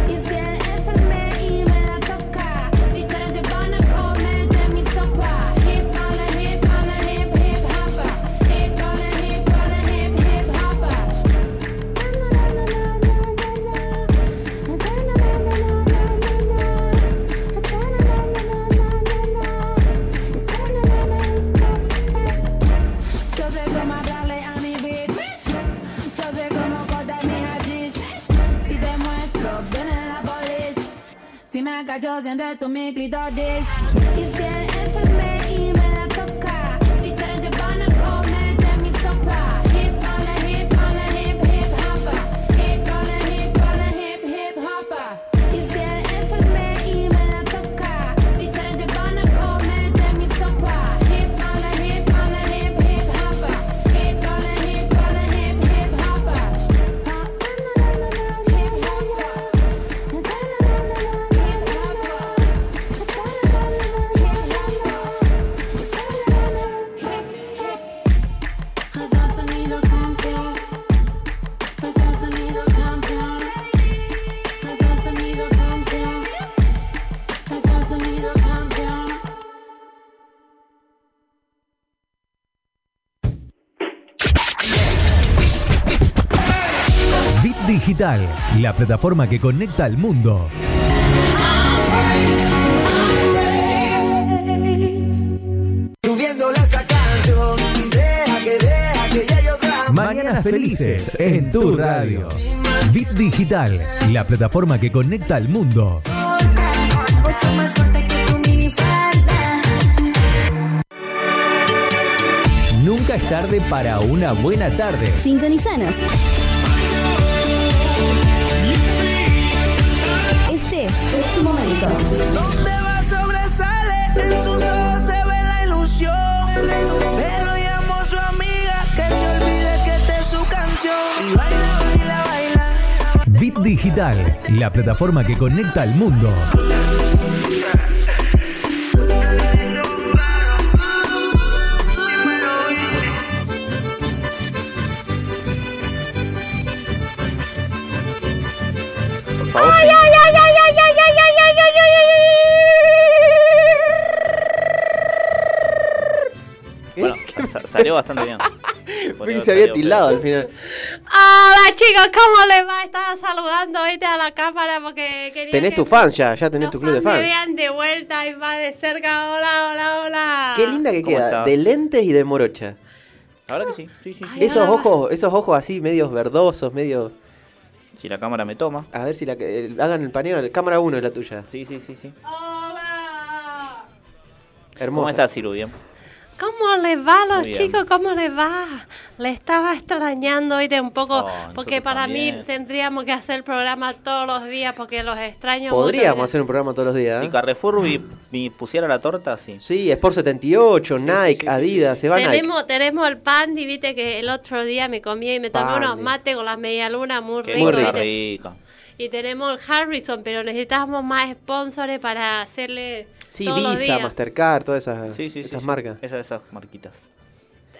Speaker 20: Y si el FMI me la toca, si creen que van a comer de mi sopa. Hip on a hip on a hip hip hopper. Hip on a hip on a hip hip hopper. Yo sé cómo hablarle a mi bitch. Yo sé cómo cortar mi hachís. Si te muestro, viene la polis. Si me callo, siente tu mi clitoris. Y si el FMI me la toca. Si creen que van a comer de mi sopa. Hip on a hip on a hip hip hopper. Hip on a hip on a hip hip hopper. Y si el FMI me la toca. Si creen que van a comer de mi sopa. Hip on a hip on a hip hip hopper. Hip on a hip on a hip hip hopper. Ah, na, na, na, na, hip hopper. Es el sonido campeón. Es el sonido campeón. Es el sonido campeón. Es el sonido campeón.
Speaker 9: Bit Digital, la plataforma que conecta al mundo. Mañanas felices en tu radio. Bit Digital, la plataforma que conecta al mundo.
Speaker 10: Mucho más fuerte que tu minifalda.
Speaker 9: Nunca es tarde para una buena tarde.
Speaker 11: Sintonizanos. Este es tu momento.
Speaker 10: Donde va sobresale, en sus ojos se ve la ilusión. Pero llamo a su amiga que se olvide que esta es su canción. Y baila, baila, baila.
Speaker 9: Bit Digital, la plataforma que conecta al mundo.
Speaker 3: Por favor. Bueno, sa- salió bastante bien.
Speaker 2: Pensé que se había tildado al final.
Speaker 1: Hola chicos, ¿cómo les va? Estaba saludando viste, a la cámara porque quería
Speaker 2: Tenés
Speaker 1: que
Speaker 2: tu fan ya, ya tenés tu club de
Speaker 1: me
Speaker 2: fans.
Speaker 1: vean de vuelta y más de cerca. Hola, hola, hola.
Speaker 2: Qué linda que
Speaker 3: ¿Cómo
Speaker 2: queda,
Speaker 3: estás?
Speaker 2: de lentes y de morocha.
Speaker 3: Ahora que sí, sí, sí. sí.
Speaker 2: Esos ojos, esos ojos así, medios verdosos, medio...
Speaker 3: Si la cámara me toma.
Speaker 2: A ver si la... que- eh, hagan el paneo, la cámara 1 es la tuya.
Speaker 3: Sí, sí, sí, sí.
Speaker 2: Hermosa.
Speaker 3: ¿Cómo estás, Siru? Bien.
Speaker 1: ¿Cómo les va a los
Speaker 3: Muy bien.
Speaker 1: chicos? ¿Cómo les va? Le estaba extrañando hoy de un poco,
Speaker 2: Oh,
Speaker 1: porque
Speaker 2: nosotros
Speaker 1: para mí
Speaker 2: también.
Speaker 1: tendríamos que hacer el programa todos los días porque los extraño
Speaker 2: Podríamos
Speaker 1: mucho.
Speaker 2: hacer un programa todos los días.
Speaker 3: Si
Speaker 2: ¿eh?
Speaker 3: Carrefour vi- vi- pusiera la torta, sí.
Speaker 2: Sí, Sport 78, Nike, Adidas, se va Nike.
Speaker 1: Tenemos, tenemos el pan y viste que el otro día me comí y me tomé
Speaker 2: Pandi.
Speaker 1: unos mates con las medialunas muy
Speaker 3: Qué
Speaker 1: rico.
Speaker 3: cosa
Speaker 1: ¿viste?
Speaker 3: rica.
Speaker 1: Y tenemos el Harrison, pero necesitamos más sponsores para hacerle
Speaker 2: Sí,
Speaker 1: todos los
Speaker 2: Visa,
Speaker 1: días.
Speaker 2: Mastercard, todas esas,
Speaker 3: Sí, sí, sí,
Speaker 2: esas
Speaker 3: sí.
Speaker 2: marcas.
Speaker 3: Esas, esas marquitas.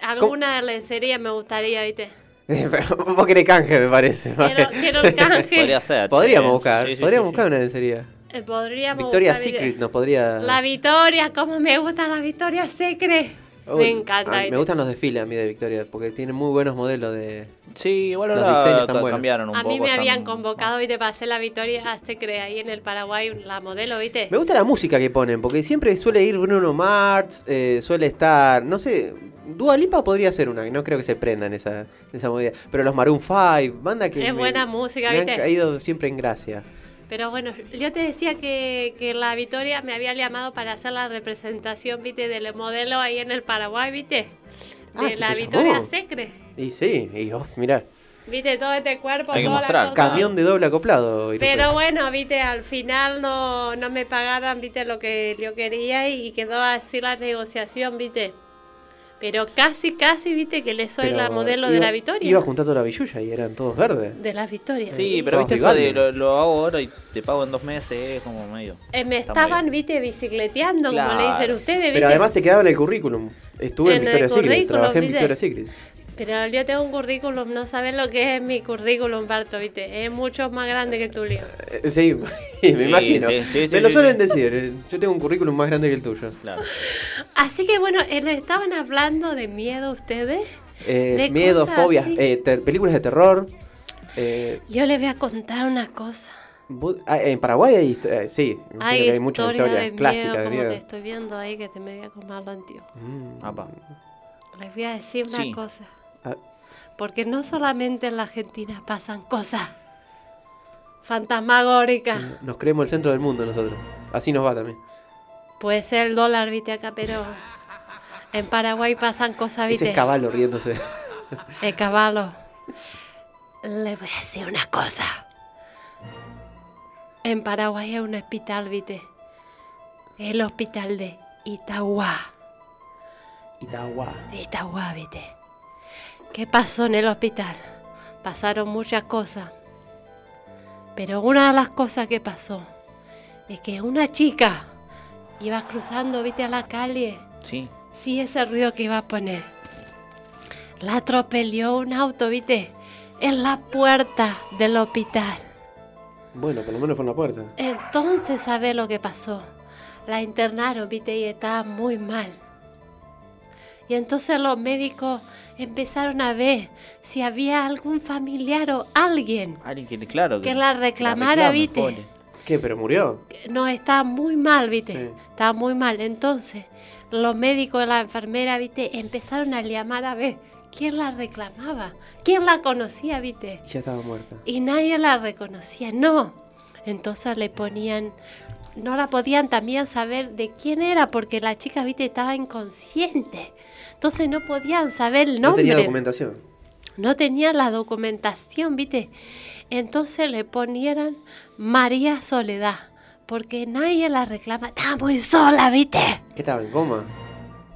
Speaker 1: Alguna lencería me gustaría, viste.
Speaker 2: Pero vos querés canje, me parece.
Speaker 1: Quiero- quiero el canje. Podría
Speaker 3: ser,
Speaker 2: Podríamos
Speaker 3: sí.
Speaker 2: buscar,
Speaker 3: Sí, sí,
Speaker 2: podríamos
Speaker 3: sí,
Speaker 2: buscar una lencería.
Speaker 1: Eh, Podríamos
Speaker 2: Victoria's
Speaker 1: buscar, viste.
Speaker 2: Secret nos podría...
Speaker 1: La Victoria, cómo me gustan las Victorias Secret.
Speaker 2: Uy,
Speaker 1: me encanta.
Speaker 2: a-
Speaker 1: ¿viste?
Speaker 2: me gustan los desfiles a mí de Victoria, porque tienen muy buenos modelos de...
Speaker 3: Sí, igual
Speaker 2: Los
Speaker 3: ahora
Speaker 2: diseños están
Speaker 3: ca-
Speaker 2: buenos.
Speaker 3: cambiaron un
Speaker 1: A
Speaker 3: poco.
Speaker 1: mí me
Speaker 3: están-
Speaker 1: habían convocado y te pasé la Victoria Secret ahí en el Paraguay, la modelo, ¿viste?
Speaker 2: Me gusta la música que ponen, porque siempre suele ir Bruno Mars, eh, suele estar, no sé, Dua Lipa podría ser una, no creo que se prendan esa, esa movida. Pero los Maroon 5, banda que
Speaker 1: Es
Speaker 2: me-
Speaker 1: buena música,
Speaker 2: me han
Speaker 1: ¿viste?
Speaker 2: caído siempre en gracia.
Speaker 1: Pero bueno, yo te decía que, que la Victoria me había llamado para hacer la representación, ¿viste? Del modelo ahí en el Paraguay, ¿viste?
Speaker 2: Ah,
Speaker 1: De
Speaker 2: sí,
Speaker 1: la
Speaker 2: te llamó.
Speaker 1: Victoria Secret.
Speaker 2: Y sí, y oh, mirá,
Speaker 1: ¿Viste? Todo este cuerpo,
Speaker 2: hay que
Speaker 1: toda la
Speaker 2: mostrar.
Speaker 1: cosa.
Speaker 2: Camión de doble acoplado. Irupe.
Speaker 1: Pero bueno, viste, al final no, no me pagaron, viste, lo que yo quería y quedó así la negociación, viste. Pero casi, casi, viste, que le soy
Speaker 2: Pero
Speaker 1: la modelo de
Speaker 2: iba-
Speaker 1: la Victoria.
Speaker 2: Iba juntando la billulla y eran todos verdes.
Speaker 1: De la Victoria.
Speaker 3: Sí, pero
Speaker 2: Todos
Speaker 3: viste eso de
Speaker 2: gigantes.
Speaker 3: lo, lo hago ahora y te pago en dos meses, es como medio.
Speaker 1: Eh, me
Speaker 3: Está
Speaker 1: estaban, viste, bicicleteando, como le dicen
Speaker 3: Claro.
Speaker 1: ustedes, viste.
Speaker 2: Pero además te quedaba en el currículum. Estuve en,
Speaker 1: En el
Speaker 2: Victoria Secret,
Speaker 1: currículum,
Speaker 2: trabajé en
Speaker 1: ¿viste?
Speaker 2: Victoria Secret.
Speaker 1: Pero yo tengo un currículum, no sabes lo que es mi currículum, Barto, viste. Es mucho más grande que el tuyo.
Speaker 2: Eh, sí, me imagino.
Speaker 3: sí, sí,
Speaker 2: me
Speaker 3: sí,
Speaker 2: lo
Speaker 3: sí,
Speaker 2: suelen
Speaker 3: sí.
Speaker 2: decir, eh, yo tengo un currículum más grande que el tuyo.
Speaker 3: Claro.
Speaker 1: Así que bueno, eh, ¿me estaban hablando de miedo ustedes?
Speaker 2: Eh,
Speaker 1: De
Speaker 2: miedo,
Speaker 1: cosas
Speaker 2: fobias,
Speaker 1: así.
Speaker 2: eh, ter- películas de terror. eh,
Speaker 1: Yo les voy a contar una cosa.
Speaker 2: bu- ah, en Paraguay hay, histo- eh, sí, imagino
Speaker 1: Hay,
Speaker 2: que hay muchas
Speaker 1: muchas
Speaker 2: historias
Speaker 1: de
Speaker 2: clásicas de
Speaker 1: miedo, como te
Speaker 2: miedo.
Speaker 1: estoy viendo ahí que te me voy a comer lo antiguo.
Speaker 2: Mm.
Speaker 1: Les voy a decir una
Speaker 2: Sí.
Speaker 1: cosa.
Speaker 2: Ah.
Speaker 1: Porque no solamente en la Argentina pasan cosas fantasmagóricas.
Speaker 2: Nos creemos el centro del mundo nosotros. Así nos va también.
Speaker 1: Puede ser el dólar, viste, acá, pero en Paraguay pasan cosas,
Speaker 2: Ese
Speaker 1: Ah, viste.
Speaker 2: es caballo riéndose.
Speaker 1: El caballo. Les voy a decir una cosa. En Paraguay hay un hospital, viste. El hospital de Itagua.
Speaker 2: Itagua.
Speaker 1: Está guau, viste. ¿Qué pasó en el hospital? Pasaron muchas cosas. Pero una de las cosas que pasó es que una chica iba cruzando, viste, a la calle.
Speaker 3: Sí.
Speaker 1: Sí, ese ruido que iba a poner. La atropelló un auto, viste, en la puerta del hospital.
Speaker 2: Bueno, por lo menos por la puerta.
Speaker 1: Entonces, ¿sabes lo que pasó? La internaron, viste, y estaba muy mal. Y entonces los médicos empezaron a ver si había algún familiar o alguien
Speaker 3: Alguien que, claro,
Speaker 1: que la reclamara,
Speaker 3: reclame,
Speaker 1: viste.
Speaker 3: pobre.
Speaker 2: ¿Qué? ¿Pero murió?
Speaker 1: que No, estaba muy mal, viste. Estaba muy mal. Entonces, los médicos, la enfermera, viste, empezaron a llamar a ver ¿Quién la reclamaba? ¿Quién la conocía, viste?
Speaker 2: Ya estaba muerta.
Speaker 1: Y nadie la reconocía, no. Entonces le ponían, no la podían también saber de quién era porque la chica, viste, estaba inconsciente. Entonces no podían saber el
Speaker 2: No
Speaker 1: nombre.
Speaker 2: tenía documentación.
Speaker 1: No tenía la documentación, viste. Entonces le ponían María Soledad porque nadie la reclama. Estaba muy sola, viste.
Speaker 2: ¿Qué estaba en coma?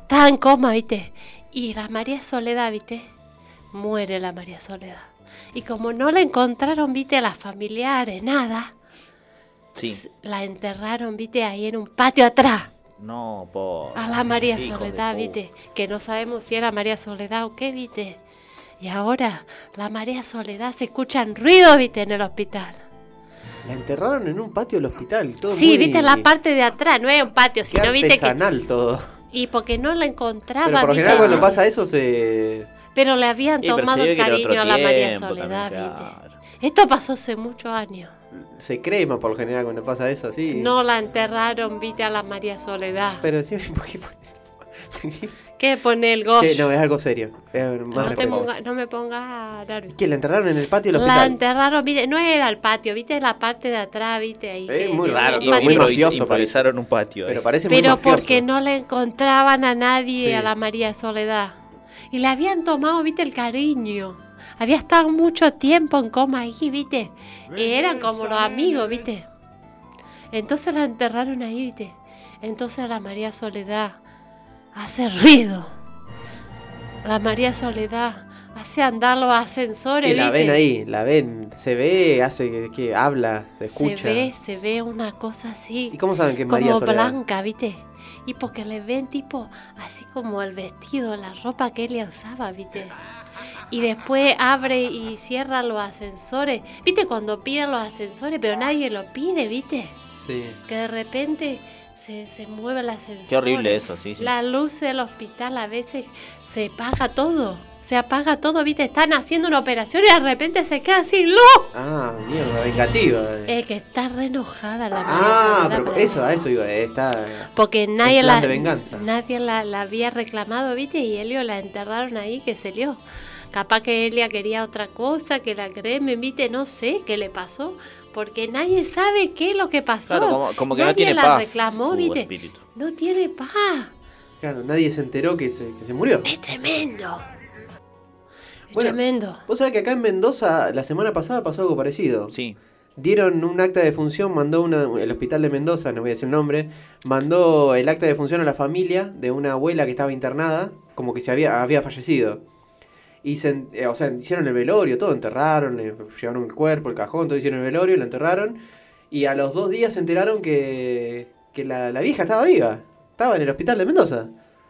Speaker 1: Estaba en coma, viste. Y la María Soledad, viste. Muere la María Soledad. Y como no la encontraron, viste, a las familiares, nada.
Speaker 3: Sí.
Speaker 1: La enterraron, viste, ahí en un patio atrás.
Speaker 3: No, por.
Speaker 1: A la María
Speaker 3: Hijo de
Speaker 1: Soledad,
Speaker 3: pu-
Speaker 1: viste. Que no sabemos si era María Soledad o qué, viste. Y ahora, la María Soledad se escuchan ruidos, viste, en el hospital.
Speaker 2: La enterraron en un patio del hospital. Todo
Speaker 1: Sí,
Speaker 2: muy
Speaker 1: viste la parte de atrás, no es un patio,
Speaker 2: qué
Speaker 1: sino viste que.
Speaker 2: artesanal todo.
Speaker 1: Y porque no la encontraba,
Speaker 2: Pero por lo
Speaker 1: viste.
Speaker 2: general cuando pasa eso se...
Speaker 1: Pero le habían
Speaker 2: Sí, pero se
Speaker 1: tomado
Speaker 2: ve
Speaker 1: el
Speaker 2: que era otro
Speaker 1: cariño a la María
Speaker 2: tiempo
Speaker 1: Soledad,
Speaker 2: también,
Speaker 1: viste. Esto pasó hace muchos años.
Speaker 2: Se crema por lo general cuando pasa eso, así.
Speaker 1: No la enterraron, viste, a la María Soledad.
Speaker 2: Pero sí, ¿por qué
Speaker 1: ¿Qué pone el gosh?
Speaker 2: Che, no, es algo serio. Eh, más
Speaker 1: No, te
Speaker 2: respeto.
Speaker 1: ponga- no me pongas nervioso.
Speaker 2: ¿Qué, la enterraron en el patio del
Speaker 1: La
Speaker 2: hospital?
Speaker 1: enterraron, viste, no era el patio, viste la parte de atrás, viste
Speaker 2: Eh,
Speaker 1: ahí. que-
Speaker 2: muy raro,
Speaker 3: Y-
Speaker 2: todo
Speaker 3: y
Speaker 2: muy
Speaker 3: improvis-
Speaker 2: mafioso
Speaker 3: Improvisaron un patio.
Speaker 2: Pero
Speaker 3: eh.
Speaker 2: parece muy
Speaker 1: Eh, Pero
Speaker 2: mafioso.
Speaker 1: porque no le encontraban a nadie,
Speaker 3: Sí.
Speaker 1: a la María Soledad. Y le habían tomado, viste, el cariño. Había estado mucho tiempo en coma ahí, viste. Y eran como los amigos, viste. Entonces la enterraron ahí, viste. Entonces la María Soledad hace ruido. La María Soledad hace andar los ascensores,
Speaker 2: Que la
Speaker 1: viste.
Speaker 2: ven ahí, la ven, se ve, hace que, que habla, se
Speaker 1: se
Speaker 2: escucha.
Speaker 1: ve, se ve una cosa así.
Speaker 2: ¿Y cómo saben que es
Speaker 1: como
Speaker 2: María Soledad?
Speaker 1: blanca, ¿viste? Y porque le ven tipo así como el vestido, la ropa que ella usaba, ¿viste? Y después abre y cierra los ascensores. ¿Viste cuando piden los ascensores, pero nadie lo pide, ¿viste?
Speaker 2: Sí.
Speaker 1: Que de repente se, se mueve el ascensor.
Speaker 3: Qué horrible eso, sí, sí.
Speaker 1: La luz del hospital a veces se apaga todo. Se apaga todo, ¿viste? Están haciendo una operación y de repente se queda sin luz.
Speaker 2: Ah, mierda, vengativa. eh.
Speaker 1: Es que está re enojada la María
Speaker 2: ah,
Speaker 1: Soledad,
Speaker 2: pero
Speaker 1: pero-
Speaker 2: eso, a eso iba, eh, está...
Speaker 1: Porque
Speaker 2: en
Speaker 1: nadie
Speaker 2: plan
Speaker 1: la,
Speaker 2: de venganza.
Speaker 1: nadie la, la había reclamado, ¿viste? Y Helio la enterraron ahí, que se lió. Capaz que Elia quería otra cosa, que la creme, ¿viste? No sé qué le pasó, porque nadie sabe qué es lo que pasó.
Speaker 3: Claro, como, como que
Speaker 1: nadie
Speaker 3: no tiene
Speaker 1: la
Speaker 3: paz.
Speaker 1: reclamó,
Speaker 3: su
Speaker 1: ¿viste?
Speaker 3: espíritu.
Speaker 1: No tiene paz.
Speaker 2: Claro, nadie se enteró que se, que se murió.
Speaker 1: Es tremendo.
Speaker 2: tremendo. Vos sabés que acá en Mendoza, la semana pasada pasó algo parecido.
Speaker 3: Sí.
Speaker 2: Dieron un acta de función, mandó una, el hospital de Mendoza, no voy a decir el nombre, mandó el acta de función a la familia de una abuela que estaba internada, como que se había, había fallecido. Y se en- eh, o sea, hicieron el velorio, todo, enterraron, le llevaron el cuerpo, el cajón, todo hicieron el velorio, la enterraron. Y a los dos días se enteraron que, que la, la vieja estaba viva, estaba en el hospital de Mendoza.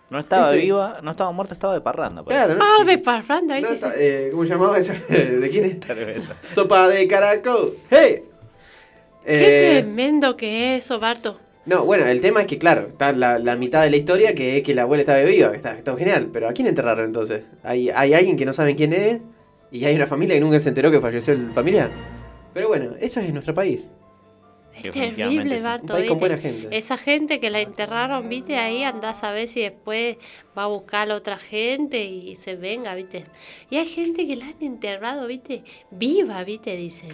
Speaker 3: No estaba
Speaker 2: Ese-
Speaker 3: viva, no estaba muerta, estaba de parranda.
Speaker 2: Claro, no-
Speaker 1: Ah, de parranda, ¿viste?
Speaker 2: Nata, eh, ¿Cómo se llamaba esa? ¿De quién es? Sopa de caracol. ¡Hey!
Speaker 1: Qué
Speaker 2: Eh,
Speaker 1: tremendo que es eso, Barto.
Speaker 2: no, bueno, el tema es que, claro, está la, la mitad de la historia que es que la abuela estaba viva, que está, está genial. Pero ¿a quién enterraron entonces? ¿Hay, hay alguien que no saben quién es y hay una familia que nunca se enteró que falleció el familiar. Pero bueno, eso es nuestro país.
Speaker 1: Es terrible,
Speaker 2: Un
Speaker 1: Barto.
Speaker 2: país con
Speaker 1: ¿viste?
Speaker 2: buena gente.
Speaker 1: Esa gente que la enterraron, viste, ahí andás a ver si después va a buscar a otra gente y se venga, viste. Y hay gente que la han enterrado, viste, viva, viste, dicen.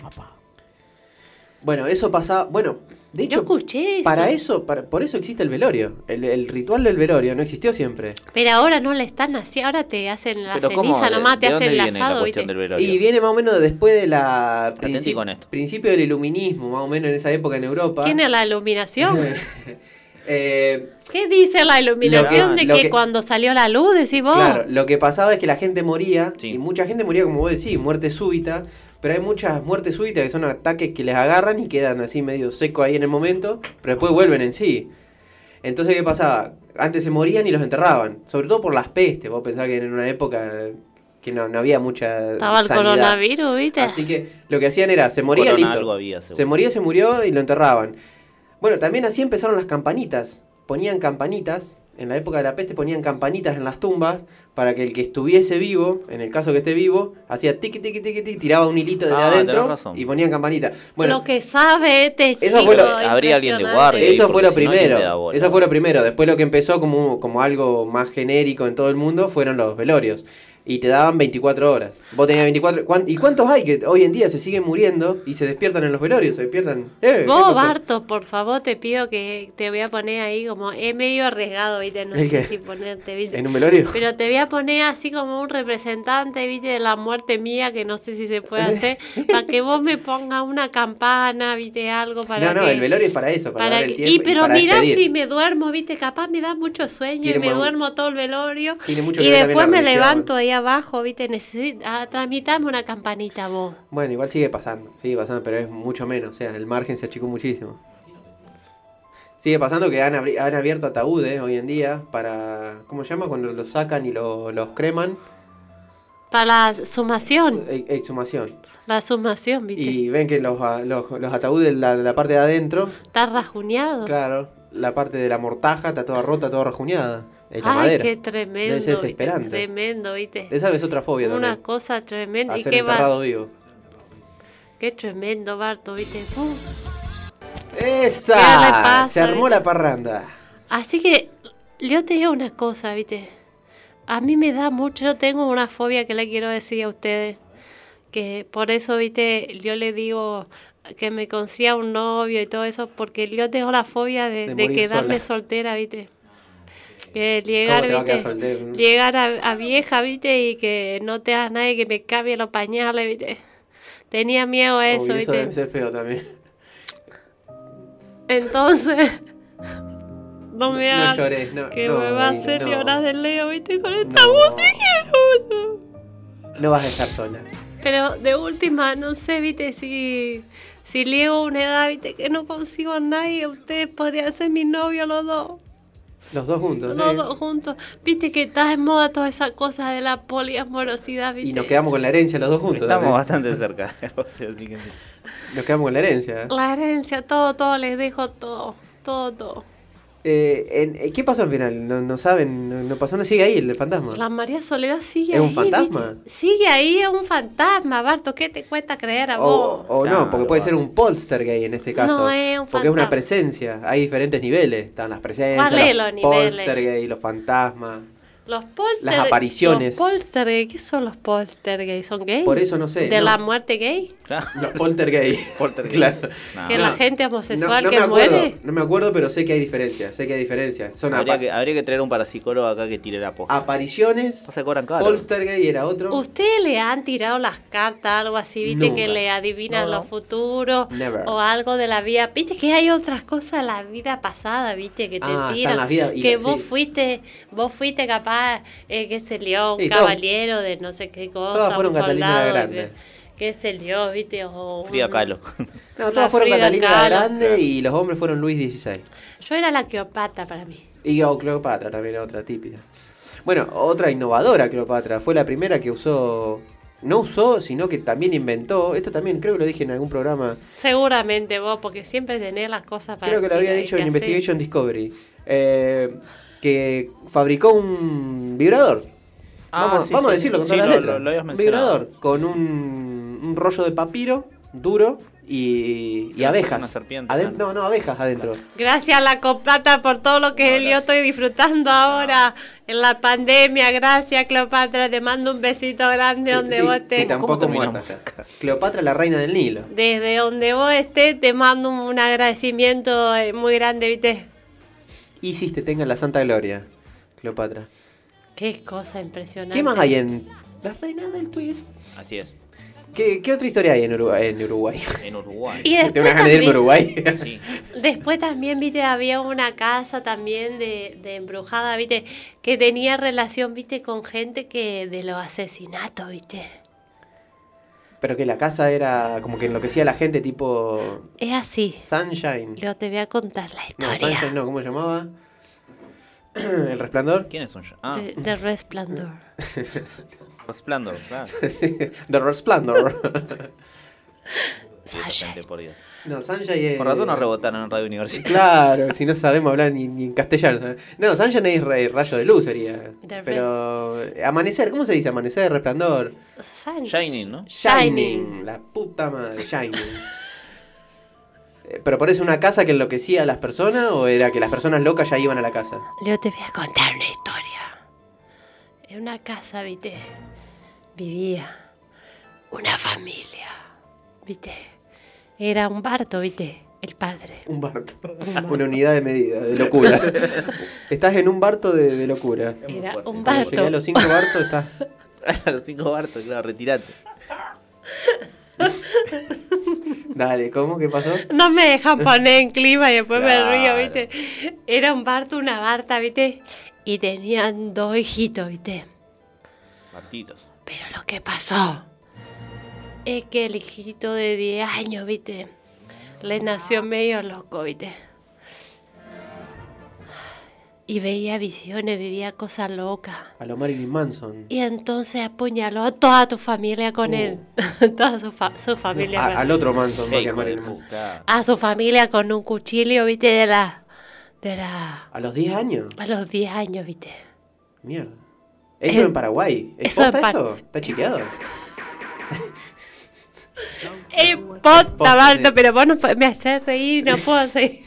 Speaker 2: Bueno, eso pasaba. Bueno, de hecho,
Speaker 1: escuché eso.
Speaker 2: para eso, para- por eso existe el velorio. El, el ritual del velorio no existió siempre.
Speaker 1: Pero ahora no la están así, ahora te hacen la ceniza nomás, te hacen el asado, viste.
Speaker 2: Y viene más o menos después de la
Speaker 3: Atentí
Speaker 2: princi-
Speaker 3: con esto.
Speaker 2: principio del iluminismo, más o menos en esa época en Europa.
Speaker 1: ¿Quién es la iluminación?
Speaker 2: Eh,
Speaker 1: ¿Qué dice la iluminación
Speaker 2: Lo que-
Speaker 1: de
Speaker 2: lo
Speaker 1: que,
Speaker 2: que-
Speaker 1: cuando salió la luz, decís vos?
Speaker 2: Claro, lo que pasaba es que la gente moría, y mucha gente moría, como vos decís, muerte súbita, pero hay muchas muertes súbitas que son ataques que les agarran y quedan así medio secos ahí en el momento, pero después vuelven en sí. Entonces, ¿qué pasaba? Antes se morían y los enterraban, sobre todo por las pestes. Vos pensás que en una época que no, no había mucha.
Speaker 1: Estaba el
Speaker 2: sanidad.
Speaker 1: coronavirus, viste.
Speaker 2: Así que lo que hacían era, se moría,
Speaker 3: Corona
Speaker 2: listo.
Speaker 3: algo había, seguro.
Speaker 2: se moría, se murió y lo enterraban. Bueno, también así empezaron las campanitas. Ponían campanitas, en la época de la peste ponían campanitas en las tumbas para que el que estuviese vivo, en el caso que esté vivo, hacía tiqui tiqui tiqui tiqui, tiraba un hilito de
Speaker 3: Ah,
Speaker 2: adentro
Speaker 3: tenés razón.
Speaker 2: y ponían campanita. Bueno,
Speaker 1: lo que sabe este chico.
Speaker 2: eso fue lo,
Speaker 3: Habría alguien de guardia ahí,
Speaker 2: Eso fue
Speaker 3: porque
Speaker 2: lo
Speaker 3: si no, ¿quién
Speaker 2: primero.
Speaker 3: le da bola?
Speaker 2: eso fue lo primero. Después lo que empezó como, como algo más genérico en todo el mundo fueron los velorios. y te daban 24 horas. Vos tenías 24... ¿cuán- ¿Y cuántos hay que hoy en día se siguen muriendo y se despiertan en los velorios? Se despiertan... Eh, ¿qué pasó?
Speaker 1: Vos, Barto, por favor, te pido que te voy a poner ahí como. Es medio arriesgado, ¿viste? No
Speaker 2: ¿El
Speaker 1: sé
Speaker 2: qué?
Speaker 1: si ponerte, ¿viste?
Speaker 2: ¿En un velorio?
Speaker 1: Pero te voy a poner así como un representante, ¿viste? De la muerte mía, que no sé si se puede hacer, para que vos me pongas una campana, ¿viste? Algo para.
Speaker 2: No, no,
Speaker 1: que-
Speaker 2: el velorio es para eso, para,
Speaker 1: para
Speaker 2: dar el
Speaker 1: que-
Speaker 2: tiempo.
Speaker 1: y pero
Speaker 2: para
Speaker 1: mirá
Speaker 2: despedir.
Speaker 1: si me duermo, viste, capaz me da mucho sueño
Speaker 2: Tiene
Speaker 1: y me
Speaker 2: mu-
Speaker 1: duermo todo el velorio.
Speaker 2: tiene mucho
Speaker 1: y
Speaker 2: que ver también
Speaker 1: después
Speaker 2: la
Speaker 1: me
Speaker 2: religión.
Speaker 1: levanto ahí abajo, viste, necesito, ah, transmitame una campanita vos.
Speaker 2: Bueno, igual sigue pasando, sigue pasando, pero es mucho menos, o sea, el margen se achicó muchísimo. Sigue pasando que han, abri- han abierto ataúdes hoy en día para, ¿cómo se llama? Cuando los sacan y lo- los creman,
Speaker 1: Para la sumación,
Speaker 2: e- exhumación.
Speaker 1: la sumación, viste.
Speaker 2: Y ven que los, a- los, los ataúdes, la, la parte de adentro,
Speaker 1: Está rajuneado.
Speaker 2: claro, la parte de la mortaja está toda rota, toda rajuñada, hecha
Speaker 1: Ay,
Speaker 2: madera.
Speaker 1: qué tremendo.
Speaker 2: Debe ser
Speaker 1: viste,
Speaker 2: desesperante.
Speaker 1: Tremendo, viste.
Speaker 2: Esa es otra fobia
Speaker 1: Una
Speaker 2: también,
Speaker 1: cosa tremenda.
Speaker 2: a
Speaker 1: Y
Speaker 2: ser
Speaker 1: qué, va-
Speaker 2: enterrado vivo.
Speaker 1: qué tremendo, Barto, viste. Uh. ¿Qué le
Speaker 2: ¡Esa!
Speaker 1: pasa,
Speaker 2: Se armó
Speaker 1: viste?
Speaker 2: la parranda.
Speaker 1: Así que yo te digo una cosa, viste. A mí me da mucho, yo tengo una fobia que le quiero decir a ustedes. Que por eso, viste, yo le digo que me consiga un novio y todo eso, porque yo tengo la fobia de,
Speaker 2: De
Speaker 1: de
Speaker 2: morir
Speaker 1: quedarme
Speaker 2: sola.
Speaker 1: soltera, viste. Que llegar,
Speaker 2: ¿Cómo te va a
Speaker 1: viste,
Speaker 2: quedar soltero?
Speaker 1: llegar a, a vieja, viste, y que no te hagas nadie que me cambie los pañales, viste. Tenía miedo a eso,
Speaker 2: Uy, eso
Speaker 1: viste.
Speaker 2: debe ser feo también.
Speaker 1: Entonces, no me
Speaker 2: No
Speaker 1: hagas
Speaker 2: llores, no,
Speaker 1: que
Speaker 2: no,
Speaker 1: me va a
Speaker 2: Dani,
Speaker 1: hacer
Speaker 2: no.
Speaker 1: llorar de Leo, viste, con esta música. hermoso.
Speaker 2: No vas a estar sola.
Speaker 1: Pero de última, no sé, viste, si, si llego a una edad, viste, que no consigo a nadie, ustedes podrían ser mi novio los dos,
Speaker 2: Los dos juntos.
Speaker 1: los
Speaker 2: sí.
Speaker 1: dos juntos. Viste que está en moda toda esa cosa de la poliamorosidad, viste.
Speaker 2: Y nos quedamos con la herencia los dos juntos.
Speaker 3: Estamos
Speaker 2: también.
Speaker 3: bastante cerca. o sea, así que sí.
Speaker 2: Nos quedamos con la herencia.
Speaker 1: La herencia, todo, todo, les dejo todo, todo, todo.
Speaker 2: Eh, en- eh, ¿Qué pasó al final? No, no saben, no, no pasó, no sigue ahí el fantasma.
Speaker 1: La María Soledad sigue
Speaker 2: ¿Es
Speaker 1: ahí.
Speaker 2: un fantasma?
Speaker 1: ¿viste? Sigue ahí, es un fantasma, Barto. ¿Qué te cuesta creer a vos?
Speaker 2: O, o no, porque puede ser un poltergeist en este caso.
Speaker 1: No, es un
Speaker 2: porque es una
Speaker 1: fantasma.
Speaker 2: presencia. Hay diferentes niveles. Están las presencias,
Speaker 1: ¿Cuál es
Speaker 2: los,
Speaker 1: los niveles?
Speaker 2: poltergeist, los fantasmas.
Speaker 1: Los polter...
Speaker 2: Las apariciones.
Speaker 1: Los poltergeist. ¿Qué son los poltergeist? ¿Son gay?
Speaker 2: Por eso no sé,
Speaker 1: ¿De
Speaker 2: no.
Speaker 1: la muerte gay?
Speaker 2: Los poltergeist. Claro.
Speaker 1: ¿Que la gente homosexual
Speaker 2: no
Speaker 1: que
Speaker 2: me acuerdo,
Speaker 1: muere?
Speaker 2: No me acuerdo, pero sé que hay diferencias. Sé que hay diferencias. Son
Speaker 3: Habría
Speaker 2: apa-
Speaker 3: que, habría que traer un parapsicólogo acá que tire la posta.
Speaker 2: apariciones. Poltergeist era otro.
Speaker 1: ¿Ustedes le han tirado las cartas, algo así, viste,
Speaker 2: Nunca.
Speaker 1: que le adivinan
Speaker 2: No, no.
Speaker 1: los futuros?
Speaker 2: Never.
Speaker 1: O algo de la vida. Viste que hay otras cosas de la vida pasada, viste, que te
Speaker 2: Ah, están
Speaker 1: tiran.
Speaker 2: las vidas- y-
Speaker 1: que vos
Speaker 2: sí.
Speaker 1: fuiste, vos fuiste capaz, eh, qué sé yo, un
Speaker 2: Y todas-
Speaker 1: caballero de no sé qué
Speaker 2: todas
Speaker 1: cosa,
Speaker 2: fueron
Speaker 1: un
Speaker 2: Catalina la
Speaker 1: soldado,
Speaker 2: Grande.
Speaker 1: que- qué sé yo, viste, o un-
Speaker 3: Fría Calo.
Speaker 2: No,
Speaker 1: La
Speaker 2: todas fueron
Speaker 1: Frida
Speaker 2: Catalina la
Speaker 1: Kahlo.
Speaker 2: Grande y los hombres fueron Luis XVI.
Speaker 1: Yo era la Cleopatra para mí.
Speaker 2: Y oh, Cleopatra también otra típica. Bueno, otra innovadora Cleopatra. Fue la primera que usó. No usó, sino que también inventó. Esto también creo que lo dije en algún programa.
Speaker 1: Seguramente vos, porque siempre tenés las cosas para
Speaker 2: Creo que lo había
Speaker 1: decir,
Speaker 2: dicho
Speaker 1: hay
Speaker 2: en
Speaker 1: que hacer.
Speaker 2: Investigation Discovery. eh, que fabricó un vibrador.
Speaker 3: Ah,
Speaker 2: vamos
Speaker 3: sí,
Speaker 2: vamos a
Speaker 3: sí.
Speaker 2: decirlo con
Speaker 3: Sí,
Speaker 2: todas las
Speaker 3: lo-
Speaker 2: letras.
Speaker 3: lo- lo habías
Speaker 2: Un
Speaker 3: mencionado.
Speaker 2: vibrador con un, un rollo de papiro duro y, y
Speaker 3: Una
Speaker 2: abejas.
Speaker 3: serpiente,
Speaker 2: Aden- No, no, abejas adentro.
Speaker 1: Gracias a la Copata por todo lo que yo estoy disfrutando ahora en la pandemia. Gracias, Cleopatra. Te mando un besito grande donde
Speaker 2: Sí,
Speaker 1: vos
Speaker 2: que
Speaker 1: estés.
Speaker 2: tampoco muerta. Cleopatra, la reina del Nilo.
Speaker 1: Desde donde vos estés, te mando un agradecimiento eh, muy grande, ¿viste?
Speaker 2: Isis te tenga en la santa gloria, Cleopatra.
Speaker 1: Qué cosa impresionante.
Speaker 2: ¿Qué más hay en...? La
Speaker 1: reina del twist.
Speaker 3: Así es.
Speaker 2: ¿Qué, qué otra historia hay en Uruguay? En Uruguay.
Speaker 3: En Uruguay.
Speaker 1: Y
Speaker 2: ¿Te
Speaker 1: después
Speaker 2: van a irme a
Speaker 1: también-
Speaker 2: Uruguay?
Speaker 1: Después también, viste, había una casa también de, de embrujada, viste, que tenía relación, viste, con gente que de los asesinatos, viste.
Speaker 2: Pero que la casa era como que enloquecía a la gente tipo...
Speaker 1: Es así.
Speaker 2: Sunshine.
Speaker 1: Yo te voy a contar la
Speaker 2: No,
Speaker 1: historia.
Speaker 2: Sunshine no, ¿cómo se llamaba? ¿El resplandor?
Speaker 3: ¿Quiénes son Ah. yo?
Speaker 2: Ah.
Speaker 1: De, de resplandor.
Speaker 3: Resplandor, claro.
Speaker 2: The Resplandor.
Speaker 3: Sí, de repente, por Dios.
Speaker 2: No, Sanjay es-
Speaker 3: Por razón nos rebotaron en Radio Universidad.
Speaker 2: claro, si no sabemos hablar ni, ni en castellano. ¿eh? No, Sunshine es ra- rayo de luz sería.
Speaker 1: The
Speaker 2: Pero... Amanecer, ¿cómo se dice? Amanecer, resplandor.
Speaker 1: Sun-
Speaker 3: Shining, ¿no?
Speaker 2: Shining, la puta madre, Shining. Eh, ¿Pero parece una casa que enloquecía a las personas o era que las personas locas ya iban a la casa?
Speaker 1: Yo te voy a contar una historia. En una casa, viste, vivía una familia. ¿Viste? Era un Barto, ¿viste? El padre.
Speaker 2: Un barto. Una unidad de medida, de locura. estás en un barto de, de locura.
Speaker 1: Era un
Speaker 2: Cuando
Speaker 1: barto.
Speaker 2: llegué a los cinco bartos estás.
Speaker 3: A los cinco bartos, claro, retirate.
Speaker 2: Dale, ¿cómo? ¿Qué pasó?
Speaker 1: No me dejan poner en clima y después
Speaker 2: Claro.
Speaker 1: me río, ¿viste? Era un Barto, una Barta, ¿viste? Y tenían dos hijitos, ¿viste?
Speaker 3: Martitos.
Speaker 1: Pero lo que pasó es que el hijito de 10 años, ¿viste? Le nació medio loco, ¿viste? Y veía visiones, vivía cosas locas.
Speaker 2: A lo Marilyn Manson.
Speaker 1: Y entonces apuñaló a toda tu familia con él. toda su, Ah, fa- su familia.
Speaker 2: A-
Speaker 1: ¿verdad?
Speaker 2: Ah, al otro Manson, no que a Marilyn Manson.
Speaker 1: a su familia con un cuchillo, viste, de la. De la
Speaker 2: A los 10 años.
Speaker 1: a los 10 años, viste.
Speaker 2: Mierda. Eso
Speaker 1: Eh,
Speaker 2: en Paraguay.
Speaker 1: eso en
Speaker 2: ¿Exposta
Speaker 1: Par-
Speaker 2: esto? ¿Está chequeado?
Speaker 1: ¡Eh, posta, Barto!
Speaker 3: sí.
Speaker 1: Pero vos no po- me haces reír, no puedo seguir.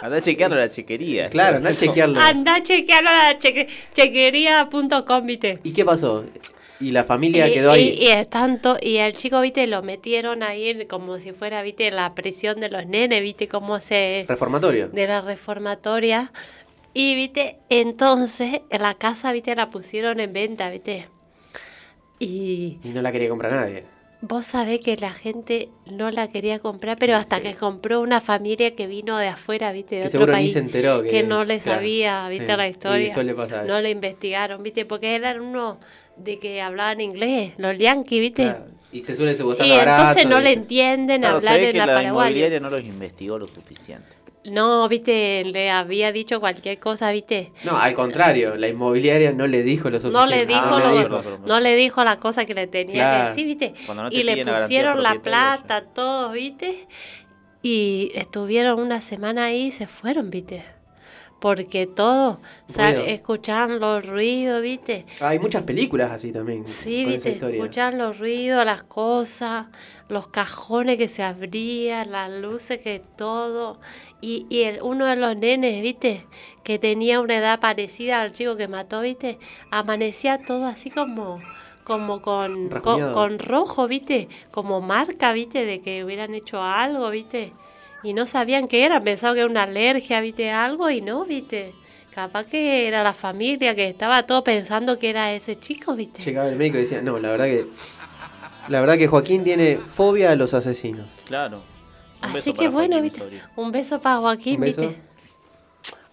Speaker 3: Andá a chequearlo a la chequería.
Speaker 2: Claro, andá a chequearlo.
Speaker 1: Andá a chequearlo a la cheque- chequería.com, viste.
Speaker 2: ¿Y qué pasó? Y la
Speaker 1: Y,
Speaker 2: familia quedó ahí.
Speaker 1: y- y es tanto, y al chico, viste, lo metieron ahí en- como si fuera, viste, la presión de los nenes, viste, cómo se...
Speaker 2: Reformatorio.
Speaker 1: De la reformatoria. Y, viste, entonces, en la casa, viste, la pusieron en venta, viste. Y
Speaker 2: Y no la quería comprar nadie.
Speaker 1: Vos sabés que la gente no la quería comprar, pero hasta que compró una familia que vino de afuera, ¿viste? De
Speaker 2: Que
Speaker 1: otro
Speaker 2: seguro ni
Speaker 1: país.
Speaker 2: se enteró que-
Speaker 1: no le
Speaker 2: claro,
Speaker 1: sabía, ¿viste?
Speaker 2: sí,
Speaker 1: La
Speaker 2: y
Speaker 1: historia.
Speaker 2: suele pasar.
Speaker 1: No le investigaron, ¿viste? Porque eran unos de que hablaban inglés, los yanquis, ¿viste?
Speaker 2: Y se suele gustar
Speaker 1: Y
Speaker 2: la barata.
Speaker 1: entonces no le entienden
Speaker 3: Claro, se
Speaker 1: hablar
Speaker 3: ve
Speaker 1: en
Speaker 3: que
Speaker 1: la,
Speaker 3: la
Speaker 1: paraguaya.
Speaker 3: inmobiliaria no los investigó lo suficiente.
Speaker 1: No, ¿viste? Le había dicho cualquier cosa, ¿viste?
Speaker 2: No, al contrario, la inmobiliaria no le dijo lo
Speaker 1: No le
Speaker 2: suficiente.
Speaker 1: dijo,
Speaker 2: Ah,
Speaker 1: lo-
Speaker 2: dijo.
Speaker 1: no le dijo la cosa que le tenía
Speaker 2: Claro.
Speaker 1: que decir, ¿viste?
Speaker 2: Cuando no te
Speaker 1: y le
Speaker 2: piden la garantía
Speaker 1: pusieron la
Speaker 2: propietaria,
Speaker 1: plata, todos, ¿viste? Y estuvieron una semana ahí y se fueron, ¿viste? Porque todos sal-
Speaker 2: Ruidos.
Speaker 1: escuchaban los ruidos, ¿viste?
Speaker 2: Hay muchas películas así también.
Speaker 1: Sí,
Speaker 2: con esa
Speaker 1: ¿viste?
Speaker 2: historia.
Speaker 1: Escuchaban los ruidos, las cosas, los cajones que se abrían, las luces que todo. Y, y el- uno de los nenes, ¿viste? Que tenía una edad parecida al chico que mató, ¿viste? Amanecía todo así como como con, con,
Speaker 2: Rasguñado.
Speaker 1: con rojo, ¿viste? Como marca, ¿viste? De que hubieran hecho algo, ¿viste? Y no sabían qué era, pensaban que era una alergia, ¿viste? Algo y no, ¿viste? Capaz que era la familia que estaba todo pensando que era ese chico, ¿viste?
Speaker 2: Llegaba el médico y decía, no, la verdad que. La verdad que Joaquín tiene fobia a los asesinos.
Speaker 3: Claro.
Speaker 1: Así que bueno, ¿viste? Un beso para Joaquín,
Speaker 2: Un beso.
Speaker 1: ¿viste?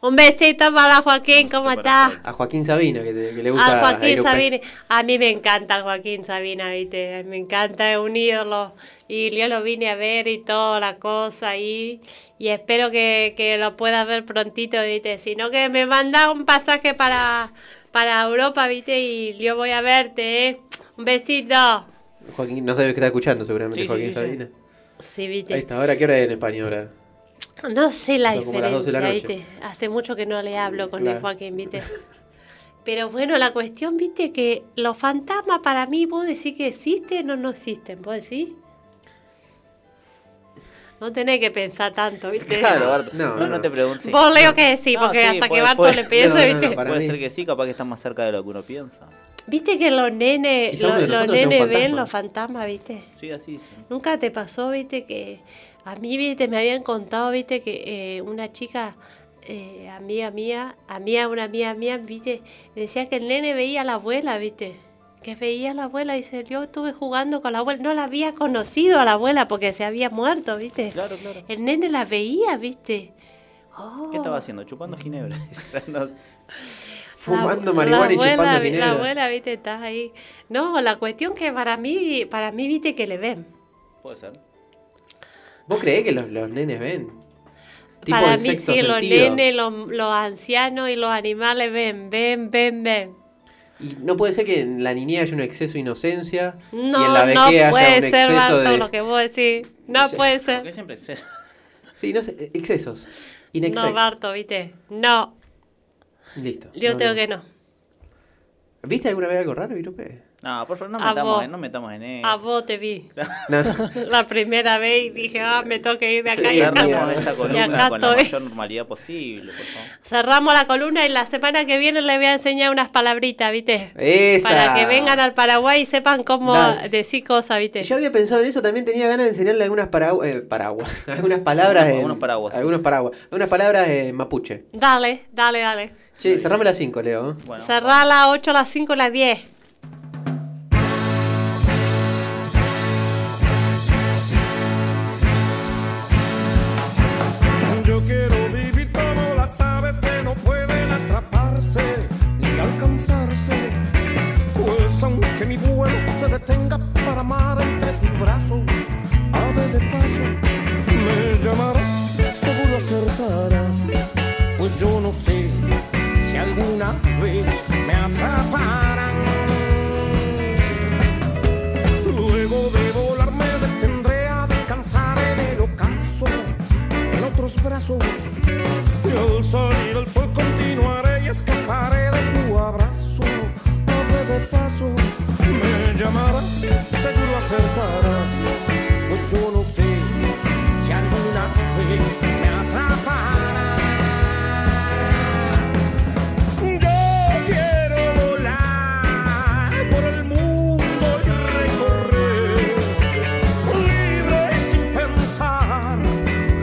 Speaker 1: Un besito para Joaquín, ¿cómo estás?
Speaker 2: A Joaquín Sabina, que, te- que le gusta.
Speaker 1: A Joaquín
Speaker 2: Aerosmith.
Speaker 1: Sabina. A mí me encanta el Joaquín Sabina, ¿viste? Me encanta, es un ídolo. Y yo lo vine a ver y toda la cosa ahí. Y espero que, que lo puedas ver prontito, ¿viste? Si no, que me manda un pasaje para, para Europa, ¿viste? Y yo voy a verte, ¿eh? Un besito.
Speaker 2: Joaquín, no sabes que está escuchando seguramente
Speaker 3: Sí, sí,
Speaker 2: Joaquín
Speaker 3: sí, sí.
Speaker 2: Sabina.
Speaker 1: Sí,
Speaker 2: Ahí
Speaker 1: ¿viste?
Speaker 2: está, ahora qué hora es en España ahora.
Speaker 1: No sé la
Speaker 2: Son como las doce de
Speaker 1: diferencia,
Speaker 2: la noche.
Speaker 1: ¿viste? Hace mucho que no le hablo con
Speaker 2: Claro.
Speaker 1: el Joaquín, ¿viste? Pero bueno, la cuestión, ¿viste? Que los fantasmas para mí, vos decís que existen o no existen, vos decís. No tenés que pensar tanto, ¿viste?
Speaker 3: Claro, Barto.
Speaker 2: No,
Speaker 3: No,
Speaker 2: no,
Speaker 3: no,
Speaker 2: no.
Speaker 3: te preguntes.
Speaker 1: Vos leo que sí, porque hasta
Speaker 2: pues,
Speaker 1: que Barto le piense, ¿viste?
Speaker 3: puede ser que sí, capaz que está más cerca de lo que uno piensa.
Speaker 1: Viste que los nenes,
Speaker 3: Quizá uno
Speaker 1: los,
Speaker 3: de
Speaker 1: los
Speaker 3: nosotros sea un
Speaker 1: nenes ven
Speaker 3: fantasma.
Speaker 1: los fantasmas, ¿viste?
Speaker 3: Sí, así sí.
Speaker 1: Nunca te pasó, viste, que a mí, viste, me habían contado, viste, que eh, una chica, eh, amiga mía, amiga, una amiga mía, viste, decía que el nene veía a la abuela, viste, que veía a la abuela, dice, yo estuve jugando con la abuela, no la había conocido a la abuela porque se había muerto, viste.
Speaker 3: Claro, claro.
Speaker 1: El nene la veía, viste. Oh.
Speaker 3: ¿Qué estaba haciendo? Chupando ginebra. Dice, no,
Speaker 2: Fumando marihuana y chupando
Speaker 1: vi-
Speaker 2: ginebra.
Speaker 1: La Oh, abuela, viste, está ahí. No, la cuestión que para mí, para mí, viste, que le ven.
Speaker 3: Puede ser.
Speaker 2: ¿Vos creés que los, los nenes ven?
Speaker 1: Para
Speaker 2: el
Speaker 1: mí
Speaker 2: sexto
Speaker 1: sí, los
Speaker 2: sentido.
Speaker 1: nenes, los, los ancianos y los animales ven, ven, ven, ven.
Speaker 2: Y no puede ser que en la niñez haya un exceso de inocencia y
Speaker 1: No,
Speaker 2: en la
Speaker 1: no
Speaker 2: vejez haya un
Speaker 1: puede ser,
Speaker 2: exceso
Speaker 1: Barto,
Speaker 2: de...
Speaker 1: lo que vos decís. No
Speaker 2: Sí.
Speaker 1: puede ser.
Speaker 3: siempre exceso?
Speaker 2: Sí, no sé, eh, excesos. In
Speaker 1: No,
Speaker 2: excess.
Speaker 1: Barto, viste. No,
Speaker 2: Listo.
Speaker 1: yo
Speaker 2: No,
Speaker 1: tengo
Speaker 2: no.
Speaker 1: que no.
Speaker 2: ¿Viste alguna vez algo raro, Virupe?
Speaker 3: No, por favor, no
Speaker 1: A
Speaker 3: metamos,
Speaker 1: vos.
Speaker 3: en- no metamos en
Speaker 1: A
Speaker 3: eso.
Speaker 1: vos te vi. La primera vez y dije, ah, me tengo que ir de acá. y, acá
Speaker 3: Cerremos esta
Speaker 1: y acá
Speaker 3: columna con la
Speaker 1: estoy.
Speaker 3: mayor normalidad posible, por favor.
Speaker 1: Cerramos la columna y la semana que viene les voy a enseñar unas palabritas, ¿viste?
Speaker 2: Esa.
Speaker 1: Para que vengan al Paraguay y sepan cómo
Speaker 2: Dale.
Speaker 1: decir cosas, ¿viste?
Speaker 2: Yo había pensado en eso, también tenía ganas de enseñarle algunas paragu- eh, paraguas, algunas palabras, en-
Speaker 3: Algunos paraguas, sí.
Speaker 2: algunos paraguas, algunas palabras en mapuche.
Speaker 1: Dale, dale, dale.
Speaker 2: Che, cerrame las 5, Leo. Bueno.
Speaker 1: Cerrá las 8, las 5, las 10.
Speaker 21: Yo quiero vivir como las aves que no pueden atraparse ni alcanzarse. Pues aunque mi vuelo se detenga para amar entre tus brazos, ave de paso, me llamarás, seguro acertarás. Pues yo no sé si alguna vez me atraparán. Luego de volar me detendré a descansar en el ocaso en otros brazos. Y al salir el sol continuaré y escaparé de tu abrazo. Pobre de paso, me llamarás, seguro acertarás. Pues yo no sé si alguna vez me atraparás. Yo quiero volar por el mundo y recorrer, libre y sin pensar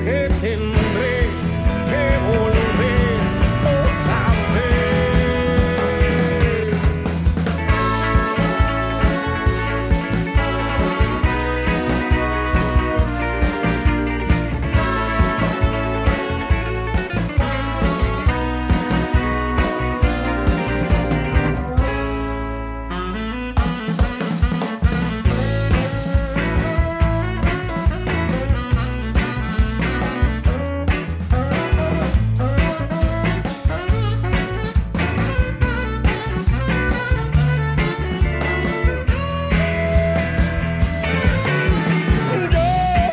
Speaker 21: que tendré que volver otra vez. Yo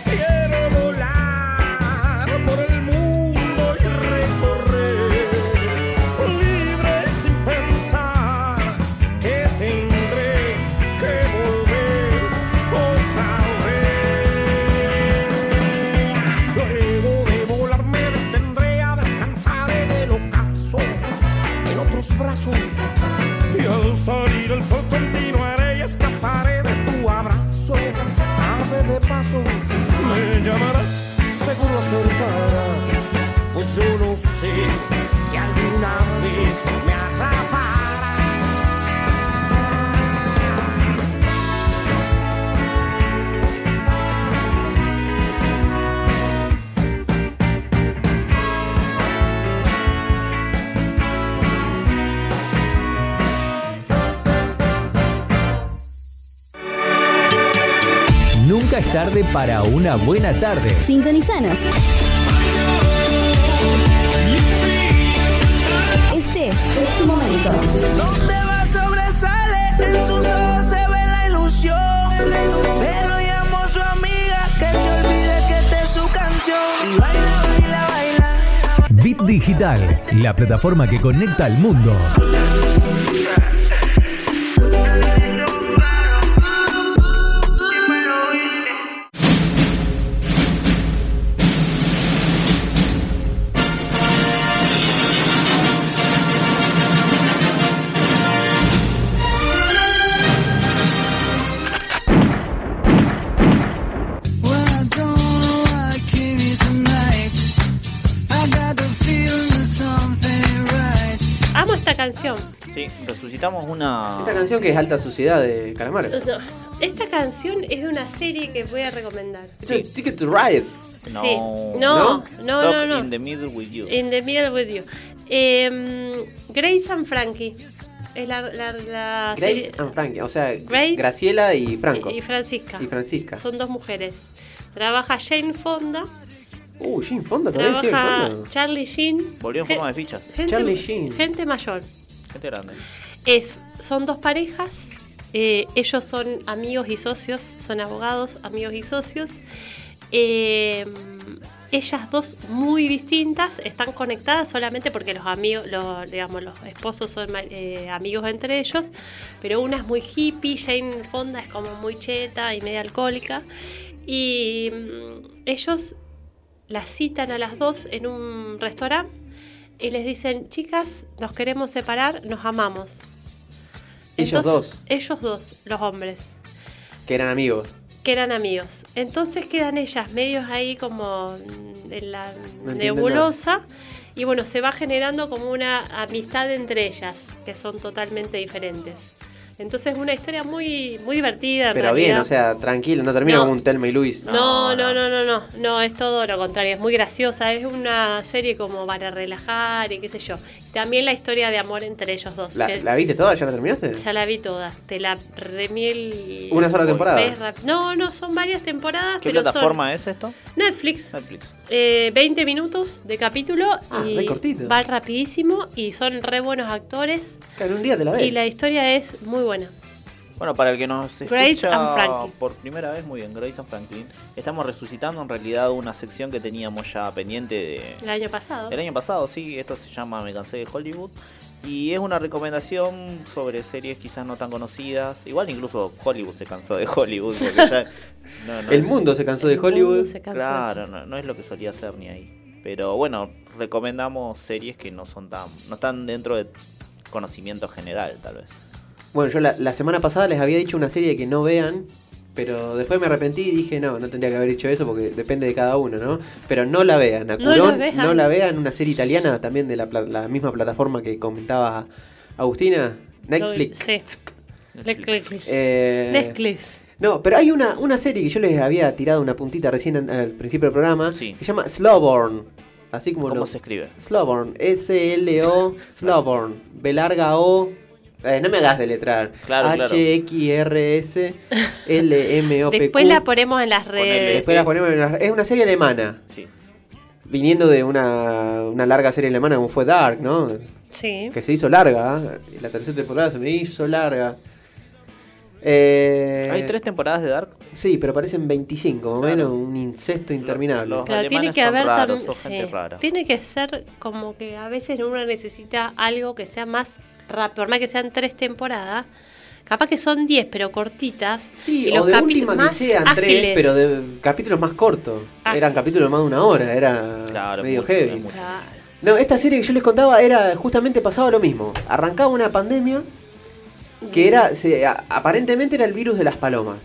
Speaker 21: quiero volar por el mundo y recorrer, libre sin pensar que tendré que volver otra vez. Luego de volar me detendré a descansar en el ocaso, en otros brazos. Y al salir el sol continuaré y escaparé de tu abrazo. Ave de paso, me llamarás, seguro acertarás. Pues yo no sé si alguna vez me atraparás.
Speaker 22: Nunca es tarde para una buena tarde.
Speaker 23: Sintonizanos. Este es tu momento.
Speaker 21: Donde va sobresale, en sus ojos se ve la ilusión. Pero llamo a su amiga que se olvide que esta es su canción. Y baila, baila, baila.
Speaker 22: Bit Digital, la plataforma que conecta al mundo.
Speaker 21: Well, I don't know what came here tonight. I got the feeling that something right.
Speaker 1: Amo esta canción.
Speaker 3: Sí, resucitamos una.
Speaker 2: Esta canción que es Alta Suciedad de Calamar. Esto
Speaker 1: No, Esta canción es de una serie que voy a recomendar.
Speaker 2: es Ticket to Ride.
Speaker 1: No. Sí. No, no, no,
Speaker 3: Stop
Speaker 1: no.
Speaker 3: in the middle with you.
Speaker 1: In the middle with you. Eh, Grace and Frankie. Es la, la-
Speaker 2: Grace
Speaker 1: la Ah, serie-
Speaker 2: and Frankie, o sea,
Speaker 1: Grace
Speaker 2: Graciela y Franco.
Speaker 1: y Francisca.
Speaker 2: Y Francisca.
Speaker 1: Son dos mujeres. Trabaja Jane Fonda.
Speaker 2: Uh, Jim Fonda también, sí,
Speaker 1: Trabaja
Speaker 2: Fonda.
Speaker 1: Charlie Sheen.
Speaker 3: Volvió en
Speaker 1: Gen-
Speaker 3: forma de fichas.
Speaker 1: gente-
Speaker 2: Charlie Sheen.
Speaker 1: Gente mayor.
Speaker 3: Gente grande.
Speaker 1: Es, son dos parejas, eh, ellos son amigos y socios, son abogados, amigos y socios. eh, ellas dos muy distintas, están conectadas solamente porque los amigos, los, digamos, los esposos son eh, amigos entre ellos, pero una es muy hippie, Jane Fonda es como muy cheta y media alcohólica, y mm, ellos las citan a las dos en un restaurante y les dicen, chicas, nos queremos separar, nos amamos.
Speaker 2: Ellos
Speaker 1: Entonces, Ellos dos, los hombres
Speaker 2: que eran amigos.
Speaker 1: que eran amigos. Entonces quedan ellas medios ahí como mm, en la
Speaker 2: entienden
Speaker 1: nebulosa y bueno, se va generando como una amistad entre ellas, que son totalmente diferentes. Entonces una historia muy muy divertida. en
Speaker 2: Pero bien,
Speaker 1: realidad.
Speaker 2: o sea, tranquilo, no termina
Speaker 1: No.
Speaker 2: como un Telma y Luis.
Speaker 1: No, no, no, no, no, no, es todo lo contrario, es muy graciosa, es una serie como para relajar y qué sé yo. También la historia de amor entre ellos dos.
Speaker 2: ¿La,
Speaker 1: que-
Speaker 2: la viste toda? ¿Ya la terminaste?
Speaker 1: ya la vi toda, te la remiel.
Speaker 2: ¿Una sola temporada?
Speaker 1: No, no, son varias temporadas.
Speaker 3: ¿Qué
Speaker 1: pero son-
Speaker 3: plataforma es esto?
Speaker 1: Netflix.
Speaker 3: Netflix.
Speaker 1: Eh, 20 minutos de capítulo y
Speaker 2: Ah, re cortito.
Speaker 1: va rapidísimo y son re buenos actores.
Speaker 2: un día te la ves.
Speaker 1: Y la historia es muy buena.
Speaker 3: Bueno, para el que nos
Speaker 1: Grace
Speaker 3: escucha
Speaker 1: and Franklin.
Speaker 3: por primera vez, muy bien, Grace and Franklin, estamos resucitando en realidad una sección que teníamos ya pendiente de,
Speaker 1: El año pasado.
Speaker 3: del año pasado, sí, esto se llama Me cansé de Hollywood. Y es una recomendación sobre series quizás no tan conocidas. Igual incluso Hollywood se cansó de Hollywood. porque ya- no, no
Speaker 2: El
Speaker 3: es-
Speaker 2: mundo se cansó de El mundo Hollywood. se cansó de
Speaker 3: Claro, no, no es lo que solía hacer ni ahí. Pero bueno, recomendamos series que no son tan no están dentro de conocimiento general, tal vez.
Speaker 2: Bueno, yo la, la semana pasada les había dicho una serie que no vean, pero después me arrepentí y dije, no, no tendría que haber hecho eso porque depende de cada uno, ¿no? Pero no la vean, a
Speaker 1: No la
Speaker 2: Curón,
Speaker 1: vean.
Speaker 2: no la vean, una serie italiana también de la, pla- la misma plataforma que comentaba Agustina, Netflix.
Speaker 1: Sí. Netflix.
Speaker 2: Eh,
Speaker 1: Netflix.
Speaker 2: No, pero hay una, una serie que yo les había tirado una puntita recién an- al principio del programa, que se llama Slowborn. Así como
Speaker 3: ¿Cómo
Speaker 2: lo-
Speaker 3: se escribe?
Speaker 2: Slowborn, S-L-O, Slowborn, B larga O, eh, no me hagas deletrar,
Speaker 3: Claro, claro.
Speaker 2: H-X-R-S-L-M-O-P-Q.
Speaker 1: Después la ponemos en las redes.
Speaker 2: Después la ponemos en las- Es una serie alemana.
Speaker 3: Sí.
Speaker 2: Viniendo de una, una larga serie alemana como fue Dark, ¿no?
Speaker 1: Sí.
Speaker 2: Que se hizo larga, ¿eh? la tercera temporada se me hizo larga. Eh,
Speaker 3: ¿Hay tres temporadas de Dark?
Speaker 2: Sí, pero parecen 25, más o menos, un incesto interminable.
Speaker 1: Claro, tiene que haber tam- sí.
Speaker 2: rara.
Speaker 1: Tiene que ser como que a veces uno necesita algo que sea más rápido, por más que sean tres temporadas. Capaz que son 10, pero cortitas.
Speaker 2: Sí,
Speaker 1: y
Speaker 2: o
Speaker 1: los
Speaker 2: de
Speaker 1: capítulos
Speaker 2: última que
Speaker 1: más
Speaker 2: sean tres,
Speaker 1: ágiles. Ah.
Speaker 2: pero de capítulos más cortos. Eran capítulos más de una hora, era medio
Speaker 3: mucho,
Speaker 2: heavy.
Speaker 3: es mucho.
Speaker 2: No, esta serie que yo les contaba era justamente pasaba lo mismo. Arrancaba una pandemia que era, se- a- aparentemente era el virus de las palomas.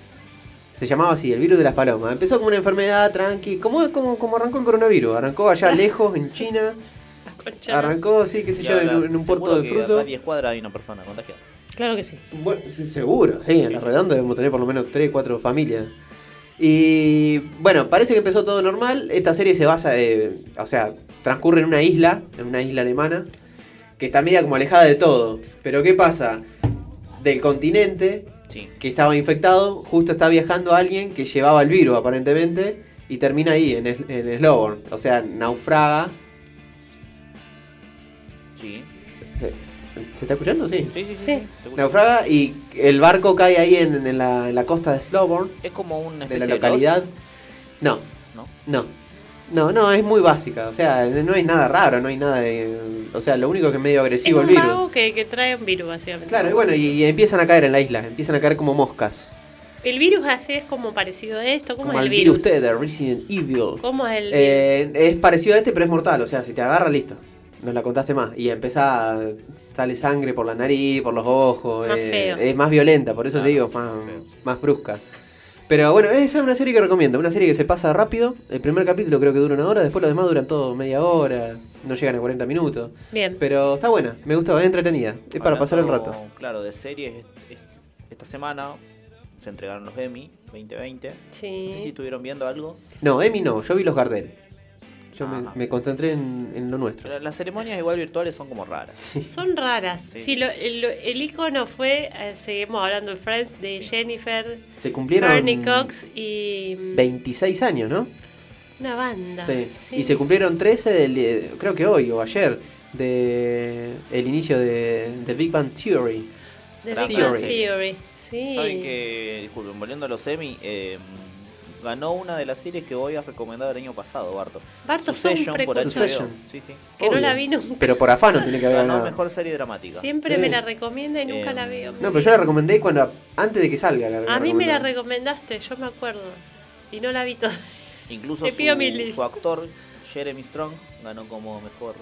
Speaker 2: Se llamaba así, el virus de las palomas. Empezó como una enfermedad tranqui, como, como, como arrancó el coronavirus. Arrancó allá lejos, en China. Arrancó, sí, qué sé
Speaker 3: Y
Speaker 2: yo, en,
Speaker 3: ahora,
Speaker 2: un- en un
Speaker 3: seguro
Speaker 2: puerto de
Speaker 3: que acá
Speaker 2: fruto.
Speaker 3: a 10 cuadras hay una persona contagiada.
Speaker 1: Claro que sí.
Speaker 2: Bueno, sí, seguro, sí, en la redonda debemos tener por lo menos 3, 4 familias. Y bueno, parece que empezó todo normal. Esta serie se basa, eh, o sea, transcurre en una isla, en una isla alemana, que está media como alejada de todo. Pero ¿qué pasa? Del continente
Speaker 3: Sí.
Speaker 2: que estaba infectado, justo está viajando alguien que llevaba el virus aparentemente y termina ahí, en, es- en Slowborn. O sea, naufraga.
Speaker 3: Sí.
Speaker 2: ¿Se, se está escuchando? Sí.
Speaker 3: Sí, sí, sí.
Speaker 1: Sí.
Speaker 3: sí, te gusta.
Speaker 2: Naufraga y el barco cae ahí en, en la, en la costa de Slowborn,
Speaker 3: Es como una
Speaker 2: de
Speaker 3: especie
Speaker 2: la localidad.
Speaker 3: Lost.
Speaker 2: No,
Speaker 3: ¿No?
Speaker 2: no. No, no, es muy básica. O sea, no hay nada raro, no hay nada de. O sea, lo único que es medio
Speaker 1: Es
Speaker 2: agresivo
Speaker 1: un
Speaker 2: el virus.
Speaker 1: mago que, que trae un virus, básicamente.
Speaker 2: Claro, y bueno, y, y empiezan a caer en la isla, empiezan a caer como moscas.
Speaker 1: El virus así es como parecido a esto. ¿Cómo
Speaker 2: Como
Speaker 1: es
Speaker 2: el
Speaker 1: el virus?
Speaker 2: virus T de Resident Evil.
Speaker 1: ¿Cómo es el
Speaker 2: Eh, es parecido a este, pero es mortal. O sea, si te agarra, listo. Nos la contaste más. Y empieza. a- Sale sangre por la nariz, por los ojos.
Speaker 1: Más
Speaker 2: eh,
Speaker 1: feo.
Speaker 2: Es más violenta, por eso te digo, es más, más brusca. Pero bueno, esa es una serie que recomiendo. Una serie que se pasa rápido. El primer capítulo creo que dura una hora. Después los demás duran todo media hora. No llegan a 40 minutos.
Speaker 1: Bien.
Speaker 2: Pero está buena. Me gustó, es entretenida. Es para
Speaker 3: Hablando,
Speaker 2: pasar el rato.
Speaker 3: Claro, de series, es- es- esta semana se entregaron los Emmy 2020.
Speaker 1: Sí.
Speaker 3: No sé si estuvieron viendo algo.
Speaker 2: No, Emi no. Yo vi los Gardel. Yo me,
Speaker 3: Ah.
Speaker 2: me concentré en, en lo nuestro.
Speaker 3: Pero las ceremonias igual virtuales son como raras.
Speaker 1: Son raras.
Speaker 3: Sí.
Speaker 1: Sí, lo- el, el icono fue, eh, seguimos hablando de Friends, de Jennifer,
Speaker 2: Se cumplieron-
Speaker 1: Bernie Cox y mm,
Speaker 2: 26 años, ¿no?
Speaker 1: una banda.
Speaker 2: Sí.
Speaker 1: Sí.
Speaker 2: Y se cumplieron 13 del, eh, creo que hoy o ayer, de el inicio de, de Big Bang Theory.
Speaker 1: The
Speaker 3: Gran
Speaker 1: Big Bang
Speaker 3: serie.
Speaker 1: Theory. Sí.
Speaker 3: Saben que, disculpen, volviendo a los Emmy, eh, ganó una de las series que voy a recomendar el año pasado, Barto.
Speaker 1: Barto, sos un
Speaker 3: Succession por HBO.
Speaker 1: precursor.
Speaker 3: Sí, sí.
Speaker 1: Que no la vi nunca.
Speaker 2: Pero por afano tiene que haber
Speaker 3: Ganó
Speaker 2: ganado.
Speaker 3: mejor serie dramática.
Speaker 1: Siempre me la recomienda y
Speaker 3: Eh,
Speaker 1: nunca la veo.
Speaker 2: No, pero yo la recomendé cuando antes de que salga. La
Speaker 1: A mí me la
Speaker 2: recomendé.
Speaker 1: recomendaste, yo me acuerdo. Y no la vi toda.
Speaker 3: Incluso
Speaker 1: Te pido
Speaker 3: su,
Speaker 1: mil dis-
Speaker 3: su actor, Jeremy Strong, ganó como mejor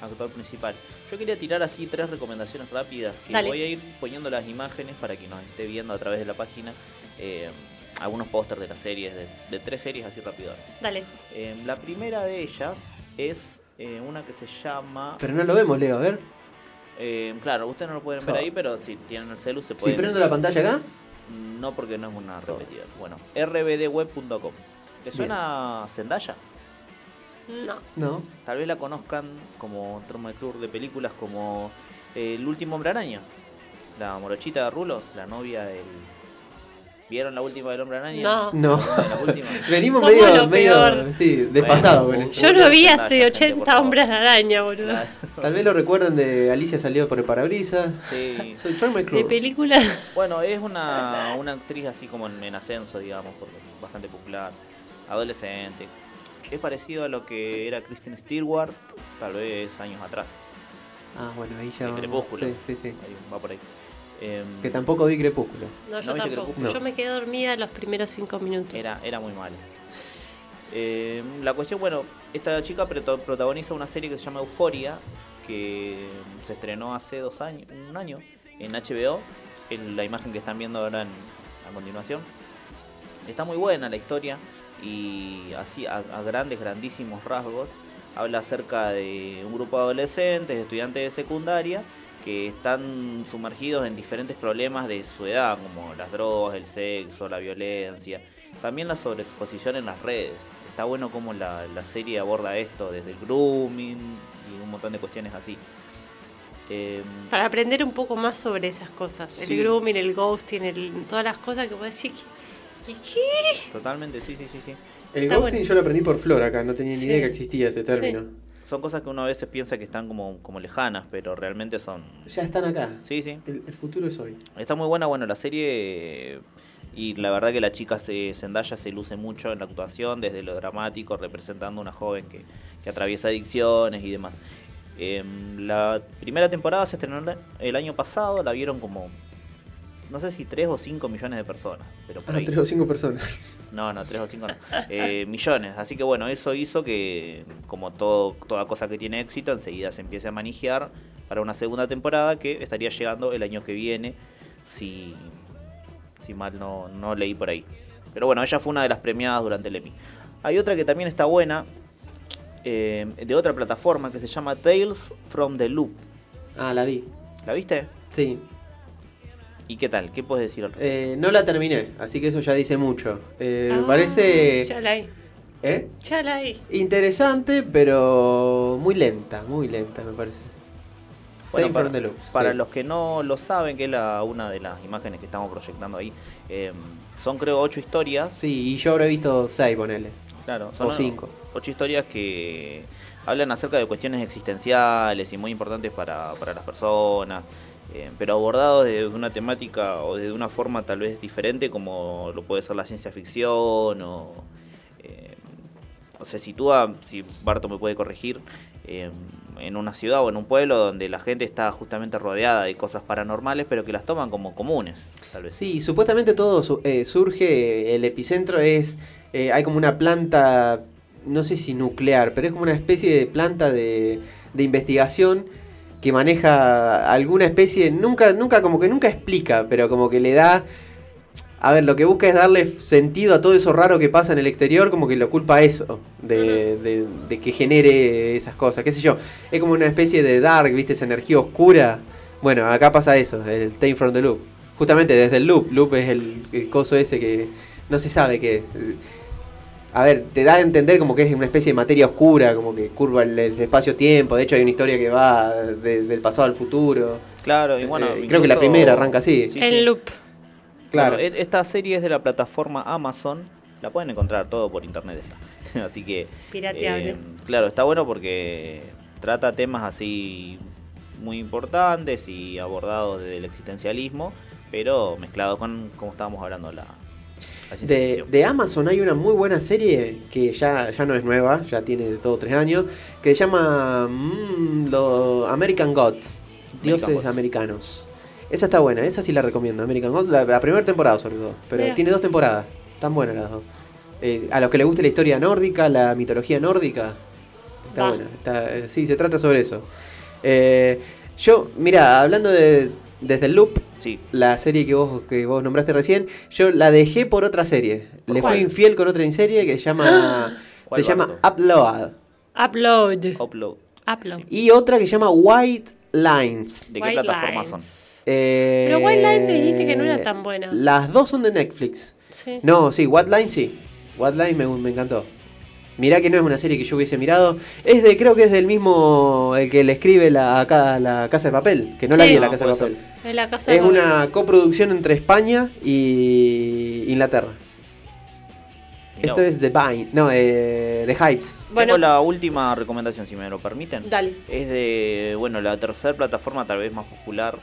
Speaker 3: actor principal. Yo quería tirar así tres recomendaciones rápidas que
Speaker 1: Dale.
Speaker 3: voy a ir poniendo las imágenes para que nos esté viendo a través de la página. eh, algunos pósters de las series, de, de tres series así rápido.
Speaker 1: Dale.
Speaker 3: Eh, la primera de ellas es eh, una que se llama...
Speaker 2: Pero no lo vemos, Leo, a ver.
Speaker 3: Eh, claro, ustedes no lo pueden ver
Speaker 2: Ah.
Speaker 3: ahí, pero si tienen el celu se
Speaker 2: Si
Speaker 3: pueden... Mm,
Speaker 2: prendo la pantalla acá.
Speaker 3: No, porque no es una repetida. Bueno, rbdweb.com. ¿Te suena Zendaya?
Speaker 1: No.
Speaker 2: No.
Speaker 3: Tal vez la conozcan como tour de películas como eh, El último hombre araña. La morochita de Rulos, la novia del... ¿Vieron la última del hombre araña?
Speaker 1: No.
Speaker 2: No.
Speaker 3: La última.
Speaker 2: Venimos
Speaker 1: Somos
Speaker 2: medio,
Speaker 1: lo
Speaker 2: medio
Speaker 1: peor.
Speaker 2: sí, desfasados con eso.
Speaker 1: Yo no vi hace 80 hombres de araña, boludo.
Speaker 2: Tal vez lo recuerden de Alicia salió por el parabrisas.
Speaker 3: Sí.
Speaker 2: Soy John
Speaker 1: De película.
Speaker 3: Bueno, es una, una actriz así como en, en ascenso, digamos, porque es bastante popular, adolescente. Es parecido a lo que era Kristen Stewart, tal vez años atrás,
Speaker 2: Ah, bueno, ahí ya.
Speaker 3: de
Speaker 2: vamos.
Speaker 3: Crepúsculo.
Speaker 2: Sí, sí, sí.
Speaker 3: Ahí, va por ahí. Em,
Speaker 2: Que tampoco vi Crepúsculo.
Speaker 1: No, yo
Speaker 3: ¿No viste
Speaker 1: tampoco.
Speaker 3: Crepúsculo?
Speaker 1: Yo me quedé dormida los primeros 5 minutos.
Speaker 3: Era, era muy mal. Eh, la cuestión, bueno, esta chica preto- protagoniza una serie que se llama Euforia, que se estrenó hace dos años, un año, en HBO, en la imagen que están viendo ahora en- a continuación. Está muy buena la historia y así a, a grandes, grandísimos rasgos habla acerca de un grupo de adolescentes, estudiantes de secundaria, que están sumergidos en diferentes problemas de su edad, como las drogas, el sexo, la violencia, también la sobreexposición en las redes. Está bueno como la, la serie aborda esto, desde el grooming y un montón de cuestiones así. Eh,
Speaker 1: Para aprender un poco más sobre esas cosas.
Speaker 3: Sí.
Speaker 1: El grooming, el ghosting, el, todas las cosas que vos decís. ¿Y qué?
Speaker 3: totalmente, sí, sí, sí, sí.
Speaker 2: El
Speaker 1: Está
Speaker 2: ghosting
Speaker 1: bueno.
Speaker 2: yo lo aprendí por Flor acá, no tenía ni
Speaker 1: Sí.
Speaker 2: idea que existía ese término.
Speaker 3: Son cosas que uno a veces piensa que están como, como lejanas, pero realmente son...
Speaker 2: Ya están acá.
Speaker 3: Sí, sí.
Speaker 2: El, el futuro es hoy.
Speaker 3: Está muy buena, bueno, la serie eh, y la verdad que la chica se, Zendaya se luce mucho en la actuación, desde lo dramático, representando a una joven que, que atraviesa adicciones y demás. Em, la primera temporada se estrenó la- el año pasado, la vieron como, no sé si 3 o 5 millones de personas, pero por
Speaker 2: Ah,
Speaker 3: ahí.
Speaker 2: tres o cinco personas.
Speaker 3: No, no, 3 o 5 no. Eh, millones. Así que bueno, eso hizo que, como todo, toda cosa que tiene éxito, enseguida se empiece a manijear para una segunda temporada que estaría llegando el año que viene, si, si mal no, no leí por ahí. Pero bueno, ella fue una de las premiadas durante el Emmy. Hay otra que también está buena, eh, de otra plataforma que se llama Tales from the Loop.
Speaker 2: Ah, la vi.
Speaker 3: ¿La viste?
Speaker 2: Sí.
Speaker 3: ¿Y qué tal? ¿Qué puedes decir al respecto?
Speaker 2: Eh, no la terminé, así que eso ya dice mucho. Eh, me
Speaker 1: Ah, Ya
Speaker 2: parece
Speaker 1: la vi.
Speaker 2: ¿eh?
Speaker 1: Ya la vi.
Speaker 2: interesante, pero muy lenta, muy lenta me parece.
Speaker 3: Bueno,
Speaker 2: Same
Speaker 3: para
Speaker 2: from the loop,
Speaker 3: para
Speaker 2: sí.
Speaker 3: los que no lo saben, que es la, una de las imágenes que estamos proyectando ahí, eh, son creo ocho historias.
Speaker 2: Sí, y yo habré visto seis, ponele.
Speaker 3: Claro,
Speaker 2: o cinco.
Speaker 3: Ocho historias que hablan acerca de cuestiones existenciales y muy importantes para, para las personas, eh, pero abordados desde una temática o desde una forma tal vez diferente como lo puede ser la ciencia ficción o... eh, se sitúa, si Barto me puede corregir, eh, en una ciudad o en un pueblo donde la gente está justamente rodeada de cosas paranormales, pero que las toman como comunes, tal vez.
Speaker 2: Sí, supuestamente todo su- eh, surge, el epicentro es, eh, hay como una planta, no sé si nuclear, pero es como una especie de planta de, de investigación que maneja alguna especie, nunca, nunca, como que nunca explica, pero como que le da, a ver, lo que busca es darle sentido a todo eso raro que pasa en el exterior, como que lo culpa a eso, de, de- de que genere esas cosas, qué sé yo. Es como una especie de dark, viste, esa energía oscura. Bueno, acá pasa eso, el Time from the Loop. Justamente desde el loop. Loop es el, el coso ese que no se sabe qué es. A ver, te da a entender como que es una especie de materia oscura, como que curva el, el espacio-tiempo. De hecho, hay una historia que va de- del pasado al futuro.
Speaker 3: Claro, y bueno,
Speaker 2: Eh, creo que la
Speaker 3: incluso-
Speaker 2: primera arranca así.
Speaker 3: Sí,
Speaker 1: En
Speaker 3: sí.
Speaker 1: loop.
Speaker 2: Claro.
Speaker 3: Claro. e- esta serie es de la plataforma Amazon. La pueden encontrar todo por internet. esta. así que.
Speaker 1: Pirateable.
Speaker 3: eh, claro, está bueno porque trata temas así muy importantes y abordados desde el existencialismo, pero mezclado con, como estábamos hablando, la,
Speaker 2: De, de Amazon hay una muy buena serie que ya, ya no es nueva, ya tiene de todo tres años, que se llama mm, lo- American Gods, Dioses
Speaker 3: Gods.
Speaker 2: Americanos. Esa está buena, esa sí la recomiendo, American Gods, la, la primera temporada sobre todo, pero
Speaker 3: Mira.
Speaker 2: tiene dos temporadas, están buenas las dos. Eh, a los que les guste la historia nórdica, la mitología nórdica, está
Speaker 3: Va.
Speaker 2: buena, está- eh, sí, se trata sobre eso. Eh, yo, mira, hablando de desde el loop, la serie que vos que vos nombraste recién, yo la dejé por otra serie. Le
Speaker 1: cuál? ¡Ah!
Speaker 2: fui infiel con otra serie que se llama se
Speaker 1: ¿Cuál,
Speaker 2: llama Upload
Speaker 1: Upload.
Speaker 3: Upload.
Speaker 1: Upload.
Speaker 2: y otra que se llama White Lines.
Speaker 1: ¿De qué White plataforma Lines. son?
Speaker 2: Eh,
Speaker 1: Pero White Lines me dijiste que no era tan buena.
Speaker 2: Las dos son de Netflix.
Speaker 1: Sí.
Speaker 2: No, sí, White Lines sí. White Lines me, me encantó. Mirá que no es una serie que yo hubiese mirado. Es de, creo que es del mismo, el que le escribe la, acá, la Casa de Papel. Que no la
Speaker 1: Sí.
Speaker 3: Ah,
Speaker 2: vi en la
Speaker 1: No,
Speaker 2: Casa de
Speaker 1: puede
Speaker 2: Papel.
Speaker 1: Es la casa
Speaker 2: Es
Speaker 1: de-
Speaker 2: una coproducción entre España y Inglaterra. Esto es The Vine, no, eh, The Hypes.
Speaker 3: Tengo la última recomendación, si me lo permiten.
Speaker 1: Dale.
Speaker 3: Es de, bueno, la tercera plataforma tal vez más popular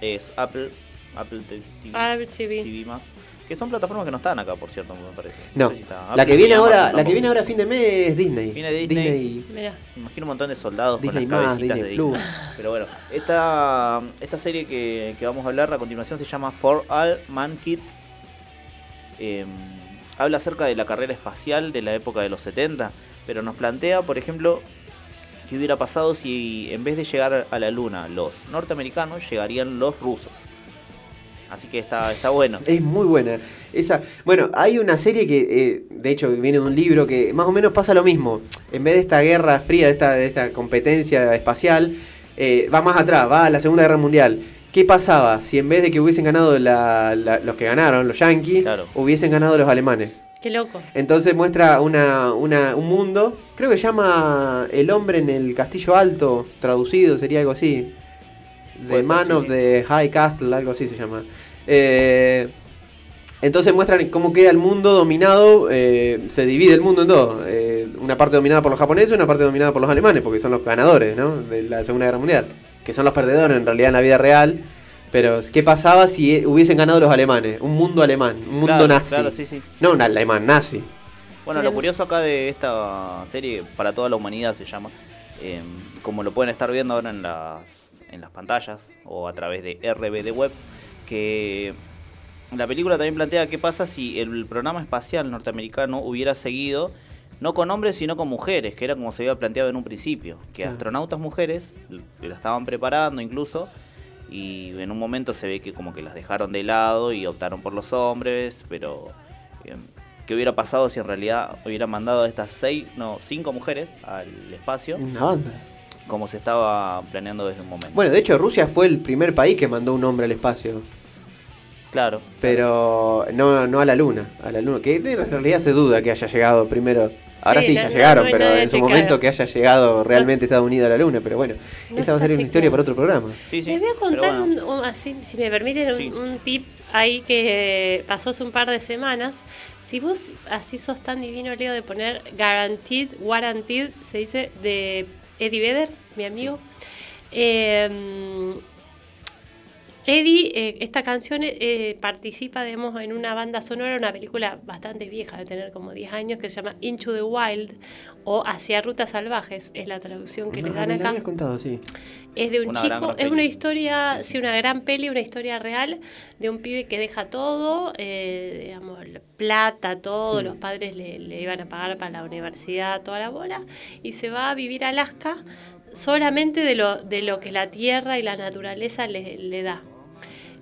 Speaker 3: es Apple, Apple T- TV,
Speaker 1: Apple TV.
Speaker 3: más, que son plataformas que no están acá, por cierto, me parece.
Speaker 2: No,
Speaker 3: sé si está Ah,
Speaker 2: la
Speaker 3: Apple
Speaker 2: que viene
Speaker 3: ni
Speaker 2: ahora,
Speaker 3: Amazon
Speaker 2: la que
Speaker 3: tampoco.
Speaker 2: viene ahora a fin de mes es Disney.
Speaker 3: Viene Disney.
Speaker 1: Mira.
Speaker 3: Imagino un montón de soldados
Speaker 2: Disney
Speaker 3: con las
Speaker 2: más,
Speaker 3: cabecitas
Speaker 2: Disney
Speaker 3: de Disney.
Speaker 2: Plus.
Speaker 3: Pero bueno, esta, esta serie que, que vamos a hablar a continuación se llama For All Man Kids. Eh, habla acerca de la carrera espacial de la época de los 70, pero nos plantea, por ejemplo, qué hubiera pasado si en vez de llegar a la luna los norteamericanos, llegarían los rusos. Así que está, está bueno.
Speaker 2: Es muy buena. Esa, bueno, hay una serie que, eh, de hecho, viene de un libro que más o menos pasa lo mismo. En vez de esta guerra fría, de esta, de esta competencia espacial, eh, va más atrás, va a la Segunda Guerra Mundial. ¿Qué pasaba si en vez de que hubiesen ganado la- la- los que ganaron, los yanquis, hubiesen ganado los alemanes?
Speaker 1: Qué loco.
Speaker 2: Entonces muestra una, una- un mundo, creo que llama El hombre en el castillo alto, traducido sería algo así. The
Speaker 3: Puede ser,
Speaker 2: Man
Speaker 3: sí.
Speaker 2: of the High Castle, algo así se llama. Eh, entonces muestran cómo queda el mundo dominado, eh, se divide el mundo en dos. eh, una parte dominada por los japoneses y una parte dominada por los alemanes, porque son los ganadores ¿no? de la Segunda Guerra Mundial. Que son los perdedores en realidad en la vida real. Pero ¿qué pasaba si eh, hubiesen ganado los alemanes? Un mundo alemán, un mundo
Speaker 3: Claro,
Speaker 2: nazi.
Speaker 3: claro, sí, sí.
Speaker 2: No, un alemán nazi.
Speaker 3: Bueno,
Speaker 2: Claro.
Speaker 3: lo curioso acá de esta serie, para toda la humanidad se llama, eh, como lo pueden estar viendo ahora en las, en las pantallas o a través de RBD Web, que la película también plantea qué pasa si el programa espacial norteamericano hubiera seguido, no con hombres, sino con mujeres, que era como se había planteado en un principio, que
Speaker 2: Claro.
Speaker 3: astronautas mujeres la estaban preparando incluso, y en un momento se ve que como que las dejaron de lado y optaron por los hombres, pero eh, qué hubiera pasado si en realidad hubieran mandado a estas seis, no, cinco mujeres al espacio,
Speaker 2: Una banda.
Speaker 3: como se estaba planeando desde un momento.
Speaker 2: Bueno, de hecho Rusia fue el primer país que mandó un hombre al espacio.
Speaker 3: Claro.
Speaker 2: Pero no, no a la luna, a la luna, que en realidad se duda que haya llegado primero. Ahora sí,
Speaker 3: no-
Speaker 2: ya
Speaker 3: no-
Speaker 2: llegaron,
Speaker 3: no hay
Speaker 2: pero
Speaker 3: nadie
Speaker 2: en su
Speaker 3: checado.
Speaker 2: momento que haya llegado realmente Estados Unidos a la luna, pero bueno,
Speaker 1: No
Speaker 2: esa va a ser
Speaker 1: está
Speaker 2: una historia
Speaker 1: chequeado.
Speaker 2: para otro programa.
Speaker 3: Sí,
Speaker 1: Les voy a contar,
Speaker 2: bueno.
Speaker 1: un, un- así, si me permiten, un, un tip ahí que eh, pasó hace un par de semanas. Si vos así sos tan divino, Leo, de poner guaranteed, guaranteed, se dice, de Eddie Vedder, mi amigo. Eh, Eddie, eh, esta canción eh, participa, digamos, en una banda sonora, una película bastante vieja, de tener como 10 años, que se llama Into the Wild o Hacia Rutas Salvajes, es la traducción que
Speaker 2: No,
Speaker 1: les
Speaker 2: me
Speaker 1: dan
Speaker 2: la
Speaker 1: acá.
Speaker 2: habías contado, sí.
Speaker 1: Es de un
Speaker 2: Una gran,
Speaker 1: chico,
Speaker 2: gran
Speaker 1: es
Speaker 2: peli.
Speaker 1: una historia, sí, una gran peli, una historia real de un pibe que deja todo, eh, digamos, la plata, todo,
Speaker 24: Mm.
Speaker 1: los padres le, le iban a pagar para la universidad, toda la bola, y se va a vivir a Alaska solamente de lo, de lo que la tierra y la naturaleza le, le da.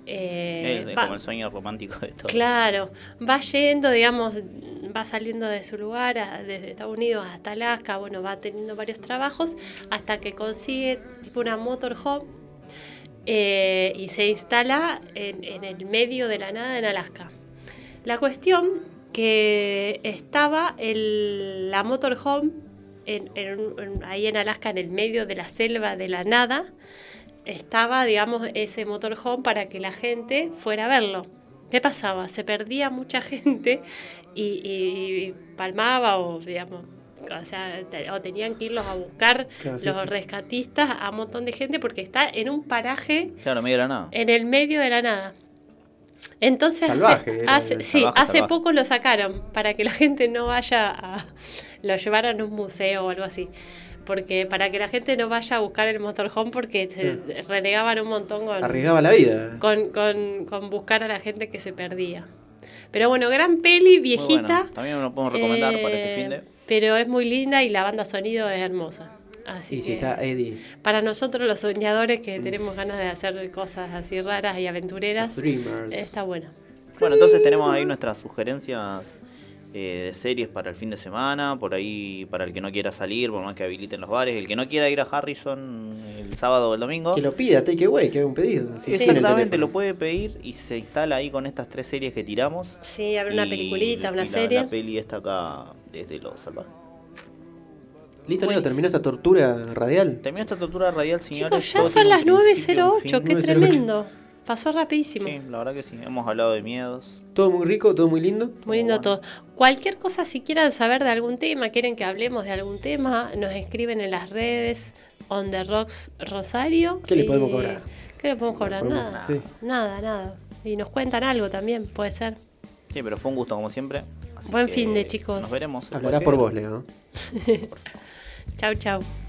Speaker 1: Eh,
Speaker 3: es, es
Speaker 1: va-
Speaker 3: como el sueño romántico de todo.
Speaker 1: Claro, va yendo, digamos, va saliendo de su lugar, a- desde Estados Unidos hasta Alaska, bueno, va teniendo varios trabajos, hasta que consigue tipo una motorhome eh, y se instala en, en el medio de la nada en Alaska. La cuestión que estaba el, la motorhome en- en un- en- ahí en Alaska, en el medio de la selva de la nada, estaba, digamos, ese motorhome para que la gente fuera a verlo. ¿Qué pasaba? Se perdía mucha gente y, y- y palmaba o, digamos, o, sea, te- o tenían que irlos a buscar
Speaker 3: Claro, sí,
Speaker 1: los
Speaker 3: sí.
Speaker 1: rescatistas a un montón de gente porque está en un paraje Eh,
Speaker 3: Claro, medio de la nada.
Speaker 1: en el medio de la nada. Entonces,
Speaker 2: Salvaje,
Speaker 1: hace,
Speaker 2: era
Speaker 1: hace-
Speaker 2: el
Speaker 1: sí,
Speaker 2: trabajo
Speaker 1: hace
Speaker 2: salvaje.
Speaker 1: poco lo sacaron para que la gente no vaya a. lo llevaran a un museo o algo así. Porque para que la gente no vaya a buscar el motorhome porque se renegaban un montón con.
Speaker 2: Hmm. Arriesgaba la vida.
Speaker 1: Con, con- con buscar a la gente que se perdía. Pero bueno, gran peli,
Speaker 3: Muy bueno,
Speaker 1: viejita.
Speaker 3: También lo podemos recomendar para
Speaker 1: eh,
Speaker 3: este fin de.
Speaker 1: Pero es muy linda y la banda sonido es hermosa. Así
Speaker 2: Y si
Speaker 1: que-
Speaker 2: está Eddie.
Speaker 1: para nosotros los soñadores que tenemos ganas de hacer cosas así raras y aventureras,
Speaker 3: Los dreamers.
Speaker 1: está bueno.
Speaker 3: Bueno, entonces tenemos ahí nuestras sugerencias eh, de series para el fin de semana, por ahí para el que no quiera salir, por más que habiliten los bares, el que no quiera ir a Harrison el sábado o el domingo.
Speaker 2: Que lo pida, takeaway, que haga un pedido. Si tiene el
Speaker 3: Exactamente,
Speaker 2: teléfono.
Speaker 3: lo puede pedir y se instala ahí con estas tres series que tiramos.
Speaker 1: Sí, habrá una
Speaker 3: Y-
Speaker 1: peliculita, una
Speaker 3: y la-
Speaker 1: serie.
Speaker 3: La peli está acá desde los salvajes.
Speaker 2: Listo, Leo, terminó esta tortura radial.
Speaker 3: Terminó esta tortura radial, señores.
Speaker 1: Chicos, ya
Speaker 3: Todo
Speaker 1: son
Speaker 3: tiene
Speaker 1: las
Speaker 3: un principio, un
Speaker 1: 9.08,
Speaker 3: fin.
Speaker 1: qué tremendo. Pasó rapidísimo.
Speaker 3: Sí, la verdad que sí, hemos hablado de miedos.
Speaker 2: Todo muy rico, todo muy lindo.
Speaker 1: Muy lindo todo. Cualquier cosa, si quieran saber de algún tema, quieren que hablemos de algún tema, nos escriben en las redes On The Rocks Rosario.
Speaker 2: ¿Qué le
Speaker 1: y-
Speaker 2: podemos cobrar?
Speaker 1: ¿Qué le podemos cobrar?
Speaker 2: podemos-
Speaker 1: nada.
Speaker 2: sí.
Speaker 1: Nada, nada. Y nos cuentan algo también, puede ser.
Speaker 3: Sí, pero fue un gusto como siempre. Así
Speaker 1: Buen
Speaker 3: que
Speaker 1: fin de chicos.
Speaker 3: Nos veremos.
Speaker 2: Hablará por vos, Leo.
Speaker 1: chau, chau.